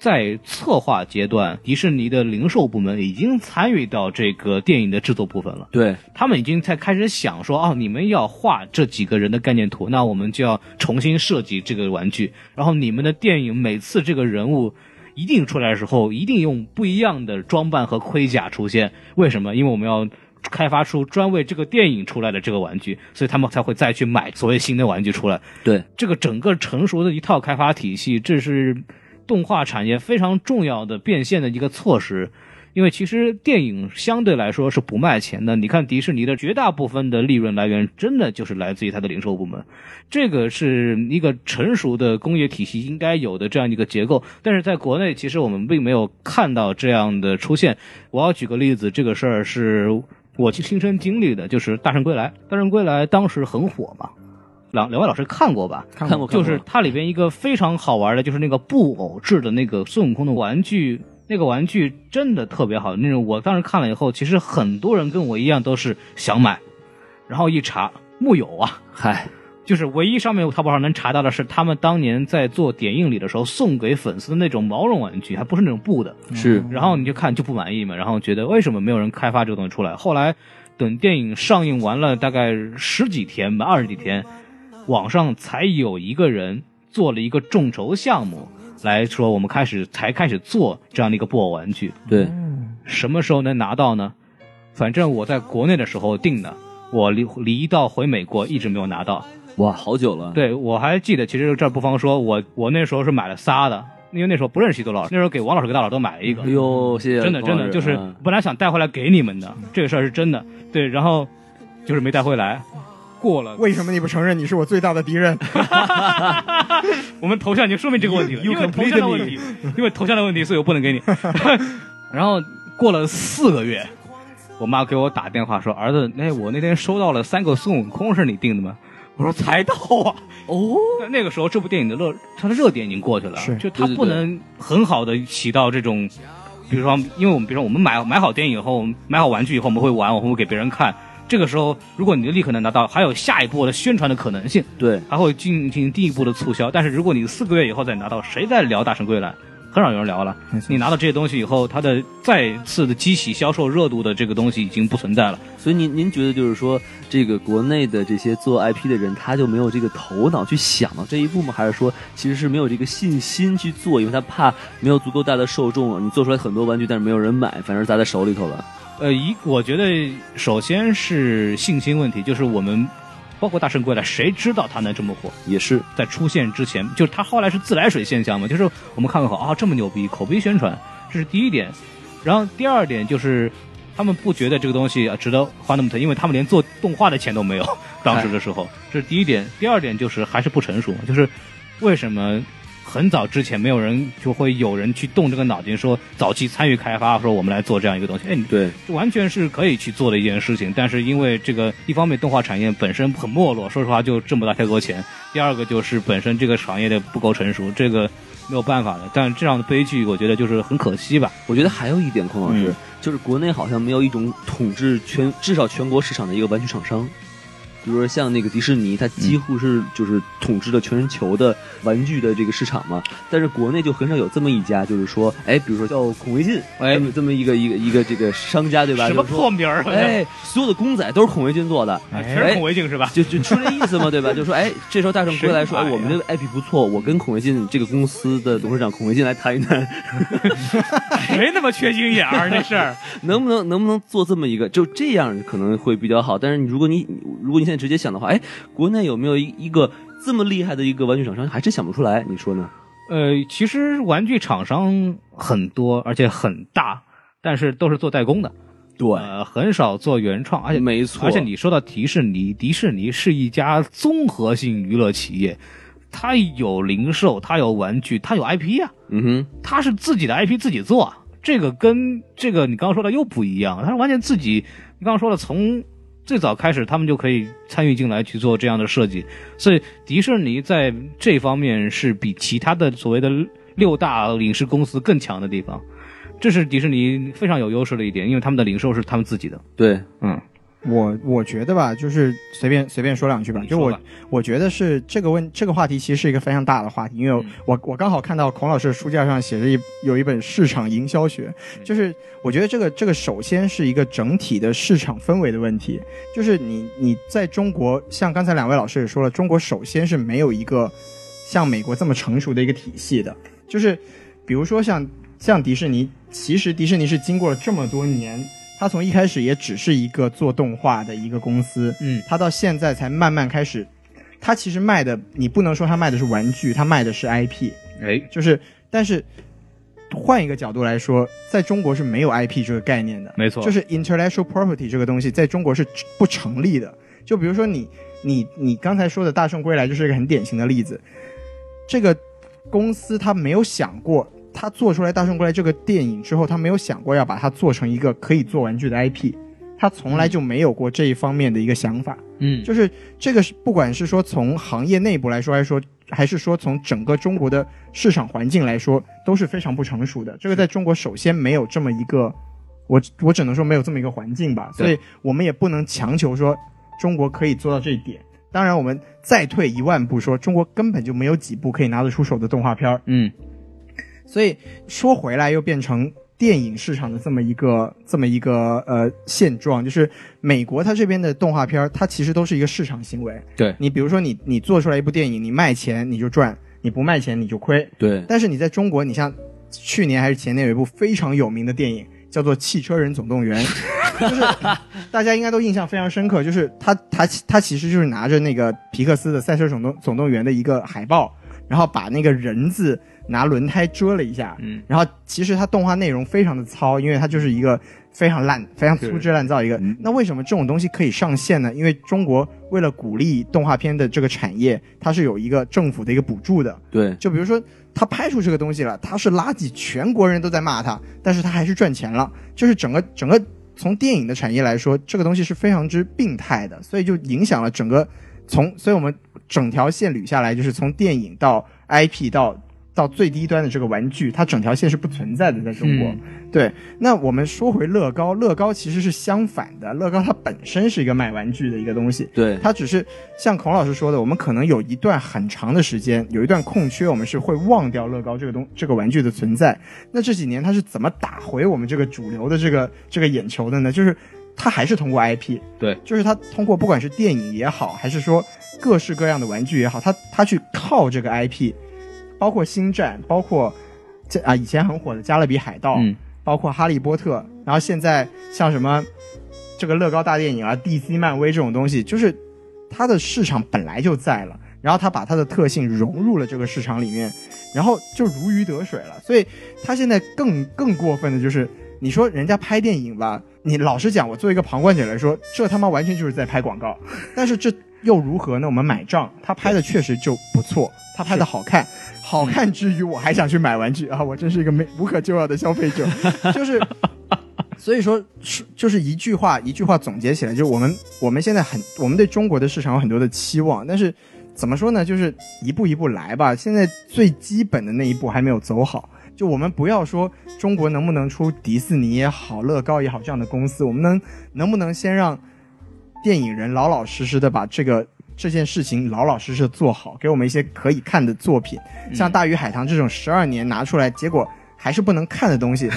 Speaker 3: 在策划阶段，迪士尼的零售部门已经参与到这个电影的制作部分了。
Speaker 4: 对，
Speaker 3: 他们已经在开始想说，哦，你们要画这几个人的概念图，那我们就要重新设计这个玩具。然后你们的电影每次这个人物一定出来的时候，一定用不一样的装扮和盔甲出现。为什么？因为我们要开发出专为这个电影出来的这个玩具，所以他们才会再去买所谓新的玩具出来。
Speaker 4: 对，
Speaker 3: 这个整个成熟的一套开发体系，这是动画产业非常重要的变现的一个措施。因为其实电影相对来说是不卖钱的。你看迪士尼的绝大部分的利润来源，真的就是来自于它的零售部门，这个是一个成熟的工业体系应该有的这样一个结构。但是在国内，其实我们并没有看到这样的出现。我要举个例子，这个事儿是我亲身经历的，就是《大圣归来》。《大圣归来》当时很火嘛，两两位老师看过吧？
Speaker 1: 看
Speaker 4: 看过
Speaker 3: 就是它里边一个非常好玩的，就是那个布偶制的那个孙悟空的玩具，那个玩具真的特别好。那种我当时看了以后，其实很多人跟我一样都是想买，然后一查木有啊，
Speaker 4: 嗨，
Speaker 3: 就是唯一上面淘宝上能查到的是他们当年在做点映礼的时候送给粉丝的那种毛绒玩具，还不是那种布的。
Speaker 4: 是
Speaker 1: 嗯
Speaker 3: 然后你就看就不满意嘛，然后觉得为什么没有人开发这个东西出来？后来等电影上映完了大概十几天吧，二十几天，网上才有一个人做了一个众筹项目来说，我们开始才开始做这样的一个布偶玩具，
Speaker 4: 对，
Speaker 3: 什么时候能拿到呢？反正我在国内的时候定的，我离离到回美国一直没有拿到。
Speaker 4: 哇，好久了，
Speaker 3: 对，我还记得，其实这儿不方说，我我那时候是买了仨的，因为那时候不认识西多老师，那时候给王老师、给大老师都买了一个。
Speaker 4: 哎呦，谢谢，
Speaker 3: 真的真的就是
Speaker 4: 嗯
Speaker 3: 本来想带回来给你们的，这个事儿是真的。对，然后就是没带回来，过了。
Speaker 1: 为什么你不承认你是我最大的敌人？
Speaker 3: 我们头像已经说明这个问题了，
Speaker 4: You-
Speaker 3: 因
Speaker 4: you
Speaker 3: 为头像的问题， 因为头像的问题，所以我不能给你。 然后过了四个月，我妈给我打电话说：“儿子，那我那天收到了三个孙悟空，是你订的吗？”我说：“才到啊。”
Speaker 4: 哦，
Speaker 3: 但那个时候，这部电影的热，它的热点已经过去了，
Speaker 1: 是
Speaker 3: 就它
Speaker 4: 对对
Speaker 3: 不能很好的起到这种，比如说，因为我们比如说我们买买好电影以后，买好玩具以后，我们会玩，我们会给别人看。这个时候，如果你立刻能拿到，还有下一步的宣传的可能性，
Speaker 4: 对，
Speaker 3: 还会进行进一步的促销。但是如果你四个月以后再拿到，谁在聊《大圣归来》？很少有人聊了
Speaker 1: 没。错
Speaker 3: 你拿到这些东西以后，它的再次的激起销售热度的这个东西已经不存在了。
Speaker 4: 所以您您觉得就是说，这个国内的这些做 IP 的人，他就没有这个头脑去想到这一步吗？还是说其实是没有这个信心去做，因为他怕没有足够大的受众，你做出来很多玩具，但是没有人买，反而砸在手里头了。
Speaker 3: 呃，一我觉得首先是信心问题，就是我们包括《大圣归来》，谁知道他能这么火？
Speaker 4: 也是，
Speaker 3: 在出现之前，就是他后来是自来水现象嘛，就是我们看看好啊，这么牛逼，口碑宣传，这是第一点。然后第二点就是，他们不觉得这个东西啊值得花那么多，因为他们连做动画的钱都没有，当时的时候，这是第一点。第二点就是还是不成熟嘛，就是为什么很早之前没有人就会有人去动这个脑筋，说早期参与开发，说我们来做这样一个东西，哎，你
Speaker 4: 对，
Speaker 3: 这完全是可以去做的一件事情，但是因为这个，一方面动画产业本身很没落，说实话就挣不到太多钱；第二个就是本身这个行业的不够成熟，这个没有办法的。但这样的悲剧，我觉得就是很可惜吧。
Speaker 4: 我觉得还有一点，孔老师、
Speaker 3: 嗯
Speaker 4: 就是国内好像没有一种统治全至少全国市场的一个玩具厂商，比如说像那个迪士尼，它几乎是
Speaker 3: 嗯
Speaker 4: 就是统治了全球的玩具的这个市场嘛。但是国内就很少有这么一家，就是说，哎，比如说叫孔维进，
Speaker 3: 哎
Speaker 4: 这么这么一个一个一个这个商家对吧？
Speaker 3: 什么
Speaker 4: 就是说
Speaker 3: 破名儿？啊哎
Speaker 4: 哎，所有的公仔都是孔维进做的，哎
Speaker 1: 哎
Speaker 3: 全是孔维静是吧？
Speaker 4: 就就出这意思 嘛，对吧？就说哎，这时候大圣归来
Speaker 3: 神
Speaker 4: 说，
Speaker 3: 啊马
Speaker 4: 哎，
Speaker 3: 呀
Speaker 4: 我们这个 IP 不错，我跟孔维进这个公司的董事长孔维进来谈一谈，
Speaker 1: 哎
Speaker 3: 没那么缺心眼 儿这事儿。
Speaker 4: 能不能能不能做这么一个，就这样可能会比较好。但是你如果你如果你现在直接想的话，哎，国内有没有一一个这么厉害的一个玩具厂商，还真想不出来，你说呢？
Speaker 3: 呃，其实玩具厂商很多，而且很大，但是都是做代工的，
Speaker 4: 对
Speaker 3: 呃，很少做原创，而且
Speaker 4: 没错
Speaker 3: 而且你说到迪士尼，迪士尼是一家综合性娱乐企业，它有零售，它有玩具，它有 IP 啊，
Speaker 4: 嗯哼，
Speaker 3: 它是自己的 IP 自己做啊，这个跟这个你刚刚说的又不一样，它是完全自己。你刚刚说的从最早开始，他们就可以参与进来去做这样的设计，所以迪士尼在这方面是比其他的所谓的六大影视公司更强的地方，这是迪士尼非常有优势的一点，因为他们的零售是他们自己的。
Speaker 4: 对，
Speaker 3: 嗯，
Speaker 1: 我我觉得吧，就是随便随便说两句吧。
Speaker 3: 你
Speaker 1: 就
Speaker 3: 说
Speaker 1: 我
Speaker 3: 吧
Speaker 1: 我觉得是这个问这个话题其实是一个非常大的话题，因为我、
Speaker 3: 嗯
Speaker 1: 我我刚好看到孔老师的书架上写着一有一本市场营销学，
Speaker 3: 嗯
Speaker 1: 就是我觉得这个这个首先是一个整体的市场氛围的问题，就是你你在中国，像刚才两位老师也说了，中国首先是没有一个像美国这么成熟的一个体系的，就是比如说像像迪士尼，其实迪士尼是经过了这么多年，它从一开始也只是一个做动画的一个公司，
Speaker 3: 嗯，
Speaker 1: 它到现在才慢慢开始，它其实卖的你不能说它卖的是玩具，它卖的是 IP，
Speaker 3: 哎，
Speaker 1: 就是但是换一个角度来说，在中国是没有 IP 这个概念的，
Speaker 3: 没错，
Speaker 1: 就是 intellectual property 这个东西在中国是不成立的。就比如说你你你刚才说的《大圣归来》就是一个很典型的例子，这个公司他没有想过，他做出来《大圣归来》这个电影之后，他没有想过要把它做成一个可以做玩具的 IP，他从来就没有过这一方面的一个想法。
Speaker 3: 嗯，
Speaker 1: 就是这个是不管是说从行业内部来说，还是说还是说从整个中国的市场环境来说，都是非常不成熟的。这个在中国首先没有这么一个，我我只能说没有这么一个环境吧，
Speaker 3: 对
Speaker 1: 所以我们也不能强求说中国可以做到这一点。当然，我们再退一万步说，中国根本就没有几部可以拿得出手的动画片儿。
Speaker 3: 嗯，
Speaker 1: 所以说回来又变成电影市场的这么一个这么一个呃现状，就是美国它这边的动画片儿，它其实都是一个市场行为。
Speaker 3: 对
Speaker 1: 你比如说你你做出来一部电影，你卖钱你就赚，你不卖钱你就亏。
Speaker 4: 对，
Speaker 1: 但是你在中国，你像去年还是前年有一部非常有名的电影。叫做《汽车人总动员》，就是大家应该都印象非常深刻。就是他他他其实就是拿着那个皮克斯的《赛车总动总动员》的一个海报，然后把那个人字拿轮胎遮了一下，
Speaker 3: 嗯，
Speaker 1: 然后其实它动画内容非常的糙，因为它就是一个非常烂、非常粗制滥造一个
Speaker 3: 嗯。
Speaker 1: 那为什么这种东西可以上线呢？因为中国为了鼓励动画片的这个产业，它是有一个政府的一个补助的。
Speaker 4: 对，
Speaker 1: 就比如说他拍出这个东西了，他是垃圾，全国人都在骂他，但是他还是赚钱了。就是整个整个从电影的产业来说，这个东西是非常之病态的，所以就影响了整个从，所以我们整条线捋下来，就是从电影到 IP 到到最低端的这个玩具，它整条线是不存在的，在中国。
Speaker 3: 嗯
Speaker 1: 对，那我们说回乐高，乐高其实是相反的，乐高它本身是一个卖玩具的一个东西，
Speaker 4: 对，
Speaker 1: 它只是像孔老师说的，我们可能有一段很长的时间，有一段空缺，我们是会忘掉乐高这个东这个玩具的存在。那这几年它是怎么打回我们这个主流的这个这个眼球的呢？就是它还是通过 IP，
Speaker 3: 对，
Speaker 1: 就是它通过不管是电影也好，还是说各式各样的玩具也好，它它去靠这个 IP，包括星战，包括这啊以前很火的《加勒比海盗》
Speaker 3: 嗯
Speaker 1: 包括《哈利波特》，然后现在像什么这个乐高大电影啊、DC、漫威这种东西，就是它的市场本来就在了，然后它把它的特性融入了这个市场里面，然后就如鱼得水了。所以它现在更更过分的就是，你说人家拍电影吧，你老实讲，我作为一个旁观者来说，这他妈完全就是在拍广告，但是这。又如何呢？我们买账，他拍的确实就不错，他拍的好看，好看之余，我还想去买玩具啊！我真是一个没 无可救药的消费者， 就是，所以说是就是一句话一句话总结起来，就是我们我们现在很我们对中国的市场有很多的期望，但是怎么说呢？就是一步一步来吧。现在最基本的那一步还没有走好。就我们不要说中国能不能出迪士尼也好、乐高也好这样的公司，我们能能不能先让电影人老老实实的把这个这件事情老老实实的做好，给我们一些可以看的作品，像《大鱼海棠》这种十二年拿出来，结果还是不能看的东西，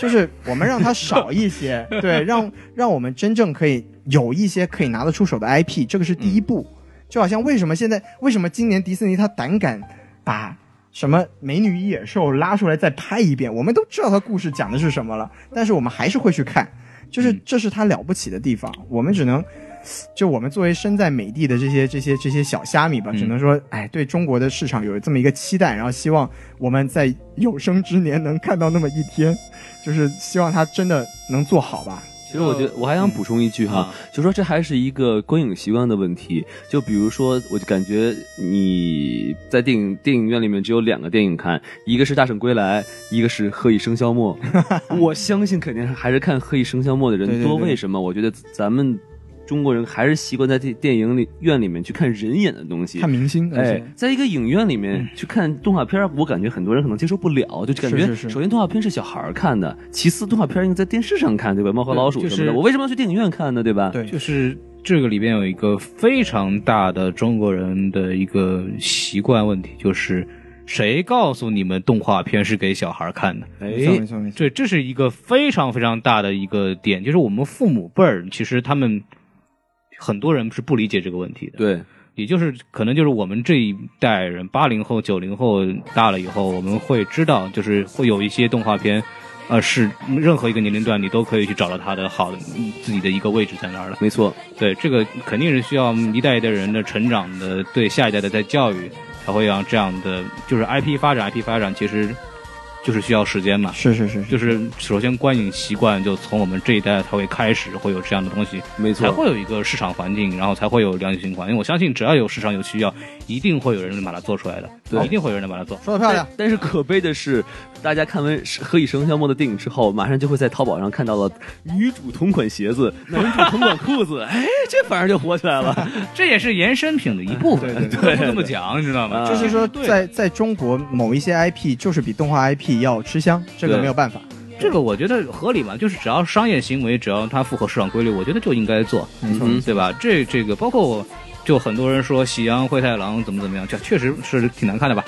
Speaker 1: 就是我们让它少一些，对，让让我们真正可以有一些可以拿得出手的 IP，这个是第一步。就好像为什么现在为什么今年迪士尼他胆敢把什么《美女与野兽》拉出来再拍一遍，我们都知道它故事讲的是什么了，但是我们还是会去看，就是
Speaker 3: 嗯
Speaker 1: 这是它了不起的地方，我们只能。就我们作为身在美地的这些这些这些小虾米吧，
Speaker 3: 嗯
Speaker 1: 只能说，哎，对中国的市场有这么一个期待，然后希望我们在有生之年能看到那么一天，就是希望它真的能做好吧。
Speaker 4: 其实我
Speaker 1: 哦
Speaker 4: 觉得我还想补充一句哈，
Speaker 3: 嗯
Speaker 4: 就说这还是一个观影习惯的问题。就比如说，我就感觉你在电影电影院里面只有两个电影看，一个是《大圣归来》，一个是《何以笙箫默》。 我相信肯定还是看《何以笙箫默》的人
Speaker 1: 对对
Speaker 4: 多。
Speaker 1: 对
Speaker 4: 为什么？我觉得咱们中国人还是习惯在电电影里院里面去看人演的东西
Speaker 1: 看。明星，而
Speaker 4: 哎
Speaker 1: 且，
Speaker 4: 在一个影院里面去看动画片儿，我感觉很多人可能接受不了，就
Speaker 1: 是
Speaker 4: 感觉
Speaker 1: 是是
Speaker 4: 首先动画片是小孩儿看的，其次动画片儿应该在电视上看，对吧？猫和老鼠
Speaker 3: 对就
Speaker 4: 什么的，
Speaker 3: 是
Speaker 4: 我为什么要去电影院看呢？对吧？
Speaker 1: 对，
Speaker 3: 就是这个里边有一个非常大的中国人的一个习惯问题，就是谁告诉你们动画片是给小孩看的？
Speaker 1: 没错没错没错，
Speaker 3: 对，这是一个非常非常大的一个点，就是我们父母辈儿，其实他们很多人是不理解这个问题的。，
Speaker 4: 对
Speaker 3: 也就是可能就是我们这一代人，八零后、九零后大了以后，我们会知道，就是会有一些动画片，呃，是任何一个年龄段你都可以去找到它的好的嗯自己的一个位置在那儿了。
Speaker 4: 没错，
Speaker 3: 对，这个肯定是需要一代一代人的成长的，对下一代的在教育，才会让这样的就是 IP 发展，IP 发展其实就是需要时间嘛。
Speaker 1: 是是是是，
Speaker 3: 就是首先观影习惯就从我们这一代才会开始，会有这样的东西，
Speaker 4: 没
Speaker 3: 才会有一个市场环境，然后才会有良性循环。因为我相信，只要有市场有需要，一定会有人能把它做出来的，
Speaker 4: 对
Speaker 3: 一定会有人能把它做。
Speaker 1: 说的漂亮
Speaker 4: 但。但是可悲的是，大家看完《何以笙箫默》的电影之后，马上就会在淘宝上看到了女主同款鞋子、男主同款裤子， 哎，这反而就火起来了。
Speaker 3: 这也是衍生品的一部分，
Speaker 1: 对对
Speaker 3: 不能这么讲，你知道吗？
Speaker 4: 啊
Speaker 1: 就是说
Speaker 3: 对，
Speaker 1: 在在中国某一些 IP 就是比动画 IP 要吃香，这个
Speaker 4: 对
Speaker 1: 没有办法。
Speaker 3: 这个我觉得合理嘛，就是只要商业行为，只要它符合市场规律，我觉得就应该做，
Speaker 1: 没错
Speaker 4: 嗯
Speaker 3: 对吧？这这个包括我。就很多人说喜羊灰太狼怎么怎么样，这确实是挺难看的 吧？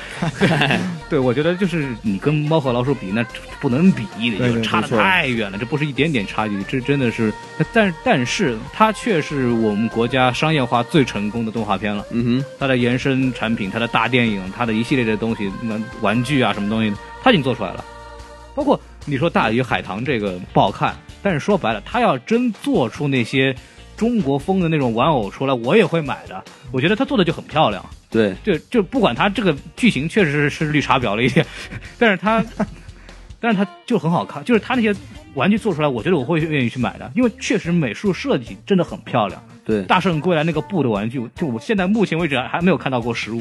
Speaker 3: 对，我觉得就是你跟猫和老鼠比，那不能比，
Speaker 1: 对
Speaker 3: 就差
Speaker 1: 没
Speaker 3: 的
Speaker 1: 错
Speaker 3: 太远了，这不是一点点差距，这真的是。但但是它却是我们国家商业化最成功的动画片了。
Speaker 4: 嗯
Speaker 3: 它的延伸产品、它的大电影、它的一系列的东西，那玩具啊什么东西，它已经做出来了。包括你说《大鱼海棠》这个不好看，但是说白了，他要真做出那些中国风的那种玩偶出来，我也会买的。我觉得他做的就很漂亮。
Speaker 4: 哼，对，
Speaker 3: 就就不管他这个剧情确实是绿茶婊了一点，但是他，但是他就很好看，就是他那些玩具做出来，我觉得我会愿意去买的，因为确实美术设计真的很漂亮。
Speaker 4: 对
Speaker 3: 大圣归来那个布的玩具，就我现在目前为止还没有看到过实物。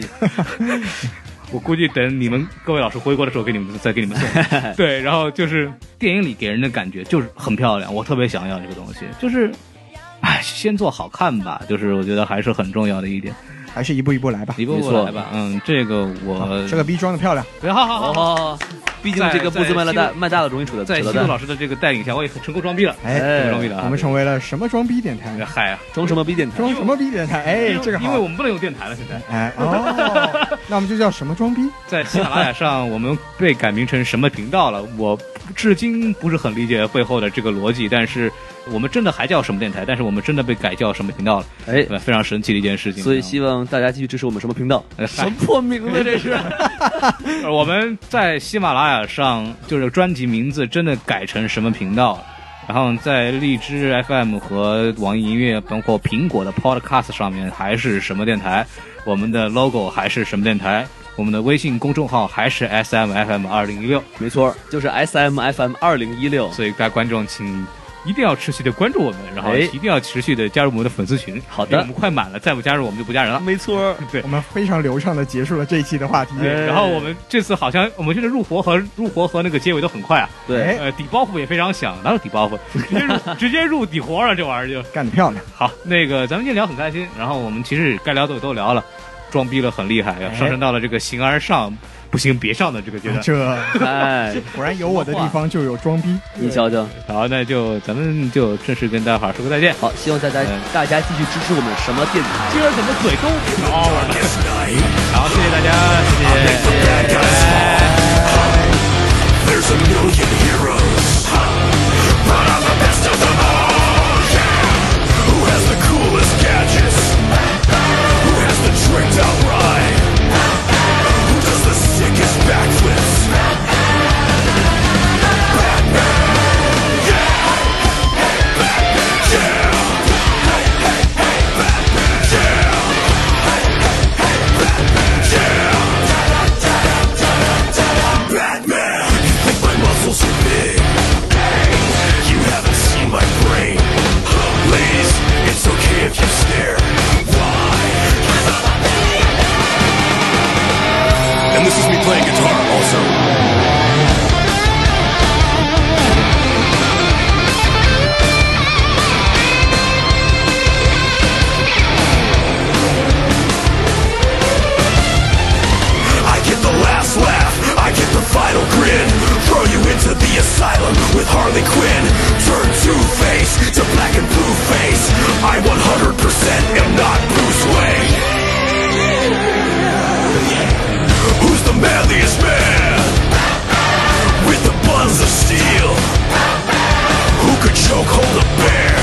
Speaker 3: 我估计等你们各位老师回国的时候，给你们再给你们送。对，然后就是电影里给人的感觉就是很漂亮，我特别想要这个东西，就是，哎，先做好看吧，就是我觉得还是很重要的一点。
Speaker 1: 还是一步一步来吧。
Speaker 3: 一步步来吧，嗯，这个我
Speaker 1: 这个逼装的漂亮，
Speaker 3: 对好好好好，
Speaker 4: 哦，毕竟这个步子迈了大迈大了，容易扯到
Speaker 3: 在
Speaker 4: 扯
Speaker 3: 西
Speaker 4: 到
Speaker 3: 渡
Speaker 4: 蛋。
Speaker 3: 老师的这个带领下，我也很成功装逼了，
Speaker 1: 哎，
Speaker 3: 成功装逼了啊，
Speaker 1: 我们成为了什么装逼电台
Speaker 3: 对？嗨啊，
Speaker 4: 装什么逼电台？
Speaker 1: 装什么逼电台？哎，这个
Speaker 3: 因为
Speaker 1: 好。
Speaker 3: 我们不能用电台了，现在
Speaker 1: 哎哦，那我们就叫什么装逼？
Speaker 3: 在喜马拉雅上， 我们被改名成什么频道了？我至今不是很理解背后的这个逻辑，但是我们真的还叫什么电台？但是我们真的被改叫什么频道了？
Speaker 4: 哎
Speaker 3: 对，吧，非常神奇的一件事情。
Speaker 4: 所以希望大家继续支持我们什 么频道？
Speaker 3: 哎
Speaker 4: 什么破名字这是？
Speaker 3: 呃我们在喜马拉雅上，就是专辑名字真的改成什么频道了。然后在荔枝 FM 和网易音乐，包括苹果的 Podcast 上面，还是什么电台？我们的 logo 还是什么电台？我们的微信公众号还是 SMFM 二零一六。
Speaker 4: 没错，就是 S M F M 二零一 六。
Speaker 3: 所以各位观众，请一定要持续的关注我们，然后
Speaker 4: 哎
Speaker 3: 一定要持续的加入我们的粉丝群。
Speaker 4: 好的
Speaker 3: 因为我们快满了，再不加入我们就不加人了。
Speaker 4: 没错，
Speaker 3: 对
Speaker 1: 我。们非常流畅的结束了这一期的话题。
Speaker 4: 哎
Speaker 3: 然后我们这次好像我们现在入活和入活和那个结尾都很快啊，
Speaker 4: 对，
Speaker 1: 哎
Speaker 3: 呃，底包袱也非常响，哪有底包袱？直接入直接入底活了，这玩意儿就
Speaker 1: 干得漂亮，
Speaker 3: 好。那个咱们今天聊很开心，然后我们其实该聊的都聊了，装逼了很厉害，要上升到了这个形而上不行别上的这个阶段。
Speaker 1: 这
Speaker 4: 哎，
Speaker 1: 果然有我的地方就有装逼。
Speaker 4: 你瞧瞧，
Speaker 3: 好，那就咱们就正式跟大家伙儿说个再见。
Speaker 4: 好，希望大家
Speaker 3: 哎
Speaker 4: 大家继续支持我们什么电台。
Speaker 3: 今儿怎么嘴都瓢了？好，谢谢大家，谢谢。
Speaker 5: And this is me playing guitar also. I get the last laugh, I get the final grin. Throw you into the asylum with Harley Quinn. Turn two face to black and blue face. I 100% am not Bruce Wayne. Who's the manliest man? With the buns of steel. Who could choke hold a bear?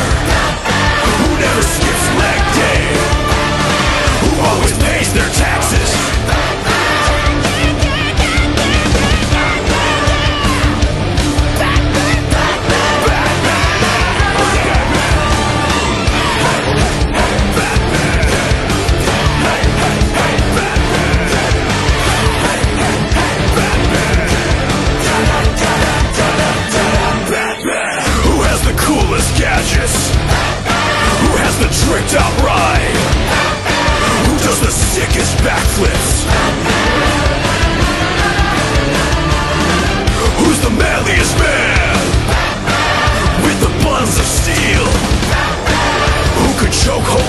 Speaker 5: Who never skips leg day? Who always pays their taxes? conscious? Who has the tricked out ride? Who does the sickest backflips? Who's the manliest man? With the buns of steel? Who could choke hold